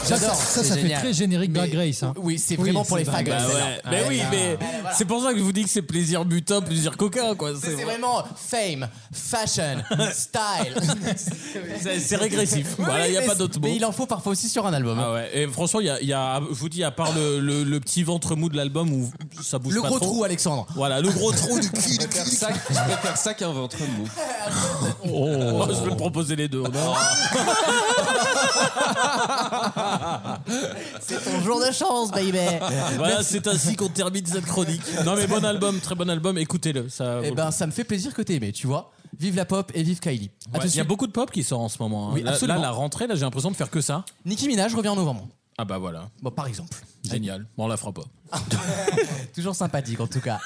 S2: J'adore.
S4: ça,
S2: c'est
S4: ça fait
S2: génial.
S4: très générique Drag Race. hein.
S2: Oui, c'est vraiment pour les
S4: c'est
S2: fags.
S4: dingue.
S3: Bah ouais. Mais oui, mais c'est pour ça que je vous dis que c'est plaisir butin, plaisir coquin, quoi.
S2: C'est c'est vraiment
S3: (laughs)
S2: fame, fashion, style.
S3: C'est- c'est régressif.
S2: Oui,
S3: Voilà, il y a
S2: mais
S3: pas
S2: c'est-
S3: d'autre mot.
S2: Mais il en faut parfois aussi sur un album. hein.
S3: Ah ouais. Et franchement, il y a, il y a- je vous dis, à part le, le- le petit ventre mou de l'album où ça bouge
S2: Le
S3: pas
S2: gros
S3: trop.
S2: trou, Alexandre.
S3: Voilà, le gros trou du
S7: Je
S3: cul.
S7: préfère ça- je préfère ça qu'un ventre mou.
S3: (laughs) Oh, je vais te proposer les
S2: (laughs)
S3: deux. non
S2: C'est ton jour de chance, baby.
S3: voilà, c'est ainsi qu'on termine cette chronique. Non mais bon album, très bon album, écoutez-le. Ça
S2: Eh
S3: vaut
S2: ben, ça me fait plaisir que t'aies aimé, tu vois. Vive la pop et vive Kylie.
S3: le-
S2: À
S3: Ouais,
S2: tout de
S3: Il y a
S2: suite.
S3: beaucoup de pop qui sort en ce moment. hein.
S2: Oui,
S3: là,
S2: absolument.
S3: là, la rentrée, là, j'ai l'impression de faire que ça.
S2: Nicki Minaj revient en novembre.
S3: Ah bah voilà.
S2: Bon, par exemple.
S3: Génial. Bon, on la fera pas.
S2: Toujours sympathique, en tout
S3: (laughs)
S2: cas.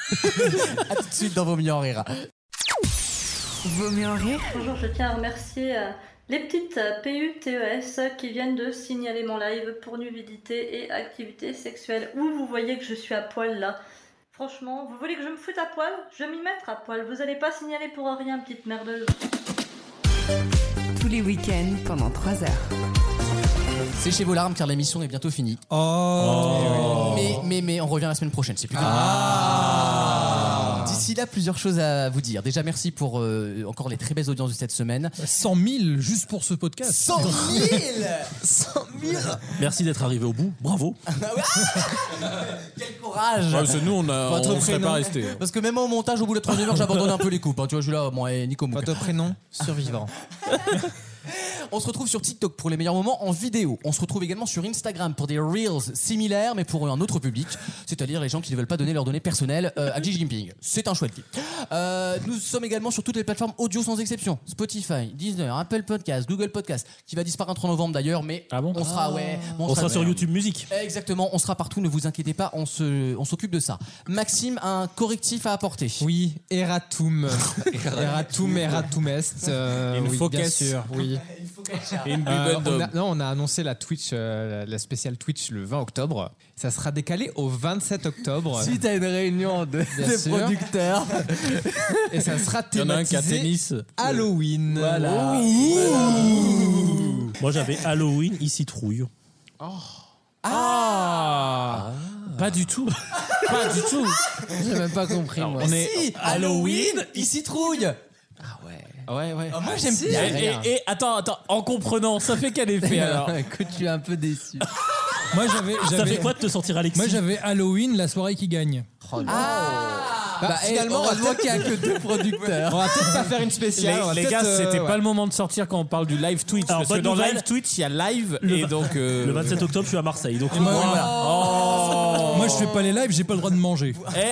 S2: à tout de suite dans Vos mieux en rire.
S19: Vaut mieux en rire. Bonjour, je tiens à remercier euh, les petites euh, PUTES euh, qui viennent de signaler mon live pour nudité et activité sexuelle. Où vous voyez que je suis à poil là. Franchement, vous voulez que je me foute à poil Je vais m'y mettre à poil. Vous allez pas signaler pour rien, petite merdeuse.
S1: Tous les week-ends pendant 3 heures.
S2: C'est chez vos larmes car l'émission est bientôt finie.
S4: Oh.
S2: Eh
S4: Ah.
S2: Mais, mais, mais on revient la semaine prochaine, c'est plus grave. D'ici D'ici là, plusieurs choses à vous dire. Déjà, merci pour euh, encore les très belles audiences de cette semaine.
S4: 100 000 juste pour ce podcast.
S2: 100 000
S4: (laughs)
S2: 100 000
S11: Merci d'être arrivé au bout. Bravo.
S2: Quel courage
S3: Ouais, parce que nous, on a-
S2: Ah, Votre
S3: on serait
S2: prénom.
S3: pas restés.
S2: Parce que même au montage, au bout de la troisième heure, j'abandonne un peu les coupes. hein. Tu vois, je suis là, moi et Nico. Votre
S5: prénom Survivant.
S2: On se retrouve sur TikTok pour les meilleurs moments en vidéo. On se retrouve également sur Instagram pour des reels similaires, mais pour un autre public, c'est-à-dire les gens qui ne veulent pas donner leurs données personnelles euh, à Xi Jinping. C'est un chouette clip. Euh, nous sommes également sur toutes les plateformes audio sans exception Spotify, Deezer, Apple Podcast, Google Podcast, qui va disparaître en novembre d'ailleurs, mais on sera
S11: Ah.
S2: ouais.
S11: On sera sur YouTube
S2: Music. Exactement, on sera partout. Ne vous inquiétez pas, on se, on s'occupe de ça. Maxime a un correctif à apporter.
S5: Oui,
S2: (laughs)
S5: Eratum. (laughs) Eratum, Eratum Est. euh,
S2: Une
S5: oui, bien
S2: focaccia.
S5: sûr. Oui.
S2: Et une
S5: Euh,
S2: bubble
S5: on
S2: dome.
S5: a- Non, on a annoncé la Twitch, euh, la spéciale Twitch le 20 octobre. Ça sera décalé au 27 octobre.
S6: Suite à une réunion de,
S5: Bien
S6: de
S5: sûr.
S6: producteurs.
S5: Et ça sera
S6: Il y en a un
S5: thématisé
S6: qui a tennis.
S5: Halloween.
S6: Voilà.
S11: Moi, j'avais Halloween, ici trouille.
S5: Ah
S3: (laughs)
S11: Pas du tout. Pas du tout.
S15: J'ai même pas compris, moi.
S11: on est
S2: Si, Halloween, ici trouille. Ah ouais. Ouais ouais. moi j'aime
S11: Si.
S2: bien.
S11: Et, et- et attends, attends, en comprenant, ça fait quel
S2: (laughs)
S11: effet alors
S6: Écoute, je suis un peu déçu.
S4: Moi j'avais.
S11: Ça
S4: j'avais-
S11: fait quoi de te sortir Alexis
S4: Moi j'avais Halloween, la soirée qui gagne.
S5: Ah.
S6: Bah,
S4: Bah,
S6: finalement,
S4: finalement,
S6: on voit
S4: heureusement
S6: qu'il n'y a que deux producteurs.
S5: (laughs) On va peut-être pas faire une spéciale. on va
S3: Les, les
S5: peut-être,
S3: gars,
S5: euh,
S3: c'était
S5: ouais.
S3: pas le moment de sortir quand on parle du live Twitch.
S11: Alors,
S3: parce que
S11: bonne
S3: dans
S11: nouvelle.
S3: live Twitch, il y a live
S11: Le
S3: et
S11: vingt-
S3: donc. euh,
S11: Le 27 octobre, je suis à Marseille. Donc,
S4: Moi,
S11: voilà.
S4: voilà. Moi, je fais pas les lives, j'ai pas le droit de manger.
S3: Oh. Eh,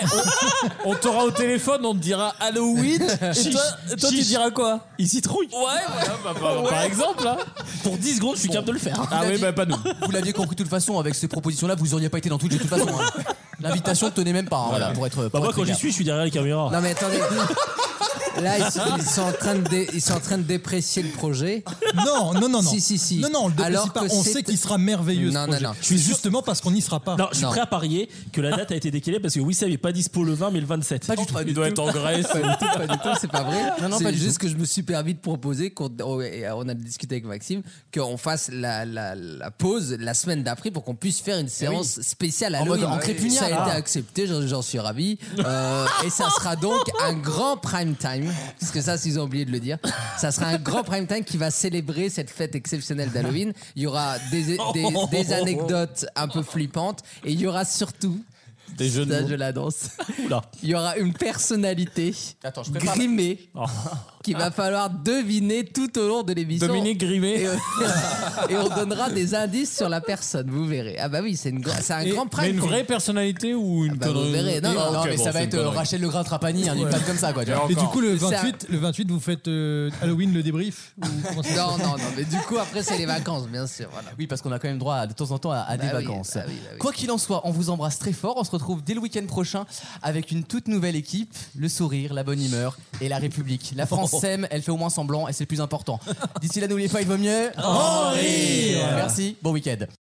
S3: on on t'aura au téléphone, on te dira Halloween. Et
S4: Chiche.
S3: toi, toi tu
S4: Chiche.
S3: diras quoi
S11: Ici trouille.
S3: Ouais, bah, bah, bah,
S11: Ouais.
S3: par exemple. hein.
S11: Pour 10 secondes, je suis capable de le faire.
S3: Ah oui, bah pas nous.
S2: (laughs) Vous l'aviez compris de toute façon avec ces propositions-là, vous auriez pas été dans Twitch de toute façon. hein. L'invitation ne tenait même pas. hein, voilà, pour être.
S11: Bah,
S2: pour
S11: moi,
S2: être
S11: quand j'y
S2: clair.
S11: suis, je suis derrière les caméras.
S6: Non mais attendez. Là, ils sont, ils sont en train de dé- ils sont en train de déprécier le projet.
S4: Non, non, non, non.
S6: Si, si, si.
S4: Non, non, on le déprécie
S6: Alors
S4: pas.
S6: que
S4: On
S6: c'est-
S4: sait qu'il sera merveilleux.
S6: Non,
S4: ce
S6: non,
S4: projet.
S6: non.
S4: Je suis justement parce qu'on n'y sera pas.
S11: Non, je suis prêt à parier que la date a été décalée parce que Wissam est pas dispo le 20 mais le 27.
S2: Pas du tout.
S11: Il doit être en Grèce.
S6: Pas du tout, pas du tout, c'est pas vrai.
S2: Non, non, pas
S6: Ah, c'est
S2: du
S6: juste
S2: tout.
S6: que je me suis permis de proposer, qu'on, oh, et, euh, on a discuté avec Maxime, qu'on fasse la, la, la pause la semaine d'après pour qu'on puisse faire une séance spéciale
S2: Eh En
S6: Halloween.
S2: mode en Ah. crépinière,
S6: Ça a
S2: là.
S6: été accepté, j'en, j'en suis ravi.
S2: (laughs)
S6: Euh, et ça sera donc un grand prime time, parce que ça, s'ils ont oublié de le dire, ça sera un grand prime time qui va célébrer cette fête exceptionnelle d'Halloween. Il y aura des,
S3: Oh.
S6: des,
S2: (laughs)
S6: des
S3: (laughs)
S6: anecdotes un peu flippantes et il y aura surtout...
S11: Des jeux de
S6: Ça,
S11: mots.
S6: je l'annonce.
S11: Oula.
S6: Il y aura une personnalité
S2: Attends, je prépare.
S6: grimée
S11: Oh.
S6: (laughs) qu'il va falloir deviner tout au long de l'émission.
S3: Dominique Grivet.
S6: Et,
S2: euh,
S6: on- (laughs) et on donnera des indices sur la personne, vous verrez. Ah bah oui, c'est une gra- c'est un
S3: Et-
S6: grand prime.
S3: Mais une
S6: time.
S3: vraie personnalité ou une
S6: bah, vous
S3: connerie
S6: verrez. Non,
S3: Ah,
S6: non,
S2: Non,
S3: ok,
S2: mais
S3: bon,
S2: ça
S3: c'est
S2: va
S3: une
S2: être euh,
S3: connerie.
S2: Rachel Legrand Trapani, hein, une femme comme ça, quoi. tu
S3: Et
S2: vois.
S4: Et du coup, le
S6: C'est un-
S4: 28, le 28 vous faites euh, Halloween le débrief ou comment ça se
S6: (laughs) Non,
S4: passe
S6: non, non, mais du coup, après, c'est les vacances, bien sûr. Voilà.
S2: Oui, parce qu'on a quand même droit à- de temps en temps à, à des
S6: Bah oui,
S2: vacances.
S6: bah oui, bah oui.
S2: Quoi qu'il en soit, on vous embrasse très fort. On se retrouve dès le week-end prochain avec une toute nouvelle équipe. Le sourire, la bonne humeur et la République. La France
S6: Oh.
S2: s'aime, elle fait au
S6: (laughs)
S2: moins semblant et c'est le plus important. D'ici là, n'oubliez pas, il vaut mieux.
S11: En rire.
S2: Merci, bon week-end.